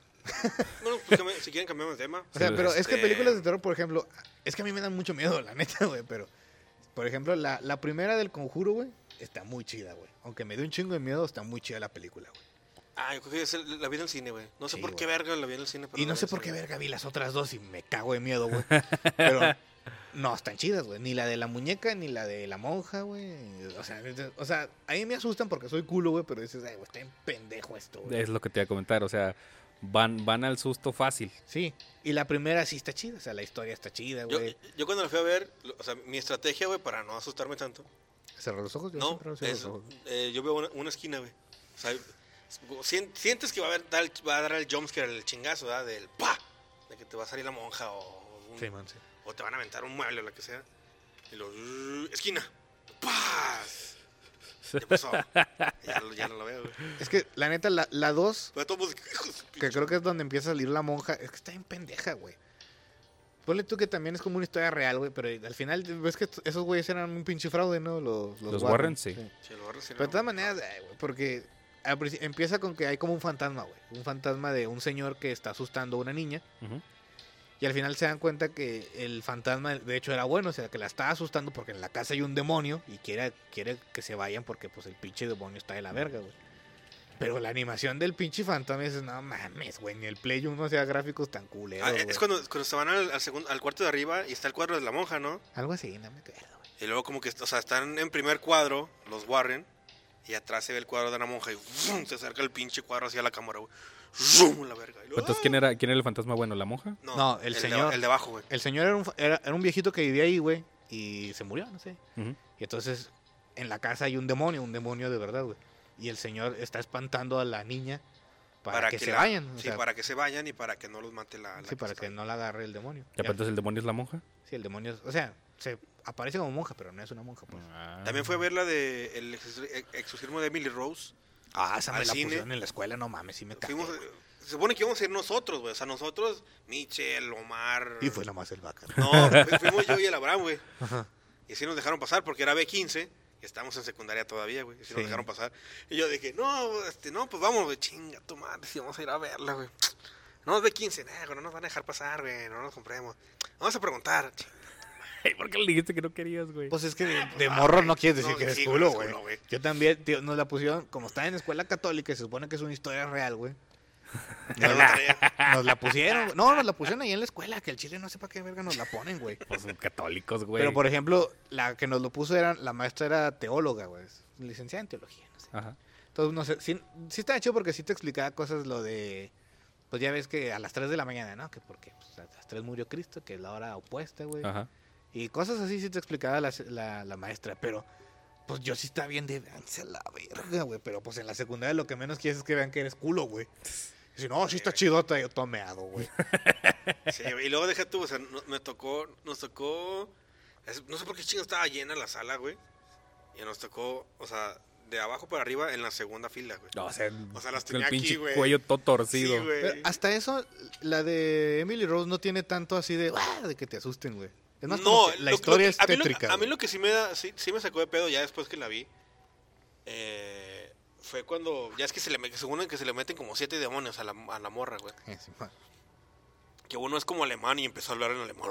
Speaker 4: Bueno, pues, cambi- si quieren cambiamos de tema.
Speaker 3: O sea,
Speaker 1: Sí,
Speaker 3: pero es que
Speaker 4: este-
Speaker 3: películas de terror, por ejemplo, es que a mí me dan mucho miedo, la neta, güey, pero por ejemplo, la, la primera del conjuro, güey, está muy chida, güey. Aunque me dé un chingo de miedo, está muy chida la película, güey.
Speaker 4: Ah, yo creo que es el- la vi en el cine, güey. No sé
Speaker 3: Sí,
Speaker 4: por qué
Speaker 3: güey.
Speaker 4: verga la vi en el cine. pero
Speaker 3: Y
Speaker 4: la
Speaker 3: no
Speaker 4: vi
Speaker 3: sé
Speaker 4: en el
Speaker 3: por qué
Speaker 4: cine.
Speaker 3: verga vi las otras dos y me cago de miedo, güey. Pero no están chidas, güey. Ni la de la muñeca, ni la de la monja, güey. O sea, neta, o sea, a mí me asustan porque soy culo, güey, pero dices, ay, güey, está en pendejo esto, güey.
Speaker 1: Es lo que te iba a comentar, o sea, van, van al susto fácil.
Speaker 3: Sí. Y la primera sí está chida, o sea, la historia está chida,
Speaker 4: Yo,
Speaker 3: güey.
Speaker 4: yo cuando la fui a ver, lo- o sea, mi estrategia, güey, para no asustarme tanto,
Speaker 3: Cerrar los ojos, yo
Speaker 4: no,
Speaker 3: siempre cierro
Speaker 4: es,
Speaker 3: los ojos.
Speaker 4: eh, yo veo una, una esquina, güey. O sea, sien- sientes que va a, haber, dar, el- va a dar el jumpscare, el chingazo, ¿verdad? Del pa, de que te va a salir la monja o un-
Speaker 3: Sí, man, sí.
Speaker 4: O te van a aventar un mueble o lo que sea. Y lo. Esquina. ¡Paz! Ya pasó. ya, lo- ya no lo veo, güey.
Speaker 3: Es que, la neta, la, la dos,
Speaker 4: Pero todo mundo, hijo de su
Speaker 3: que
Speaker 4: pinche-
Speaker 3: creo que es donde empieza a salir la monja, es que está bien pendeja, güey. Ponle tú que también es como una historia real, güey, pero al final ves que t- esos güeyes eran un pinche fraude, ¿no? Los,
Speaker 1: Los Warren, sí.
Speaker 4: Sí, lo voy a recibir,
Speaker 3: Pero de todas
Speaker 4: güey.
Speaker 3: maneras, eh, ay, güey, porque al princi- empieza con que hay como un fantasma, güey. Un fantasma de un señor que está asustando a una niña.
Speaker 1: Ujú.
Speaker 3: Y al final se dan cuenta que el fantasma de hecho era bueno, o sea, que la está asustando porque en la casa hay un demonio y quiere, quiere que se vayan porque pues el pinche demonio está de la verga, güey. Pero la animación del pinche fantasma dices, no mames, güey, ni el Play 1 hacía gráficos tan culeros,
Speaker 4: Ah,
Speaker 3: güey.
Speaker 4: es cuando, cuando se van al, al, segundo, al cuarto de arriba y está el cuadro de la monja, ¿no?
Speaker 3: Algo así, no me acuerdo, güey.
Speaker 4: Y luego, como que, o sea, están en primer cuadro, los Warren. Y atrás se ve el cuadro de la monja y ¡zum! se acerca el pinche cuadro hacia la cámara, güey. ¡Zum! La verga. Y luego,
Speaker 1: Entonces, ¿quién era, ¿quién era el fantasma bueno? ¿La monja?
Speaker 4: No,
Speaker 3: No, el
Speaker 4: de-
Speaker 3: señor.
Speaker 4: el de abajo, güey.
Speaker 3: El señor era un, fa- era- era un viejito que vivía ahí, güey, y se murió, no sé.
Speaker 1: Ujú.
Speaker 3: Y entonces en la casa hay un demonio, un demonio de verdad, güey. Y el señor está espantando a la niña para, que, se
Speaker 4: la-
Speaker 3: vayan. o
Speaker 4: Sí,
Speaker 3: sea,
Speaker 4: para que se vayan y para que no los mate la. la
Speaker 3: sí, para
Speaker 4: está-
Speaker 3: que no la agarre el demonio.
Speaker 1: ¿Y
Speaker 3: Ya,
Speaker 1: entonces el demonio es la monja?
Speaker 3: Sí, el demonio, es- o sea, se aparece como monja, pero no es una monja. Pues.
Speaker 1: Ah.
Speaker 4: También fue a ver la de El exorci- ex- exorcismo de Emily Rose.
Speaker 3: Ah, esa me
Speaker 4: Al
Speaker 3: la
Speaker 4: cine.
Speaker 3: pusieron en la escuela, no mames, sí me cagué,
Speaker 4: Fuimos, eh,
Speaker 3: güey.
Speaker 4: se supone que íbamos a ir nosotros, güey. O sea, nosotros, Michel, Omar.
Speaker 3: Y fue nomás el vaca.
Speaker 4: No, fu- fuimos yo y el Abraham, güey.
Speaker 3: Ajá.
Speaker 4: Y sí nos dejaron pasar porque era B15. Y estábamos en secundaria todavía, güey. Y sí,
Speaker 3: Sí.
Speaker 4: nos dejaron pasar. Y yo dije, no, este, no, pues vamos, güey. Chinga tu madre, si vamos a ir a verla, güey. No, B15, nah, güey, no nos van a dejar pasar, güey. No nos compremos. Vamos a preguntar. Chinga.
Speaker 1: Ey, ¿Por qué le dijiste que no querías, güey?
Speaker 3: Pues es que de, de morro no quieres decir
Speaker 4: No,
Speaker 3: que eres
Speaker 4: Ah, sí, güey,
Speaker 3: culo,
Speaker 4: eres
Speaker 3: güey.
Speaker 4: culo, güey.
Speaker 3: Yo también, tío, nos la pusieron, como estaba en escuela católica, y se supone que es una historia real, güey.
Speaker 4: Ya
Speaker 3: Nos
Speaker 4: lo
Speaker 3: la,
Speaker 4: traía.
Speaker 3: nos la pusieron, güey. no, nos la pusieron ahí en la escuela, que el chile no sé para qué verga nos la ponen, güey.
Speaker 1: Pues son católicos, güey.
Speaker 3: Pero por ejemplo, la que nos lo puso era, la maestra era teóloga, güey. es Licenciada en teología, no sé.
Speaker 1: Ajá.
Speaker 3: Entonces, no sé, sí, sí estaba chido porque sí te explicaba cosas lo de. Pues ya ves que a las 3 de la mañana, ¿no? Que porque pues, a las 3 murió Cristo, que es la hora opuesta, güey.
Speaker 1: Ajá.
Speaker 3: Y cosas así sí te explicaba la, la- la maestra, pero pues yo sí estaba bien de "Váyanse a la verga, güey. Pero pues en la secundaria lo que menos quieres es que vean que eres culo, güey. Y Si no, sí está chidota, yo tomeado, güey.
Speaker 4: Sí, güey, y luego deja tú, o sea, no- me tocó, nos tocó, es- no sé por qué chingo estaba llena la sala, güey. Y nos tocó, o sea, de abajo para arriba en la segunda fila, güey.
Speaker 1: No, o sea,
Speaker 4: O sea, las
Speaker 1: con el
Speaker 4: tenía aquí,
Speaker 1: pinche
Speaker 4: güey.
Speaker 1: cuello todo torcido.
Speaker 4: Sí, güey.
Speaker 3: Pero hasta eso, la de Emily Rose no tiene tanto así de, "Ah", de que te asusten, güey. Es más, como que la
Speaker 4: lo- lo
Speaker 3: historia
Speaker 4: que-
Speaker 3: es
Speaker 4: a mí lo-
Speaker 3: tétrica.
Speaker 4: A mí
Speaker 3: güey.
Speaker 4: lo que sí me da, sí, sí me sacó de pedo ya después que la vi. eh, fue cuando, ya es que se le, me- según que se le meten como siete demonios a la, a la morra, güey.
Speaker 3: Eh, sí, ma.
Speaker 4: Que uno es como alemán y empezó a hablar en alemán.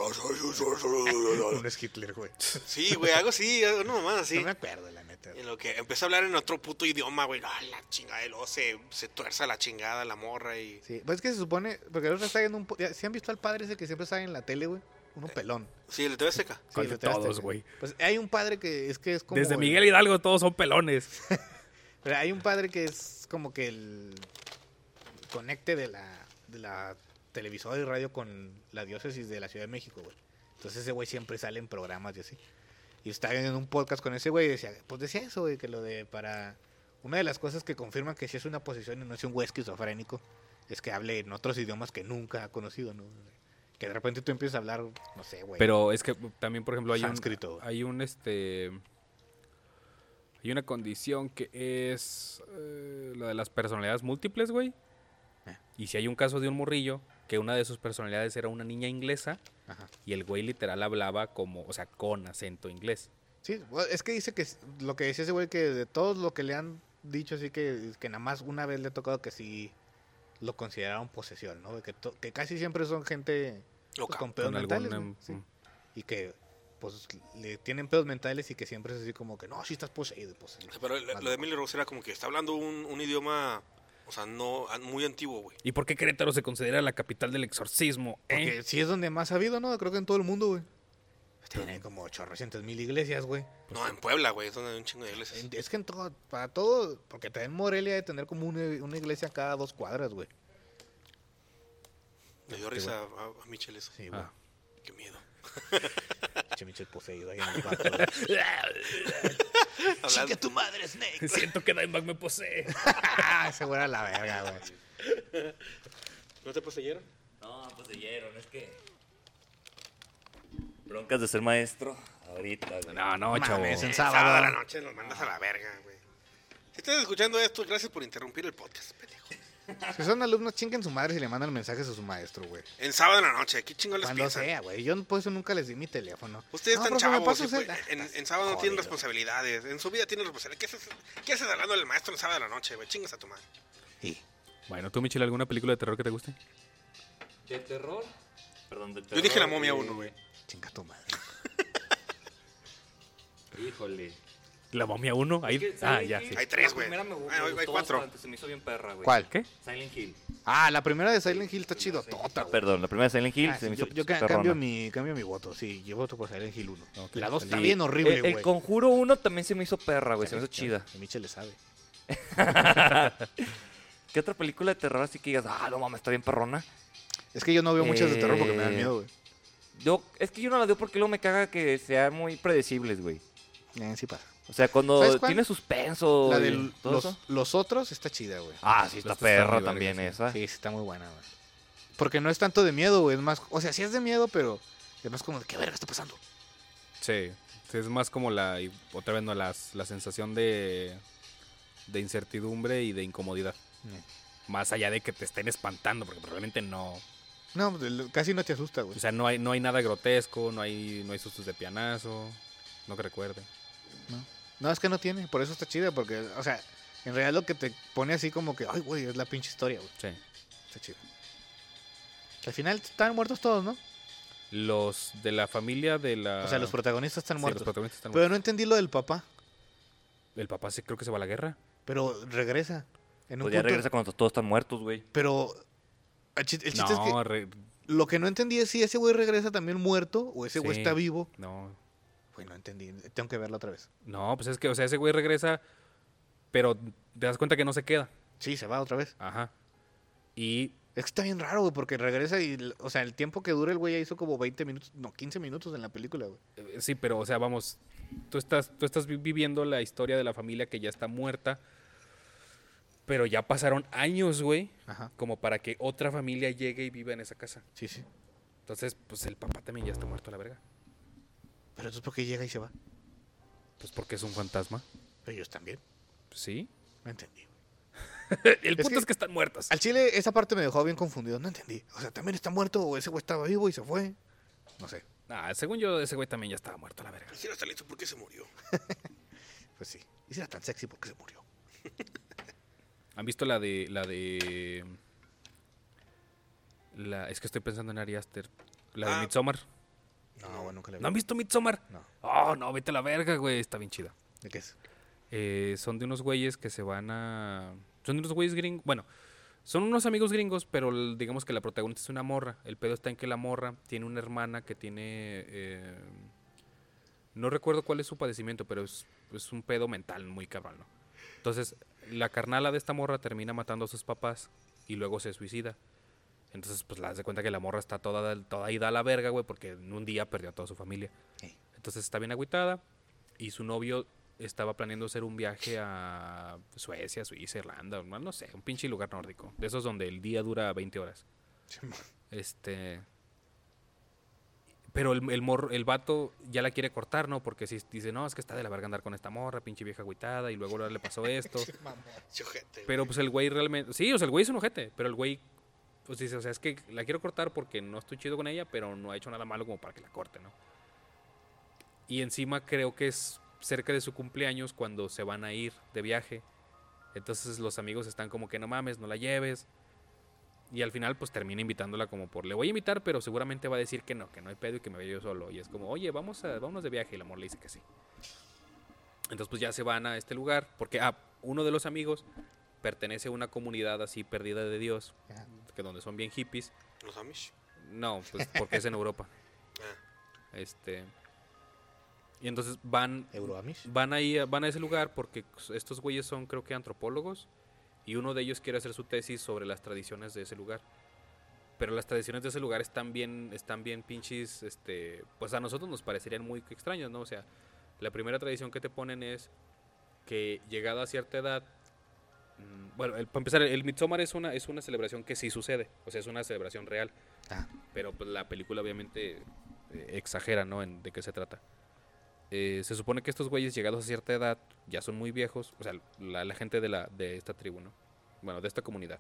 Speaker 3: Uno es Hitler, güey.
Speaker 4: Sí, güey, algo así, una mamada así.
Speaker 3: No me acuerdo, la neta.
Speaker 4: En lo que empezó a hablar en otro puto idioma, güey. Ah, la chingada, y luego se, se tuerza la chingada la morra y...
Speaker 3: Sí, pues es que se supone, porque ahora está en un... po- ya, ¿Sí han visto al padre ese que siempre sale en la tele, güey? Uno pelón.
Speaker 4: Sí, le te seca.
Speaker 3: Sí,
Speaker 1: Eh, ¿Cuál
Speaker 3: lo
Speaker 1: de
Speaker 3: traste,
Speaker 1: todos, güey?
Speaker 3: Pues hay un padre que es que es como...
Speaker 1: Desde
Speaker 3: el-
Speaker 1: Miguel Hidalgo todos son pelones.
Speaker 3: pero hay un padre que es como que el conecte de la, de la televisora y radio con la diócesis de la Ciudad de México, güey. Entonces ese güey siempre sale en programas y así. Y estaba en un podcast con ese güey y decía, pues decía eso, güey, que lo de para... Una de las cosas que confirman que si es una posición y no es un güey esquizofrénico es que hable en otros idiomas que nunca ha conocido, ¿no? Que de repente tú empiezas a hablar, no sé, güey.
Speaker 1: Pero es que también, por ejemplo, hay
Speaker 3: Sánscrito,
Speaker 1: un.
Speaker 3: güey.
Speaker 1: Hay un este. Hay una condición que es eh, la de las personalidades múltiples, güey.
Speaker 4: Eh.
Speaker 3: Ah.
Speaker 1: Y si hay un caso de un morrillo que una de sus personalidades era una niña inglesa
Speaker 3: Ajá.
Speaker 1: y el güey literal hablaba como, o sea, con acento inglés.
Speaker 3: Sí, bueno, es que dice que s- lo que decía ese güey, que de todos lo que le han dicho, así que, que nada más una vez le ha tocado que sí lo consideraron posesión, ¿no? De Que, to- que casi siempre son gente pues,
Speaker 4: Loca.
Speaker 3: con pedos
Speaker 1: Con
Speaker 3: mentales,
Speaker 1: alguna- mm,
Speaker 3: ¿no? Sí. Y que pues le tienen pedos mentales y que siempre es así como que no, si estás poseído. Pues,
Speaker 4: O sea, Pero lo,
Speaker 3: más
Speaker 4: lo de
Speaker 3: loco.
Speaker 4: Emily Rose era como que está hablando un, un idioma, o sea, no an- muy antiguo, güey.
Speaker 1: ¿Y por qué Querétaro se considera la capital del exorcismo? eh?
Speaker 3: Porque sí es donde más ha habido, ¿no? Creo que en todo el mundo, güey. Tienen como 800 mil iglesias, güey.
Speaker 4: No, en Puebla, güey, es donde hay un chingo de iglesias.
Speaker 3: En- Es que en todo, para todo, porque también Morelia de tener como una, una iglesia cada dos cuadras, güey.
Speaker 4: Me dio risa a, a Michel eso.
Speaker 3: Sí, güey.
Speaker 1: Ah.
Speaker 4: Qué miedo.
Speaker 3: Pinche Michel poseído ahí en el cuarto, güey.
Speaker 4: Hablando-
Speaker 3: tu madre, Snake!
Speaker 1: Siento que Dimebag me posee.
Speaker 3: Ese güey era la verga, güey.
Speaker 4: ¿No te poseyeron?
Speaker 2: No, pues leyeron, es que. Broncas de ser maestro. Ahorita, güey.
Speaker 1: No, no,
Speaker 3: Mames,
Speaker 1: chavo.
Speaker 3: en
Speaker 4: El
Speaker 3: sábado.
Speaker 4: sábado a la noche nos mandas a la verga, güey. Si estás escuchando esto, gracias por interrumpir el podcast, pendejo.
Speaker 3: Si son alumnos, chinguen su madre si le mandan mensajes a su maestro, güey.
Speaker 4: En sábado en la noche, ¿qué chingo les
Speaker 3: Cuando
Speaker 4: piensan?
Speaker 3: sea, güey. Yo por eso nunca les di mi teléfono.
Speaker 4: Ustedes
Speaker 3: No,
Speaker 4: están
Speaker 3: profe, ¿me
Speaker 4: chavos,
Speaker 3: pasa
Speaker 4: y,
Speaker 3: usted?
Speaker 4: pues, en,
Speaker 3: Ah,
Speaker 4: en sábado no
Speaker 3: jodido.
Speaker 4: tienen responsabilidades, en su vida tienen responsabilidades. ¿Qué haces, qué haces hablando del maestro en sábado de la noche, güey? Chingas a tu madre.
Speaker 3: Sí.
Speaker 1: Bueno, tú, Michelle, ¿alguna película de terror que te guste?
Speaker 2: ¿De terror? Perdón, de terror.
Speaker 4: Yo dije la momia
Speaker 2: eh,
Speaker 4: uno, güey.
Speaker 3: Chinga tu madre.
Speaker 2: Híjole.
Speaker 1: La momia 1, ahí.
Speaker 2: Es que
Speaker 1: ah,
Speaker 2: Silent
Speaker 1: ya,
Speaker 2: Hill,
Speaker 1: sí.
Speaker 4: Hay tres,
Speaker 2: la
Speaker 4: güey.
Speaker 2: primera me gu-
Speaker 4: Ah,
Speaker 2: me
Speaker 4: hay- hay
Speaker 2: gustó
Speaker 4: cuatro.
Speaker 2: bastante, Se me hizo bien perra, güey.
Speaker 3: ¿Cuál?
Speaker 1: ¿Qué?
Speaker 2: Silent Hill.
Speaker 3: Ah, la primera de Silent Hill está chido. Tota, güey.
Speaker 2: Ah, Perdón, la primera de Silent Hill
Speaker 3: Ah,
Speaker 2: se me
Speaker 3: sí, yo
Speaker 2: hizo
Speaker 3: yo ca-
Speaker 2: perrona.
Speaker 3: cambio, mi, cambio mi voto. Sí, yo voto por Silent Hill 1.
Speaker 1: Ok.
Speaker 3: La 2 está
Speaker 2: Sí.
Speaker 3: bien horrible,
Speaker 2: El-
Speaker 3: güey.
Speaker 2: El Conjuro 1 también se me hizo perra, güey. Se me hizo chida.
Speaker 3: A Michel le sabe.
Speaker 2: ¿Qué otra película de terror así que digas, ah, no mames, está bien perrona?
Speaker 3: Es que yo no veo muchas de terror porque me dan
Speaker 2: Eh,
Speaker 3: miedo, güey.
Speaker 2: Yo, es que yo no la veo porque luego me caga que sean muy predecibles, güey.
Speaker 3: Eh, sí pasa.
Speaker 2: O sea, cuando
Speaker 3: ¿Sabes cuál?
Speaker 2: tiene suspenso
Speaker 3: La
Speaker 2: y
Speaker 3: de
Speaker 2: todo
Speaker 3: los,
Speaker 2: eso.
Speaker 3: los otros está chida, güey.
Speaker 2: Ah, sí,
Speaker 1: Esta
Speaker 2: está
Speaker 1: está
Speaker 2: perra
Speaker 1: muy verga,
Speaker 2: también
Speaker 1: sí.
Speaker 2: esa. Pues
Speaker 3: Sí, sí, está muy buena, güey. Porque no es tanto de miedo, güey. Es más. O sea, sí es de miedo, pero. Es más como de qué verga está pasando.
Speaker 1: Sí, sí, es más como la, y otra vez no, las, la sensación de, de incertidumbre y de incomodidad. Más allá de que te estén espantando, porque realmente no.
Speaker 3: No, de lo- casi no te asusta,
Speaker 1: O
Speaker 3: güey.
Speaker 1: sea, no hay, no hay nada grotesco, no hay, no hay sustos de pianazo, no que recuerde.
Speaker 3: No, es que no tiene. Por eso está chida, porque. O sea, en realidad lo que te pone así como que. Ay, güey, es la pinche historia, güey.
Speaker 1: Sí.
Speaker 3: Está chida. Al final están muertos todos, ¿no?
Speaker 1: Los de la familia de la.
Speaker 3: O sea,
Speaker 1: Ah,
Speaker 3: los
Speaker 1: sí,
Speaker 3: protagonistas están
Speaker 1: los
Speaker 3: muertos.
Speaker 1: protagonistas están
Speaker 3: pero
Speaker 1: muertos.
Speaker 3: no entendí lo del papá.
Speaker 1: El papá sí creo que se va a la guerra.
Speaker 3: Pero regresa. En un
Speaker 2: Pues ya
Speaker 3: punto-
Speaker 2: regresa cuando todos están muertos, güey.
Speaker 3: Pero. El chis- el chiste, es que.
Speaker 1: No, re-
Speaker 3: Lo que no entendí es si ese güey regresa también muerto o ese güey
Speaker 1: Sí.
Speaker 3: está vivo.
Speaker 1: no.
Speaker 3: Güey, no entendí. Tengo que verlo otra vez.
Speaker 1: No, pues es que, o sea, ese güey regresa, pero te das cuenta que no se queda.
Speaker 3: Sí, se va otra vez.
Speaker 1: Ajá. Y
Speaker 3: Es que está bien raro, güey, porque regresa y, o sea, el tiempo que dura el güey ya hizo como 20 minutos, no, 15 minutos en la película, güey.
Speaker 1: Eh, Sí, pero, o sea, vamos, tú estás, tú estás vi- viviendo la historia de la familia que ya está muerta, pero ya pasaron años, güey,
Speaker 3: Ajá.
Speaker 1: como para que otra familia llegue y viva en esa casa.
Speaker 3: Sí, sí.
Speaker 1: Entonces, pues el papá también ya está muerto a la verga.
Speaker 3: Pero entonces, ¿por qué llega y se va?
Speaker 1: Pues porque es un fantasma. Pues,
Speaker 3: Ellos también.
Speaker 1: Sí.
Speaker 3: No entendí. güey.
Speaker 1: El
Speaker 3: Es
Speaker 1: punto
Speaker 3: que-
Speaker 1: es que están muertas.
Speaker 3: Al chile, esa parte me dejó bien confundido. No entendí. O sea, ¿también está muerto o ese güey estaba vivo y se fue? No sé.
Speaker 1: Ah, según yo, ese güey también ya estaba muerto a la verga.
Speaker 4: Y si no está listo, ¿por qué se murió?
Speaker 3: Pues sí. Y si era tan sexy porque se murió.
Speaker 1: ¿Han visto la de. la de. La, es que estoy pensando en Ari Aster. La de
Speaker 4: Ah.
Speaker 1: Midsommar.
Speaker 3: No, güey, nunca la vi.
Speaker 1: ¿No han visto Midsommar?
Speaker 3: No.
Speaker 1: Oh, no, vete a la verga, güey. Está bien chida.
Speaker 3: ¿De qué es?
Speaker 1: Eh, son de unos güeyes que se van a. Son de unos güeyes gringos. Bueno, son unos amigos gringos, pero l- digamos que la protagonista es una morra. El pedo está en que la morra tiene una hermana que tiene. eh, no recuerdo cuál es su padecimiento, pero es, es un pedo mental muy cabrón, ¿no? Entonces, la carnala de esta morra termina matando a sus papás y luego se suicida. Entonces, pues la das de cuenta que la morra está toda, toda ida a la verga, güey, porque en un día perdió a toda su familia.
Speaker 3: Ey.
Speaker 1: Entonces está bien agüitada y su novio estaba planeando hacer un viaje a Suecia, Suiza, Irlanda, no no sé, un pinche lugar nórdico. De esos donde el día dura 20 horas. Este. Pero el, el, morro- el vato ya la quiere cortar, ¿no? Porque si dice, no, es que está de la verga andar con esta morra, pinche vieja agüitada, y luego ahora le pasó esto.
Speaker 4: Chojete.
Speaker 1: Pero pues el güey realmente. Sí, o sea, el güey es un ojete. Pero el güey. Pues dice, o sea, es que la quiero cortar porque no estoy chido con ella, pero no ha hecho nada malo como para que la corte, ¿no? Y encima creo que es cerca de su cumpleaños cuando se van a ir de viaje. Entonces los amigos están como que no mames, no la lleves. Y al final pues termina invitándola como por, le voy a invitar, pero seguramente va a decir que no, que no hay pedo y que me vaya yo solo. Y es como, oye, vamos a, vámonos de viaje. Y el amor le dice que sí. Entonces pues ya se van a este lugar porque, ah, uno de los amigos pertenece a una comunidad así perdida de Dios,
Speaker 3: Ajá.
Speaker 1: que donde son bien hippies.
Speaker 4: ¿Los Amish?
Speaker 1: No, pues porque es en Europa.
Speaker 4: Ah,
Speaker 1: Este. Y entonces van
Speaker 3: ¿Euroamish?
Speaker 1: van ahí a- van a ese lugar porque estos güeyes son creo que antropólogos y uno de ellos quiere hacer su tesis sobre las tradiciones de ese lugar. Pero las tradiciones de ese lugar están bien están bien pinches este, pues a nosotros nos parecerían muy extrañas, ¿no? O sea, la primera tradición que te ponen es que llegada a cierta edad mm, bueno, el- para empezar, el Midsommar es una, es una celebración que sí sucede, o sea, es una celebración real.
Speaker 3: Ah.
Speaker 1: Pero pues la película obviamente eh, exagera, ¿no? En de qué se trata. Eh, se supone que estos güeyes llegados a cierta edad ya son muy viejos, o sea, la, la gente de, la, de esta tribu, ¿no? Bueno, de esta comunidad.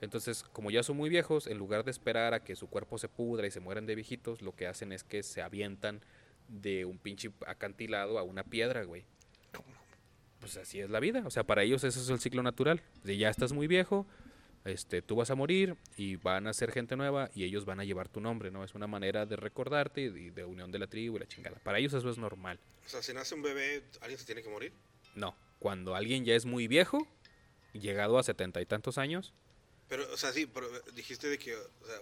Speaker 1: Entonces, como ya son muy viejos, en lugar de esperar a que su cuerpo se pudra y se mueran de viejitos, lo que hacen es que se avientan de un pinche acantilado a una piedra, güey. Pues así es la vida, o sea, para ellos ese es el ciclo natural. De ya estás muy viejo, este, tú vas a morir y van a ser gente nueva y ellos van a llevar tu nombre, ¿no? Es una manera de recordarte y de- y de unión de la tribu y la chingada. Para ellos eso es normal.
Speaker 4: o sea, si nace un bebé, ¿alguien se tiene que morir?
Speaker 1: No, cuando alguien ya es muy viejo, llegado a setenta y tantos años,
Speaker 4: Pero, o sea, sí, pero eh, dijiste de que, o sea,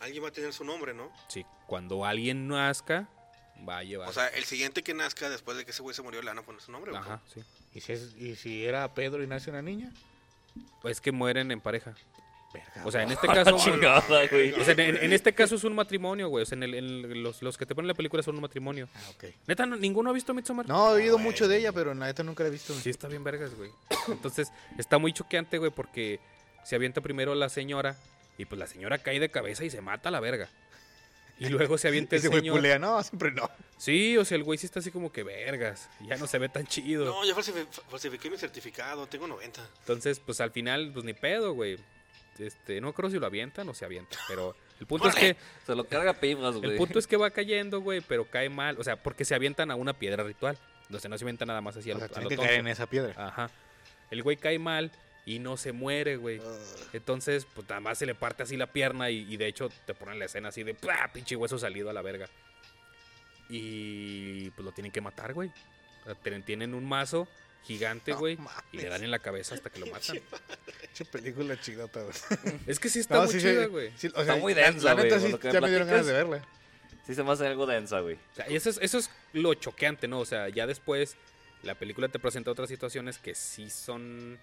Speaker 4: alguien va a tener su nombre, ¿no?
Speaker 1: sí, cuando alguien nazca, va a llevar.
Speaker 4: O sea, el siguiente que nazca después de que ese güey se murió, le van a poner su nombre, ¿o
Speaker 1: Ajá,
Speaker 4: cómo?
Speaker 1: sí.
Speaker 3: ¿Y si, es- ¿Y si era Pedro y nace una niña?
Speaker 1: Es que mueren en pareja.
Speaker 3: Verga.
Speaker 4: Ah,
Speaker 1: O sea, en este caso.
Speaker 2: Ah, Chingada, güey.
Speaker 1: o sea, en, en este caso es un matrimonio, güey. O sea, en el- en el- los, los que te ponen la película son un matrimonio.
Speaker 3: Ah, ok.
Speaker 1: Neta, no- ninguno ha visto Midsommar.
Speaker 3: No, he oído mucho de ella, pero en la neta nunca la he visto. güey.
Speaker 1: Sí, está bien vergas, güey. Entonces, está muy choqueante, güey, porque se avienta primero la señora y pues la señora cae de cabeza y se mata a la verga. Y luego se avienta el
Speaker 3: Ese güey
Speaker 1: señor.
Speaker 3: culea, no, siempre no.
Speaker 1: Sí, o sea, el güey sí está así como que vergas. Ya no se ve tan chido.
Speaker 4: No, yo falsifi- fa- falsifiqué mi certificado, tengo 90.
Speaker 1: Entonces, pues al final, pues ni pedo, güey. Este, no creo si lo avientan o se avienta, pero el punto es que
Speaker 2: Se lo carga Pibas, güey.
Speaker 1: el punto es que va cayendo, güey, pero cae mal, o sea, porque se avientan a una piedra ritual. Entonces no se avienta nada más así a
Speaker 3: O
Speaker 1: lo-
Speaker 3: sea,
Speaker 1: a lo
Speaker 3: tiene que
Speaker 1: tonto.
Speaker 3: caer en esa piedra.
Speaker 1: Ajá. El güey cae mal y no se muere, güey.
Speaker 3: Ah.
Speaker 1: Entonces, pues nada más se le parte así la pierna y, y de hecho te ponen la escena así de ¡pua! pinche hueso salido a la verga. Y pues lo tienen que matar, güey. O sea, tienen- Tienen un mazo gigante,
Speaker 3: No
Speaker 1: güey, y
Speaker 3: mames.
Speaker 1: le dan en la cabeza hasta que lo matan.
Speaker 3: Pinche película chidota, güey.
Speaker 1: Es que sí está
Speaker 3: No,
Speaker 1: muy
Speaker 3: sí se-
Speaker 1: chida, güey.
Speaker 3: sí, o
Speaker 2: Está muy
Speaker 3: la-
Speaker 2: densa,
Speaker 3: La
Speaker 2: güey,
Speaker 3: neta
Speaker 2: por
Speaker 3: sí,
Speaker 2: lo que
Speaker 3: ya me dieron ganas
Speaker 2: platicas.
Speaker 3: de verla.
Speaker 2: Sí se me hace algo densa, güey.
Speaker 1: O sea, y eso es, eso es lo choqueante, ¿no? O sea, ya después la película te presenta otras situaciones que sí son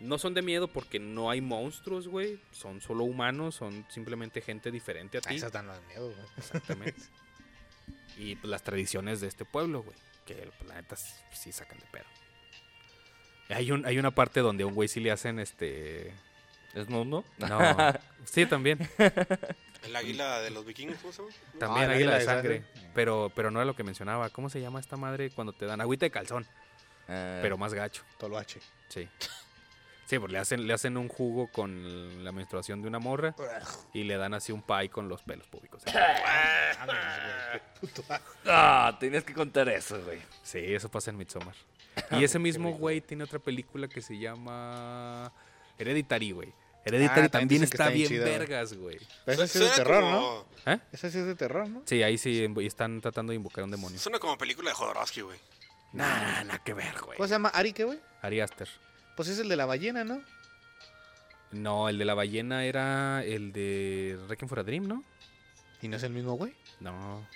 Speaker 1: No son de miedo porque no hay monstruos, güey. Son solo humanos, son simplemente gente diferente a
Speaker 3: Ah,
Speaker 1: ti.
Speaker 3: esas dan más miedo, güey.
Speaker 1: Exactamente. y pues, las tradiciones de este pueblo, güey. Que pues, la neta s- sí sacan de pedo. Hay, un, hay una parte donde a un güey sí le hacen este.
Speaker 2: ¿Es no, no?
Speaker 1: No. sí, también.
Speaker 4: El águila de los vikingos, ¿cómo se llama?
Speaker 1: También
Speaker 3: Ah,
Speaker 1: águila de sangre. Pero, pero no era lo que mencionaba. ¿Cómo se llama esta madre cuando te dan agüita de calzón?
Speaker 2: Ah,
Speaker 1: Pero más gacho.
Speaker 3: Toloache.
Speaker 1: Sí. Sí, pues le hacen, le hacen un jugo con la menstruación de una morra
Speaker 3: Ah,
Speaker 1: y le dan así un pie con los pelos públicos.
Speaker 2: Ah, tienes que contar eso, güey.
Speaker 1: Sí, eso pasa en Midsommar. Y ese mismo güey tiene otra película que se llama Hereditary, güey. Hereditary
Speaker 3: Ah,
Speaker 1: también
Speaker 3: también dicen que
Speaker 1: está
Speaker 3: está
Speaker 1: bien
Speaker 3: bien chida, güey.
Speaker 1: vergas, güey.
Speaker 3: Pero eso sí es
Speaker 4: Suena
Speaker 3: de terror, ¿no?
Speaker 4: como-
Speaker 1: ¿Eh?
Speaker 3: Eso sí es de terror, ¿no?
Speaker 1: Sí, ahí sí invo- están tratando de invocar a un demonio.
Speaker 4: Suena como película de Jodorowsky, güey.
Speaker 1: Nah, nah, qué ver, güey.
Speaker 3: ¿Cómo se llama? ¿Ari qué, güey?
Speaker 1: Ari Aster.
Speaker 3: Pues es el de la ballena, ¿no?
Speaker 1: No, el de la ballena era el de Requiem for a Dream, ¿no?
Speaker 3: ¿Y no es el mismo, güey?
Speaker 1: No.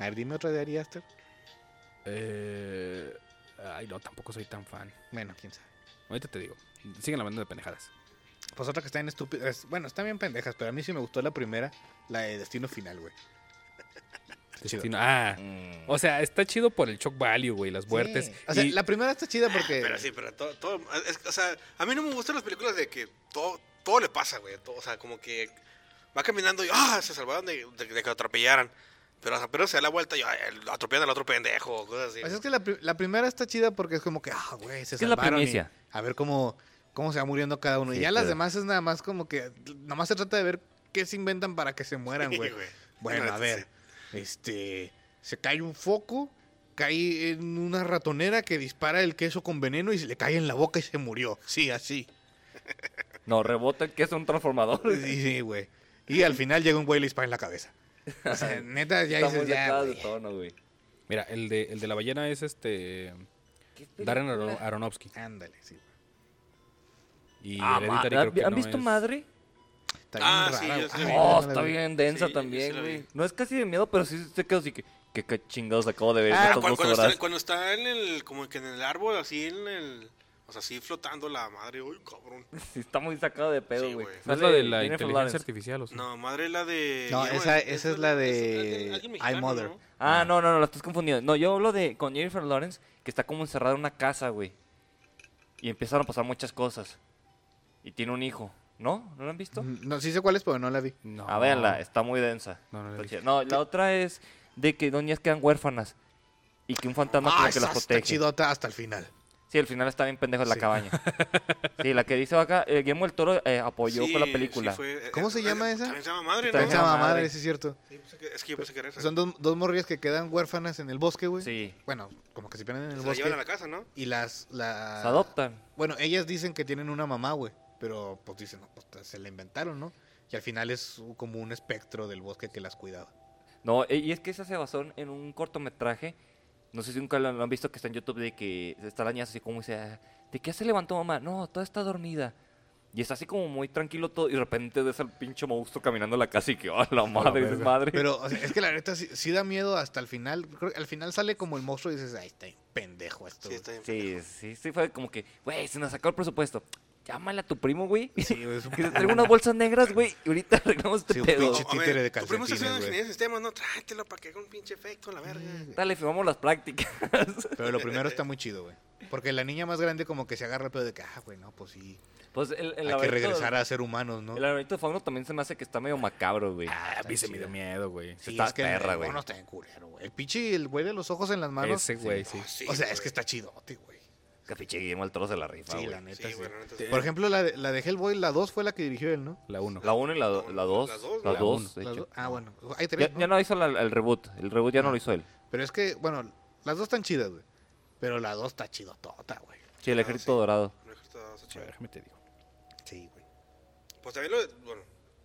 Speaker 3: A ver, dime otra de Ari Aster.
Speaker 1: Eh, Ay, no, tampoco soy tan fan.
Speaker 3: Bueno, quién sabe.
Speaker 1: Ahorita te digo. Siguen la banda de pendejadas.
Speaker 3: Pues otra que está en estúpida. es- Bueno, están bien pendejas, pero a mí sí me gustó la primera, la de Destino Final, güey. chido.
Speaker 1: Destino- Ah,
Speaker 2: Mm.
Speaker 1: o sea, está chido por el shock value, güey, las muertes.
Speaker 3: Sí. O sea,
Speaker 1: y-
Speaker 3: la primera está chida porque.
Speaker 4: Pero sí, pero todo, todo- es- o sea, a mí no me gustan las películas de que todo, todo le pasa, güey. Todo, o sea, como que va caminando y ah, se salvaron de, de- de que lo atropellaran. Pero, o sea, pero se da la vuelta y ah, el- atropellan al otro pendejo, cosas así.
Speaker 3: Pues es que la, pri- la primera está chida porque es como que, ah, güey, se
Speaker 2: Es que es la
Speaker 3: salvaron y
Speaker 2: primicia.
Speaker 3: A ver cómo, cómo se va muriendo cada uno.
Speaker 2: Sí,
Speaker 3: y ya las
Speaker 2: claro.
Speaker 3: demás es nada más como que, nomás se trata de ver qué se inventan para que se mueran,
Speaker 4: Sí,
Speaker 3: güey.
Speaker 4: güey.
Speaker 3: bueno,
Speaker 4: La
Speaker 3: a
Speaker 4: neta,
Speaker 3: ver, este, se cae un foco, cae en una ratonera que dispara el queso con veneno y se le cae en la boca y se murió. Sí, así.
Speaker 2: No, rebota que es un transformador.
Speaker 3: Sí, sí, güey. Y al final llega un güey y le dispara en la cabeza. O sea, neta, ya
Speaker 2: Está muy
Speaker 3: dices, ya,
Speaker 2: sacado
Speaker 3: güey.
Speaker 2: de tono, güey.
Speaker 1: Mira, el de, el de la ballena es este. Darren Aro- Aronofsky.
Speaker 3: Ándale, sí.
Speaker 1: Y
Speaker 2: Ah, ma-
Speaker 1: Hereditary creo
Speaker 2: ¿Han,
Speaker 1: que
Speaker 2: ¿han
Speaker 1: no
Speaker 2: visto
Speaker 1: es-
Speaker 2: Madre?
Speaker 3: Está
Speaker 4: Ah,
Speaker 3: bien
Speaker 4: sí,
Speaker 3: rara,
Speaker 4: yo
Speaker 3: güey.
Speaker 4: sí.
Speaker 3: Ay,
Speaker 2: Oh,
Speaker 3: no la
Speaker 2: está
Speaker 3: vi.
Speaker 2: bien densa
Speaker 4: Sí, yo sí
Speaker 2: también,
Speaker 4: la
Speaker 2: güey.
Speaker 4: vi.
Speaker 2: No es casi de miedo, pero sí se quedó así que. ¿Qué ca- chingados acabo de ver?
Speaker 3: Ah,
Speaker 2: estas
Speaker 4: Cuando,
Speaker 2: dos
Speaker 4: cuando
Speaker 2: horas?
Speaker 4: está, cuando está en el, como que en el árbol, así en el, o sea, así flotando la madre, uy, cabrón.
Speaker 2: Sí, está muy sacado de pedo,
Speaker 4: Sí,
Speaker 2: güey.
Speaker 4: güey.
Speaker 1: ¿No es la
Speaker 2: Sale
Speaker 1: de la
Speaker 2: Jennifer
Speaker 1: inteligencia
Speaker 2: Lawrence.
Speaker 1: artificial o sea?
Speaker 4: No, madre la de...
Speaker 3: Pues No, esa- esa es la de
Speaker 4: es alguien mexicano,
Speaker 3: I, Mother.
Speaker 4: ¿no?
Speaker 2: Ah, no, no, no, la estás confundiendo. No, yo hablo de con Jennifer Lawrence, que está como encerrada en una casa, güey. Y empezaron a pasar muchas cosas. Y tiene un hijo. ¿No? ¿No lo han visto?
Speaker 3: Mm, No, sí sé cuál es, pero no la vi.
Speaker 1: Mm, No.
Speaker 2: Ah, véanla, está muy densa.
Speaker 1: No, no la he
Speaker 2: Está
Speaker 1: visto.
Speaker 2: chida. No, la otra es de que doñas quedan huérfanas y que un fantasma
Speaker 3: Ah,
Speaker 2: como que
Speaker 3: esa
Speaker 2: las
Speaker 3: está
Speaker 2: protege.
Speaker 3: chidota hasta el final.
Speaker 2: Sí, al final está bien pendejo en la
Speaker 3: Sí.
Speaker 2: cabaña. Sí, la que dice acá, eh, Guillermo del Toro eh, apoyó
Speaker 4: Sí,
Speaker 2: con la
Speaker 4: sí
Speaker 2: película.
Speaker 4: fue- eh,
Speaker 3: ¿Cómo se llama esa?
Speaker 4: También se llama madre,
Speaker 2: También
Speaker 4: ¿no?
Speaker 3: También se
Speaker 2: llama
Speaker 3: llama
Speaker 2: madre.
Speaker 3: madre, sí es cierto.
Speaker 4: Sí, pensé que- es que yo pensé que era esa.
Speaker 3: Son dos, dos morrillas que quedan huérfanas en el bosque, güey.
Speaker 2: Sí.
Speaker 3: Bueno, como que se pierden en el
Speaker 4: Se la
Speaker 3: bosque.
Speaker 4: llevan a la casa, ¿no?
Speaker 3: Y las, las...
Speaker 2: Se adoptan.
Speaker 3: Bueno, ellas dicen que tienen una mamá, güey. Pero pues dicen, no, pues se la inventaron, ¿no? Y al final es como un espectro del bosque que las cuidaba.
Speaker 2: No, eh, y es que esa se basó en un cortometraje. No sé si nunca lo, lo han visto que está en YouTube de que está la niña así como dice, "Ah, ¿de qué se levantó mamá? No, toda está dormida. Y está así como muy tranquilo todo y de repente ves al pinche monstruo caminando a la casa y que, ¡ah, la madre,
Speaker 1: verga.
Speaker 2: desmadre!
Speaker 3: Pero o sea, es que la neta sí, sí da miedo hasta el final. Creo que al final sale como el monstruo y dices, ay, está bien pendejo esto.
Speaker 4: Sí,
Speaker 3: güey".
Speaker 4: está
Speaker 2: Sí,
Speaker 4: bien.
Speaker 2: sí, sí, fue como que, güey, se nos sacó el presupuesto. Llámale a tu primo, güey.
Speaker 3: Sí, güey, es un-
Speaker 2: Que te traigo unas bolsas negras, güey. Y ahorita arreglamos este
Speaker 3: Sí, un
Speaker 2: pedo.
Speaker 4: No,
Speaker 3: pinche
Speaker 4: a ver,
Speaker 3: títere de
Speaker 4: Tu primo
Speaker 3: calcetines,
Speaker 4: está haciendo
Speaker 3: güey. Mm.
Speaker 4: ingeniería de sistemas, no, tráetelo para que haga un pinche efecto, la verga.
Speaker 2: Dale, firmamos las prácticas.
Speaker 3: Pero lo primero está muy chido, güey. Porque la niña más grande como que se agarra el pedo de que, ah, güey, no, pues sí.
Speaker 2: Pues el, el
Speaker 3: Hay que
Speaker 2: laberinto-
Speaker 3: regresar a ser humanos, ¿no?
Speaker 2: El laberinto de Fauno también se me hace que está medio macabro, güey.
Speaker 1: Ah, a mí se me
Speaker 3: chida.
Speaker 1: dio miedo, güey.
Speaker 3: Sí,
Speaker 2: está
Speaker 3: es que
Speaker 2: perra,
Speaker 3: el
Speaker 2: güey.
Speaker 3: mono está en culero, güey. El pinche, el güey de los ojos en las manos.
Speaker 1: Ese güey, sí.
Speaker 4: Ah, sí,
Speaker 3: o sea,
Speaker 4: güey.
Speaker 3: es que está chidote, güey.
Speaker 2: Que pinche Guillermo del Toro se la rifa,
Speaker 3: Sí,
Speaker 2: güey.
Speaker 3: la
Speaker 4: Sí,
Speaker 3: neta, sí.
Speaker 4: güey, la neta, sí.
Speaker 3: Por ejemplo, la de, la de Hellboy, la 2 fue la que dirigió él, ¿no?
Speaker 1: La 1.
Speaker 2: La 1 y la 2.
Speaker 4: No,
Speaker 2: La
Speaker 4: las
Speaker 2: 2,
Speaker 4: dos,
Speaker 2: la
Speaker 1: la
Speaker 2: dos,
Speaker 1: uno.
Speaker 2: de
Speaker 3: Las
Speaker 2: hecho.
Speaker 3: do- ah, bueno. Hay tres,
Speaker 2: Ya,
Speaker 3: ¿no?
Speaker 2: ya no hizo la- el reboot. El reboot ya
Speaker 3: Ah.
Speaker 2: no lo hizo él.
Speaker 3: Pero es que, bueno, las dos están chidas, güey. Pero la 2 está chidotota, güey.
Speaker 2: Sí, el
Speaker 4: Ah,
Speaker 2: ejército
Speaker 4: sí.
Speaker 2: dorado.
Speaker 4: No, está- está
Speaker 1: A ver,
Speaker 4: chévere.
Speaker 1: déjame te digo.
Speaker 3: Sí, güey.
Speaker 4: Pues también lo de- bueno,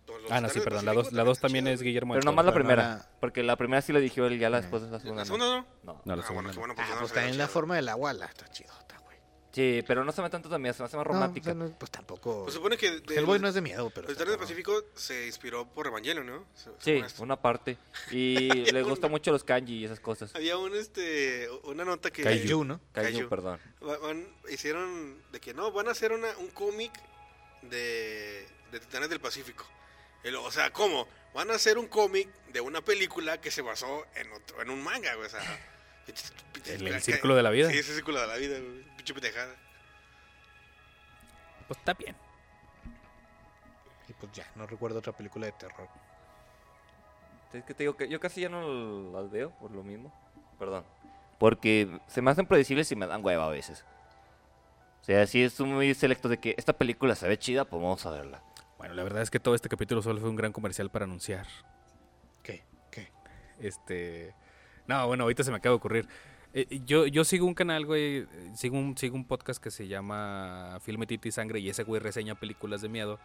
Speaker 4: los- los
Speaker 1: Ah, no, sí,
Speaker 4: Titanes
Speaker 1: perdón. La
Speaker 4: del
Speaker 1: 2
Speaker 4: Pacífico
Speaker 1: la dos
Speaker 4: está
Speaker 1: también
Speaker 4: chida,
Speaker 1: es
Speaker 4: güey.
Speaker 1: Guillermo
Speaker 2: Pero
Speaker 1: del
Speaker 2: nomás la
Speaker 1: Toro.
Speaker 2: primera.
Speaker 3: la-
Speaker 2: Porque la primera sí la dirigió él, ya la después de la segunda. no.
Speaker 4: La segunda
Speaker 2: No.
Speaker 4: no.
Speaker 1: No, la
Speaker 4: Ah, bueno,
Speaker 1: segunda
Speaker 4: qué
Speaker 1: no.
Speaker 4: bueno, porque
Speaker 3: Ah,
Speaker 4: no
Speaker 3: pues
Speaker 4: se le
Speaker 3: también la
Speaker 4: chida.
Speaker 3: forma del agua, la está chidota, güey.
Speaker 2: Sí, pero no se me tanto también, se me hace más
Speaker 3: No, o sea,
Speaker 2: romántica.
Speaker 3: no, pues tampoco.
Speaker 4: Pues supone que.
Speaker 3: el boy no es de miedo, pero.
Speaker 4: El
Speaker 3: está
Speaker 4: Titanes del
Speaker 3: cabrón.
Speaker 4: Pacífico se inspiró por Evangelion, ¿no? Se-
Speaker 2: Sí,
Speaker 4: según esto.
Speaker 2: una parte. Y les gusta mucho los kanji y esas cosas.
Speaker 4: Había un, este, una nota que.
Speaker 3: Kaiju, ¿no?
Speaker 2: Kaiju,
Speaker 4: Kaiju.
Speaker 2: perdón.
Speaker 4: Va- van- hicieron de que no, van a hacer una, un cómic de, de Titanes del Pacífico. Y luego, o sea, ¿cómo? Van a hacer un cómic de una película que se basó en otro, en un manga, güey. O sea, pinches- pinches-
Speaker 1: El- el
Speaker 4: que-
Speaker 1: círculo de la vida.
Speaker 4: Sí, es el círculo de la vida, güey. Pinche pendejada.
Speaker 1: Pues está bien.
Speaker 3: Y pues ya, no recuerdo otra película de terror.
Speaker 2: Es que te digo que yo casi ya no las veo por lo mismo. Perdón. Porque se me hacen predecibles y me dan hueva a veces. O sea, sí es muy selecto de que esta película se ve chida, pues vamos a verla.
Speaker 1: Bueno, la verdad es que todo este capítulo solo fue un gran comercial para anunciar.
Speaker 3: ¿Qué? ¿Qué?
Speaker 1: Este. No, bueno, ahorita se me acaba de ocurrir. Eh, yo, yo sigo un canal, güey. eh, Sigo un, sigo un podcast que se llama Filme Titi y Sangre y ese güey reseña películas de miedo.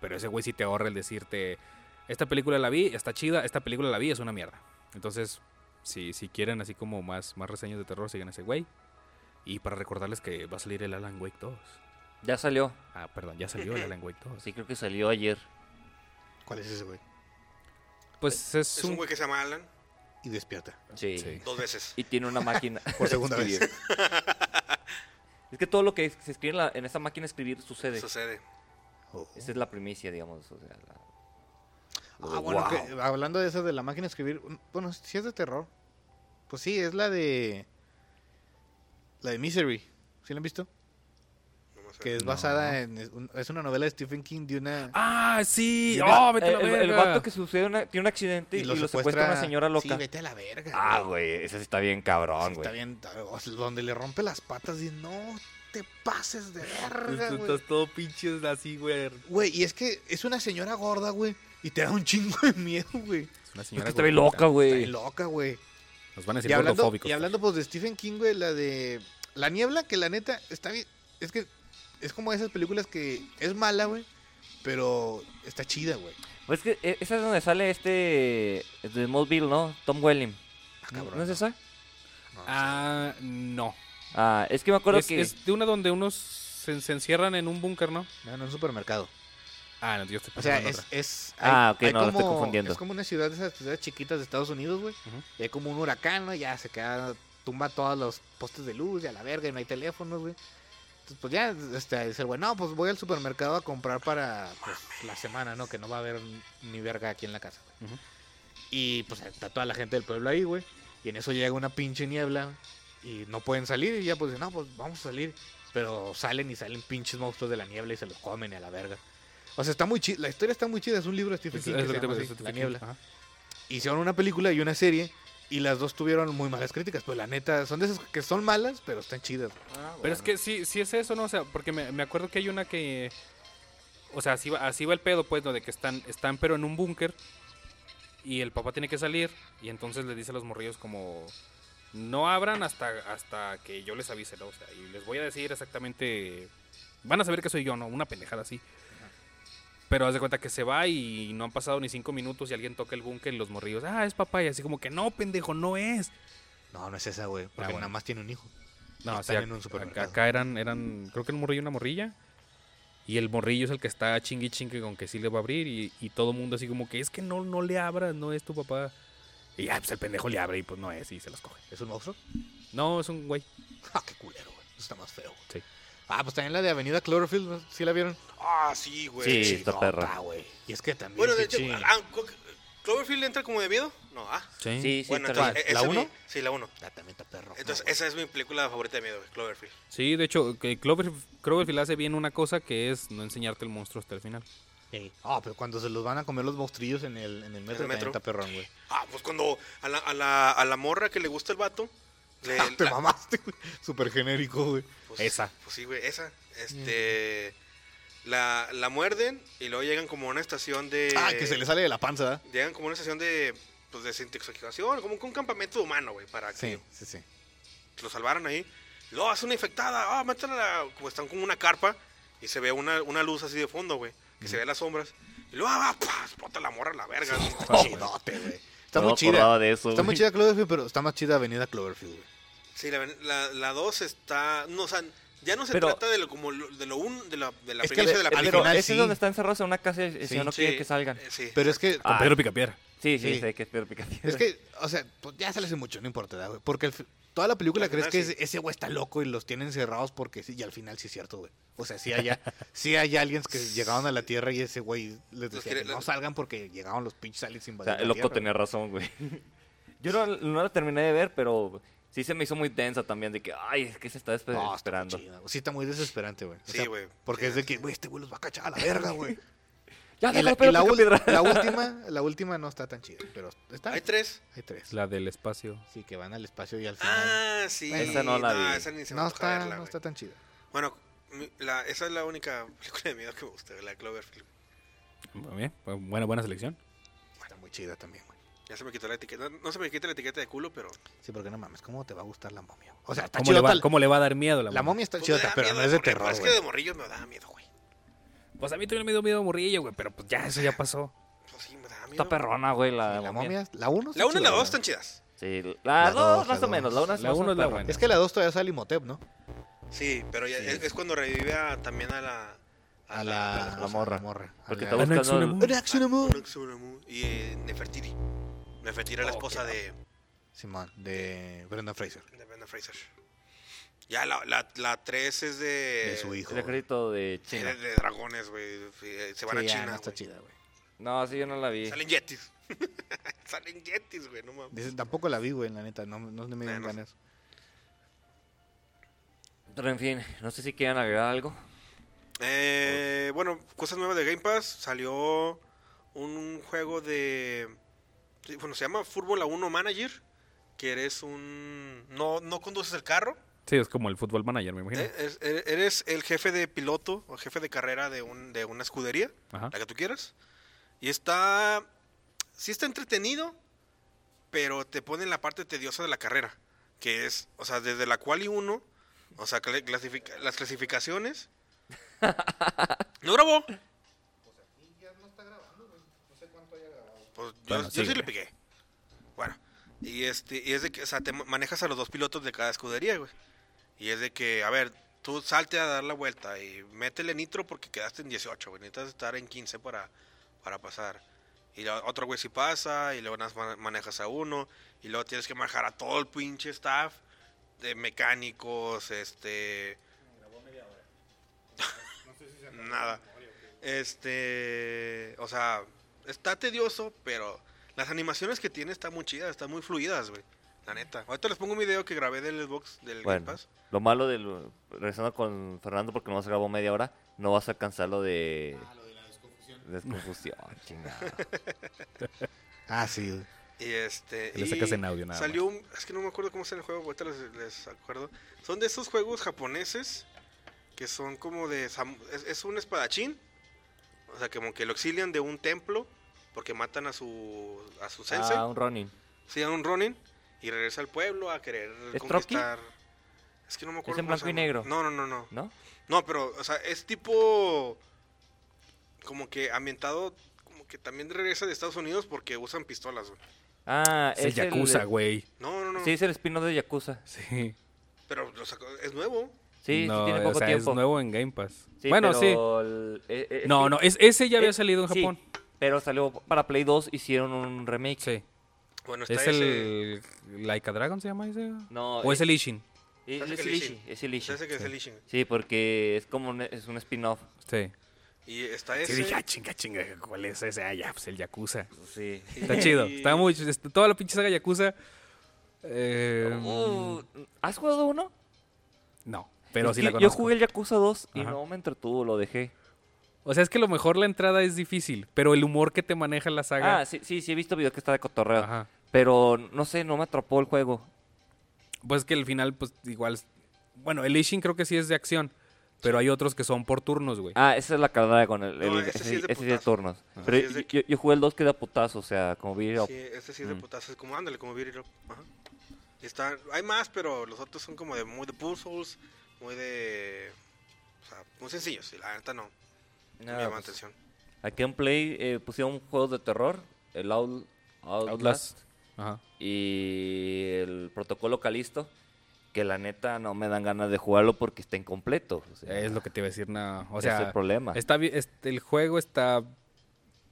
Speaker 1: Pero ese güey sí te ahorra el decirte: Esta película la vi, está chida, esta película la vi, es una mierda. Entonces, si, si quieren así como más, más reseñas de terror, sigan a ese güey. Y para recordarles que va a salir el Alan Wake 2.
Speaker 2: Ya salió.
Speaker 1: Ah, perdón, ya salió el Alan Wake 2.
Speaker 2: Sí, creo que salió ayer.
Speaker 3: ¿Cuál es ese güey?
Speaker 1: Pues es,
Speaker 4: Es un güey que se llama Alan
Speaker 3: Y despierta.
Speaker 2: Sí.
Speaker 1: Sí.
Speaker 4: dos veces.
Speaker 2: Y tiene una máquina.
Speaker 3: Por segunda
Speaker 2: de
Speaker 3: vez.
Speaker 2: escribir. Es que todo lo que se escribe en, la- en esa máquina de escribir sucede.
Speaker 4: Sucede.
Speaker 3: Oh.
Speaker 2: Esa es la primicia, digamos. o sea, la-
Speaker 3: Ah, bueno,
Speaker 2: Wow.
Speaker 3: que, hablando de eso de la máquina de escribir, un- bueno, si es de terror. Pues sí, es la de. La de Misery. ¿Sí la han visto?
Speaker 4: No más
Speaker 3: Que es
Speaker 1: No.
Speaker 3: basada en. Es un- es una novela de Stephen King de una.
Speaker 1: ¡Ah, sí!
Speaker 2: Tiene-
Speaker 1: ¡Oh, vete a la
Speaker 2: el, el
Speaker 1: verga!
Speaker 2: vato que sucede una- tiene un accidente y, lo secuestra una señora
Speaker 3: Sí,
Speaker 2: loca.
Speaker 3: vete a la verga.
Speaker 2: ah,
Speaker 3: güey.
Speaker 2: güey, ese sí está bien
Speaker 3: Sí,
Speaker 2: cabrón, güey.
Speaker 3: Está bien, o sea, donde le rompe las patas y no te pases de verga, güey.
Speaker 1: todo pinches así, güey. Es
Speaker 3: Güey, y es que es una señora gorda, güey, y te da un chingo de miedo, güey.
Speaker 1: una
Speaker 2: Es
Speaker 1: señora
Speaker 2: que está bien
Speaker 1: gordita.
Speaker 2: loca,
Speaker 3: Está
Speaker 2: güey.
Speaker 3: bien loca, güey.
Speaker 1: Nos van a
Speaker 3: Y
Speaker 1: decir
Speaker 3: hablando,
Speaker 1: gordofóbicos.
Speaker 3: y hablando pues de Stephen King, güey, la de La Niebla, que la neta está bien, es que es como esas películas que es mala, güey, pero está chida, güey.
Speaker 2: Pues es que eh, esa es donde sale este. el de Smallville, ¿no? Tom Welling.
Speaker 3: Ah,
Speaker 2: ¿No-
Speaker 3: cabrón,
Speaker 2: ¿No es esa?
Speaker 3: no,
Speaker 1: Ah, no.
Speaker 2: Ah, es que me acuerdo
Speaker 1: es,
Speaker 2: que.
Speaker 1: es de una donde unos se, se encierran en un búnker, ¿no?
Speaker 3: no, no, en un supermercado.
Speaker 1: Ah, no, yo estoy
Speaker 3: O sea,
Speaker 1: pensando en
Speaker 3: es,
Speaker 1: otra.
Speaker 3: es
Speaker 2: Ah, ok, no, la estoy confundiendo.
Speaker 3: Es como una ciudad de esas ciudades chiquitas de Estados Unidos, güey.
Speaker 1: Ujú.
Speaker 3: Y hay como un huracán, ¿no? Ya se queda, tumba todos los postes de luz y a la verga y no hay teléfonos, güey. Entonces, pues ya, este, dice el güey, no, pues voy al supermercado a comprar para pues, la semana, ¿no? Que no va a haber ni verga aquí en la casa, güey.
Speaker 1: Ujú.
Speaker 3: Y pues está toda la gente del pueblo ahí, güey. Y en eso llega una pinche niebla y no pueden salir y ya pues dicen, no, pues vamos a salir. Pero salen y salen pinches monstruos de la niebla y se los comen y a la verga. O sea, está muy chida, la historia está muy chida, es un libro de Stephen
Speaker 1: Es-
Speaker 3: King
Speaker 1: es
Speaker 3: que
Speaker 1: lo
Speaker 3: se
Speaker 1: que te
Speaker 3: llama
Speaker 1: pensé,
Speaker 3: así,
Speaker 1: Stephen
Speaker 3: La
Speaker 1: King.
Speaker 3: Niebla.
Speaker 1: Ajá.
Speaker 3: Hicieron una película y una serie y las dos tuvieron muy malas críticas, pero la neta, son de esas que son malas, pero están chidas.
Speaker 1: Pero es que sí, sí es eso, ¿no? O sea, porque me, me acuerdo que hay una que. O sea, así va, así va el pedo, pues, ¿no? De que están, están pero en un búnker. Y el papá tiene que salir. Y entonces le dice a los morrillos como. No abran hasta, hasta que yo les avise, ¿no? O sea, y les voy a decir exactamente. Van a saber que soy yo, ¿no? Una pendejada así. Pero haz de cuenta que se va y no han pasado ni cinco minutos y alguien toca el búnker y los morrillos, ah, es papá. Y así como que no, pendejo, no es.
Speaker 3: No, no es esa, güey, porque
Speaker 1: Ah, bueno.
Speaker 3: nada más tiene un hijo.
Speaker 1: No,
Speaker 3: Están
Speaker 1: o sea,
Speaker 3: en un
Speaker 1: acá-
Speaker 3: supermercado.
Speaker 1: Este, Acá eran, eran, creo que un morrillo y una morrilla. Y el morrillo es el que está chingui chingue con que sí le va a abrir. Y, y todo el mundo así como que es que no, no le abras, no es tu papá. Y ya, pues el pendejo le abre y pues no es, y se los coge.
Speaker 3: ¿Es un monstruo?
Speaker 1: No, es un güey.
Speaker 3: Ah, qué culero, güey. Eso está más feo, güey.
Speaker 1: Sí.
Speaker 3: Ah, pues también la de Avenida Cloverfield, ¿no? ¿sí la vieron?
Speaker 4: Ah, sí, güey.
Speaker 2: Sí, está
Speaker 3: Chidota,
Speaker 2: perra.
Speaker 3: güey. Y es que también.
Speaker 4: Bueno, de hecho,
Speaker 3: pinche-
Speaker 4: ah, Co- ¿Cloverfield entra como de miedo? No, ah.
Speaker 1: Sí.
Speaker 2: Sí, sí,
Speaker 4: bueno,
Speaker 2: está
Speaker 4: entonces,
Speaker 2: bien.
Speaker 4: eh,
Speaker 3: ¿La
Speaker 4: esa es
Speaker 3: uno?
Speaker 4: mi- Sí, la 1.
Speaker 3: Ah, también está perro.
Speaker 4: Entonces,
Speaker 3: No,
Speaker 4: esa es mi película favorita de miedo, güey, Cloverfield.
Speaker 1: Sí, de hecho, que Clover, Cloverfield hace bien una cosa que es no enseñarte el monstruo hasta el final.
Speaker 3: güey. Sí. Ah, pero cuando se los van a comer los monstrillos en el, en el metro, también
Speaker 4: metro.
Speaker 3: está perrón, güey.
Speaker 4: Ah, pues cuando a la, a la, a la morra que le gusta el vato. le-
Speaker 3: Ah, te
Speaker 4: la-
Speaker 3: mamaste, güey. Súper genérico, güey.
Speaker 4: pues,
Speaker 1: Esa.
Speaker 4: Pues sí, güey, esa. Este.
Speaker 3: Mm.
Speaker 4: La, la muerden y luego llegan como a una estación de.
Speaker 3: Ah, que se le sale de la panza, ¿verdad?
Speaker 4: Llegan como a una estación de. Pues de desintoxicación, como que un campamento humano, güey, para que
Speaker 3: Sí, sí, sí.
Speaker 4: lo salvaran ahí. Luego hace una infectada, ah, métanla, a la-". como están como una carpa y se ve una, una luz así de fondo, güey,
Speaker 3: Mm.
Speaker 4: que se ve las sombras. Y luego, ah, pa, explota la morra a la verga.
Speaker 3: Chidote, güey. Está
Speaker 2: No
Speaker 3: muy
Speaker 2: me acordaba
Speaker 3: chida.
Speaker 2: de eso,
Speaker 3: Está
Speaker 2: güey.
Speaker 3: muy chida Cloverfield, pero está más chida Avenida Cloverfield, güey.
Speaker 4: Sí, la, ven- la, 2 está. No, o sea, Ya no se
Speaker 2: Pero-
Speaker 4: trata de lo, como lo- de lo un, de la, de la
Speaker 3: Es que
Speaker 4: premisa
Speaker 3: el-
Speaker 4: de la
Speaker 3: el-
Speaker 2: Eh, Pero
Speaker 3: al
Speaker 4: película.
Speaker 3: final
Speaker 2: ese
Speaker 3: sí.
Speaker 2: es donde está encerrados en una casa y el
Speaker 3: Sí.
Speaker 2: señor no
Speaker 4: Sí,
Speaker 2: quiere que salgan.
Speaker 4: eh, Sí.
Speaker 3: Pero es que,
Speaker 1: Con
Speaker 2: Ah.
Speaker 1: Pedro Picapiedra.
Speaker 2: Sí, sí,
Speaker 3: Sí.
Speaker 2: sé que es Pedro Picapiedra.
Speaker 3: es que, o sea, pues ya sale hace mucho, no importa, ¿verdad, güey. Porque al fi- toda la película
Speaker 4: Al
Speaker 3: crees
Speaker 4: final
Speaker 3: que
Speaker 4: sí.
Speaker 3: ese- ese güey está loco y los tienen encerrados porque sí, y al final sí es cierto, güey. O sea, sí hay, sí hay aliens que llegaron a la Tierra y ese güey les decía
Speaker 4: quiere-
Speaker 3: que no
Speaker 4: los-
Speaker 3: salgan porque llegaron los pinches aliens
Speaker 2: O
Speaker 3: invadidos.
Speaker 2: sea, el loco tenía razón, güey. Yo no, no la terminé de ver, pero sí se me hizo muy densa también de que, ay, es que se está despe-
Speaker 3: No, está muy
Speaker 2: esperando.
Speaker 3: chida, güey. Sí, está muy desesperante, güey. O
Speaker 4: Sí,
Speaker 3: sea,
Speaker 4: güey.
Speaker 3: Porque
Speaker 4: Sí,
Speaker 3: es de
Speaker 4: sí.
Speaker 3: que, güey, este güey los va a cachar a la verga, güey.
Speaker 2: Ya,
Speaker 3: y
Speaker 2: déjalo,
Speaker 3: la, y
Speaker 2: Pedro
Speaker 3: la ul-
Speaker 2: Picapiedra.
Speaker 3: la última, la última no está tan chida, pero está.
Speaker 4: Hay tres.
Speaker 3: Hay tres.
Speaker 1: La del espacio.
Speaker 3: Sí, que van al espacio y al final.
Speaker 4: Ah, sí.
Speaker 2: Esa no la vi.
Speaker 4: esa ni se me
Speaker 3: no
Speaker 4: antoja
Speaker 3: está,
Speaker 4: verla,
Speaker 3: no
Speaker 4: güey.
Speaker 3: está tan chida.
Speaker 4: Bueno, mi- la, esa es la única película de miedo que me gusta, la de Cloverfield.
Speaker 1: Muy bien, bu- buena, buena selección.
Speaker 3: Está muy chida también, güey.
Speaker 4: Ya se me quitó la etiqueta. No, no se me quita la etiqueta de culo, pero. pues,
Speaker 3: Sí, porque no mames, ¿cómo te va a gustar la momia? güey? O sea, está
Speaker 1: ¿Cómo le,
Speaker 3: chidota
Speaker 1: va,
Speaker 3: la-
Speaker 1: ¿Cómo le va a dar miedo la,
Speaker 3: La momia está
Speaker 4: Pues me
Speaker 3: chidota,
Speaker 4: da
Speaker 3: pero
Speaker 4: miedo
Speaker 3: no
Speaker 4: de
Speaker 3: es de
Speaker 4: morrillo,
Speaker 3: terror,
Speaker 4: Es que
Speaker 3: güey.
Speaker 4: de morrillo me da miedo, güey.
Speaker 1: Pues a mí también me dio miedo morrillo, güey, pero pues ya, eso ya pasó.
Speaker 4: Pues sí, me da miedo.
Speaker 2: Está perrona, güey, la,
Speaker 3: Ah, La momia, la uno está
Speaker 4: La 1 y la
Speaker 3: chida,
Speaker 4: 2
Speaker 3: güey.
Speaker 4: están chidas.
Speaker 2: Sí, la,
Speaker 3: La
Speaker 2: dos,
Speaker 3: dos,
Speaker 2: más
Speaker 3: la
Speaker 2: o menos. La
Speaker 3: dos.
Speaker 2: una es
Speaker 1: La
Speaker 2: más o
Speaker 1: uno es la
Speaker 2: menos
Speaker 1: buena.
Speaker 3: Es que la dos todavía sale Imhotep, ¿no?
Speaker 4: Sí, pero ya- es, es cuando revive a- también a la.
Speaker 3: A la,
Speaker 4: esposa.
Speaker 3: morra. morra.
Speaker 2: Porque
Speaker 3: A
Speaker 2: está
Speaker 3: la-
Speaker 1: Anaxuna
Speaker 2: buscando... el-
Speaker 1: Moon.
Speaker 3: Una acción, amor.
Speaker 4: Onexunamu Y eh, Nefertiti. Nefertiti era la
Speaker 1: Oh,
Speaker 4: esposa
Speaker 1: qué
Speaker 4: de,
Speaker 3: Simón, de Brendan Fraser.
Speaker 4: de Brenda Fraser. Ya la 3 la, tres es de.
Speaker 3: De su hijo.
Speaker 2: El secreto de
Speaker 4: Sí,
Speaker 2: China.
Speaker 4: de, de dragones, güey. Sí, eh, Se van
Speaker 3: Sí,
Speaker 4: a
Speaker 3: ya,
Speaker 4: China.
Speaker 3: no está
Speaker 4: güey.
Speaker 3: chida, güey.
Speaker 2: No, sí, yo no la vi.
Speaker 4: Salen yetis. Salen yetis, güey, no mames.
Speaker 3: Dice, tampoco la vi, güey, la neta. No, no me dieron
Speaker 4: no sé.
Speaker 3: ganas.
Speaker 2: Pero en fin, no sé si quieran agregar algo.
Speaker 4: Eh, bueno, cosas nuevas de Game Pass. Salió un juego de. sí, Bueno, se llama Fórmula 1 Manager. Que eres un. No, no conduces el carro.
Speaker 1: Sí, es como el fútbol manager, me imagino.
Speaker 4: eh, es- er- eres el jefe de piloto o jefe de carrera de, un, de una escudería.
Speaker 1: Ajá.
Speaker 4: La que tú quieras. Y está. Sí está entretenido. Pero te pone en la parte tediosa de la carrera. Que es, o sea, desde la cual y uno. O sea, cla- clasifica- las clasificaciones. ¿No grabó? Pues
Speaker 1: Bueno,
Speaker 4: yo, yo sí
Speaker 1: síguele.
Speaker 4: le piqué. Bueno, y este, y es de que, o sea, te ma- manejas a los dos pilotos de cada escudería, güey. Y es de que, a ver, tú salte a dar la vuelta y métele nitro porque quedaste en 18, güey. Necesitas estar en 15 para, para pasar. Y la- otro güey si pasa, y luego nada más man- manejas a uno, y luego tienes que manejar a todo el pinche staff de mecánicos, este... Nada. Este, o sea, está tedioso, pero las animaciones que tiene están muy chidas, están muy fluidas, güey. La neta. Ahorita les pongo un video que grabé del Xbox, del Game
Speaker 2: Bueno,
Speaker 4: Pass.
Speaker 2: lo malo del... Regresando con Fernando porque no se grabó media hora, no vas a alcanzar lo de...
Speaker 4: Ah,
Speaker 2: Desconfusión, chingada.
Speaker 3: Ah, sí, güey.
Speaker 4: Y este.
Speaker 1: Le
Speaker 4: y
Speaker 1: sacas en audio nada
Speaker 4: Salió un. Es que no me acuerdo cómo se el juego, ahorita les, les acuerdo. Son de esos juegos japoneses que son como de. sam- Es, es un espadachín. O sea, como que lo exilian de un templo porque matan a su. a su sensei.
Speaker 2: Ah, un Ronin.
Speaker 4: Sí, a un Ronin. Y regresa al pueblo a querer
Speaker 2: ¿Es Troki?
Speaker 4: conquistar. Es que no me acuerdo.
Speaker 2: ¿Es en
Speaker 4: cómo se
Speaker 2: blanco y
Speaker 4: llama.
Speaker 2: negro?
Speaker 4: No, no, no, no.
Speaker 2: ¿No?
Speaker 4: No, pero, o sea, es tipo. Como que ambientado. Como que también regresa de Estados Unidos porque usan pistolas, güey.
Speaker 2: Ah,
Speaker 1: Es el Yakuza, güey.
Speaker 4: No, no, no.
Speaker 2: Sí, es el spin-off de Yakuza.
Speaker 1: Sí.
Speaker 4: Pero lo sacó- es nuevo.
Speaker 2: Sí,
Speaker 1: No,
Speaker 2: sí tiene
Speaker 1: o
Speaker 2: poco
Speaker 1: sea,
Speaker 2: tiempo.
Speaker 1: es nuevo en Game Pass.
Speaker 2: Sí,
Speaker 1: bueno, sí.
Speaker 2: pero el- eh, eh,
Speaker 1: No,
Speaker 2: sí.
Speaker 1: no, es, ese ya había
Speaker 2: Eh,
Speaker 1: salido en
Speaker 2: sí,
Speaker 1: Japón.
Speaker 2: pero salió para Play 2, hicieron un remake.
Speaker 1: Sí.
Speaker 4: Bueno, está
Speaker 1: ¿Es
Speaker 4: ese.
Speaker 1: el Like a Dragon se llama ese?
Speaker 2: No,
Speaker 1: ¿O es
Speaker 2: eh,
Speaker 1: el Ishin?
Speaker 2: eh,
Speaker 4: Parece
Speaker 2: Es
Speaker 4: que
Speaker 2: el
Speaker 4: le
Speaker 2: Ishi,
Speaker 4: hicieron.
Speaker 2: es el Ishi.
Speaker 4: está ese que es
Speaker 1: sí.
Speaker 4: el Ishin.
Speaker 2: Sí, porque es como un, es un spin-off.
Speaker 1: Sí.
Speaker 4: Y está
Speaker 1: Sí,
Speaker 4: ese.
Speaker 1: dije, ah, chinga, chinga, ¿cuál es ese? Ah, ya, pues el Yakuza.
Speaker 2: Sí.
Speaker 1: Está chido. Está muy ch- est- Toda la pinche saga Yakuza. eh,
Speaker 2: Oh, ¿Has jugado uno?
Speaker 1: no, pero
Speaker 2: Es
Speaker 1: sí
Speaker 2: que
Speaker 1: la
Speaker 2: Yo
Speaker 1: conozco.
Speaker 2: jugué el Yakuza 2 y
Speaker 1: Ajá.
Speaker 2: no me entretuvo, lo dejé.
Speaker 1: O sea, es que lo mejor la entrada es difícil, pero el humor que te maneja la saga.
Speaker 2: Ah, sí, sí, sí, he visto videos que está de cotorreo.
Speaker 1: Ajá.
Speaker 2: Pero no sé, no me atrapó el juego.
Speaker 1: Pues que el final, pues igual. es- Bueno, el Ishin creo que sí es de acción, pero hay otros que son por turnos, güey.
Speaker 2: Ah, esa es la carnada con el. el-
Speaker 4: No, ese
Speaker 2: ese,
Speaker 4: sí es de
Speaker 2: ese sí es de
Speaker 4: putazo.
Speaker 2: turnos.
Speaker 4: Ajá.
Speaker 2: Pero
Speaker 4: Sí, es de-
Speaker 2: yo, yo jugué el 2 que era putazo, o sea, como video.
Speaker 4: Sí, este sí es de
Speaker 2: Mm.
Speaker 4: putazo. Es como, ándale, como Beat It Up. Ajá. Y está- hay más, pero los otros son como de muy de puzzles, muy de. O sea, muy sencillos. Y la neta no. No, me llama la
Speaker 1: pues,
Speaker 4: atención.
Speaker 2: Aquí en Play eh, pusieron juegos de terror, el Out- Outlast,
Speaker 1: Outlast. Ajá.
Speaker 2: y el Protocolo Calisto. que la neta no me dan ganas de jugarlo porque está incompleto. o sea,
Speaker 1: Es lo que te iba a decir, no. O
Speaker 2: Es
Speaker 1: sea,
Speaker 2: el problema.
Speaker 1: Está, bi- es- el juego está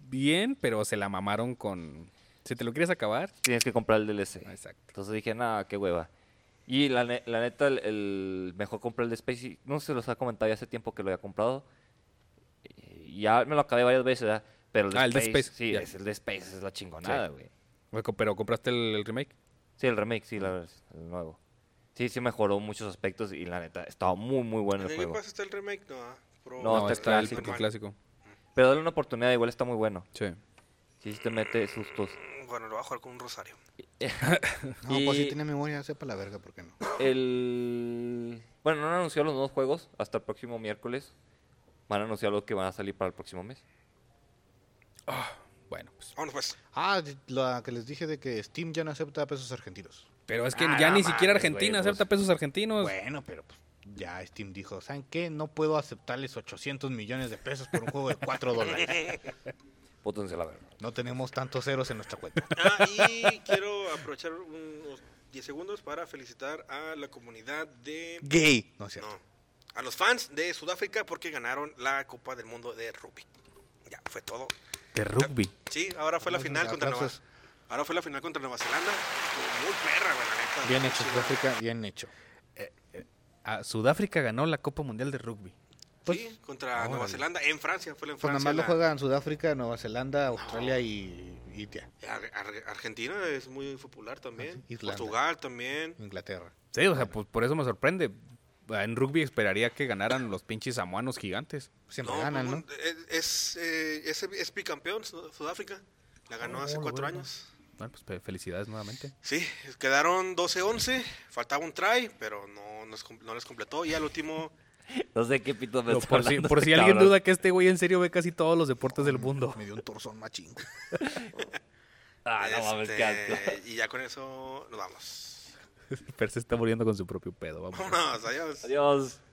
Speaker 1: bien, pero se la mamaron con. Si te lo quieres acabar,
Speaker 2: Tienes que comprar el DLC.
Speaker 1: Exacto.
Speaker 2: Entonces dije, nada, qué hueva. Y la, ne- la neta, el, el mejor compré el de Space. y No se los ha comentado ya hace tiempo que lo había comprado. Y ya me lo acabé varias veces, ¿verdad? Pero el de
Speaker 1: Ah,
Speaker 2: Space.
Speaker 1: el de Space,
Speaker 2: Sí,
Speaker 1: ya.
Speaker 2: es el de Space, es la chingonada,
Speaker 1: Sí.
Speaker 2: güey.
Speaker 1: Güey, co- pero compraste el, el remake.
Speaker 2: Sí, el remake, sí, la, el nuevo. Sí, sí mejoró muchos aspectos y la neta, estaba muy, muy bueno
Speaker 4: ¿En
Speaker 2: el
Speaker 4: el Game
Speaker 2: juego.
Speaker 4: Pass está el remake? No, Ah, Pro-
Speaker 2: No,
Speaker 1: No,
Speaker 2: está
Speaker 1: está el,
Speaker 2: clásico.
Speaker 1: el clásico.
Speaker 2: Pero dale una oportunidad, igual está muy bueno.
Speaker 1: Sí.
Speaker 2: Sí, sí te mete sustos.
Speaker 4: Bueno, lo voy a jugar con un rosario.
Speaker 3: No, pues
Speaker 2: Y-
Speaker 3: si tiene memoria, sepa la verga, ¿por qué no?
Speaker 2: El... Bueno, no han anunciado los nuevos juegos hasta el próximo miércoles. Van a anunciar los que van a salir para el próximo mes.
Speaker 1: Bueno, pues.
Speaker 4: Vámonos pues.
Speaker 3: Ah, la que les dije de que Steam ya no acepta pesos argentinos.
Speaker 1: Pero es que
Speaker 2: Ah,
Speaker 1: ya
Speaker 2: no
Speaker 1: ni siquiera
Speaker 2: mames,
Speaker 1: Argentina
Speaker 2: güey,
Speaker 1: acepta
Speaker 2: pues.
Speaker 1: pesos argentinos.
Speaker 3: Bueno, pero pues, ya Steam dijo, ¿saben qué? No puedo aceptarles 800 millones de pesos por un juego de 4 dólares.
Speaker 2: Pótense la verga.
Speaker 3: No tenemos tantos ceros en nuestra cuenta.
Speaker 4: Ah, y quiero aprovechar unos 10 segundos para felicitar a la comunidad de...
Speaker 3: Gay. No es cierto.
Speaker 4: No, a los fans de Sudáfrica porque ganaron la Copa del Mundo de Rugby. Ya, fue todo.
Speaker 1: De rugby.
Speaker 4: Sí, ahora fue la
Speaker 3: Aplausos,
Speaker 4: final contra Nueva
Speaker 3: aplausos.
Speaker 4: Ahora fue la final contra Nueva Zelanda. Estuvo Muy perra, güey, la neta.
Speaker 3: Bien hecho,
Speaker 4: Sí,
Speaker 3: Sudáfrica, bien hecho.
Speaker 1: Ah, Sudáfrica ganó la Copa Mundial de Rugby.
Speaker 3: Pues,
Speaker 4: sí, contra Nueva
Speaker 3: órale.
Speaker 4: Zelanda, en Francia, fue en
Speaker 3: pues
Speaker 4: Francia.
Speaker 3: nomás lo
Speaker 4: la-
Speaker 3: juegan Sudáfrica, Nueva Zelanda, Australia y India,
Speaker 4: Ar- Ar- Argentina es muy popular también.
Speaker 3: Ah, sí, Irlanda.
Speaker 4: Portugal también.
Speaker 3: Inglaterra.
Speaker 1: Sí, o sea, pues por eso me sorprende. Ah, En rugby esperaría que ganaran los pinches samoanos gigantes.
Speaker 3: Siempre
Speaker 4: No,
Speaker 3: ganan,
Speaker 4: pues,
Speaker 3: ¿no?
Speaker 4: Es, es, eh, es, es bicampeón Sud- Sudáfrica. La ganó
Speaker 1: Oh,
Speaker 4: hace
Speaker 1: la
Speaker 4: cuatro
Speaker 1: verga.
Speaker 4: años.
Speaker 1: Bueno, pues fe- felicidades nuevamente.
Speaker 4: Sí, quedaron 12-11. Faltaba un try, pero no, nos com- no les completó. Y al último,
Speaker 2: No sé qué pito me
Speaker 1: Pero
Speaker 2: está
Speaker 1: por si,
Speaker 2: hablando
Speaker 1: por
Speaker 2: este
Speaker 1: si alguien
Speaker 2: cabrón.
Speaker 1: duda que este güey en serio ve casi todos los deportes del mundo.
Speaker 3: Me dio un torzón machín.
Speaker 2: Ah, no mames, qué asco.
Speaker 4: este, y ya con eso nos vamos.
Speaker 1: Pero se está muriendo con su propio pedo. Vamos.
Speaker 4: Vámonos, adiós.
Speaker 2: Adiós.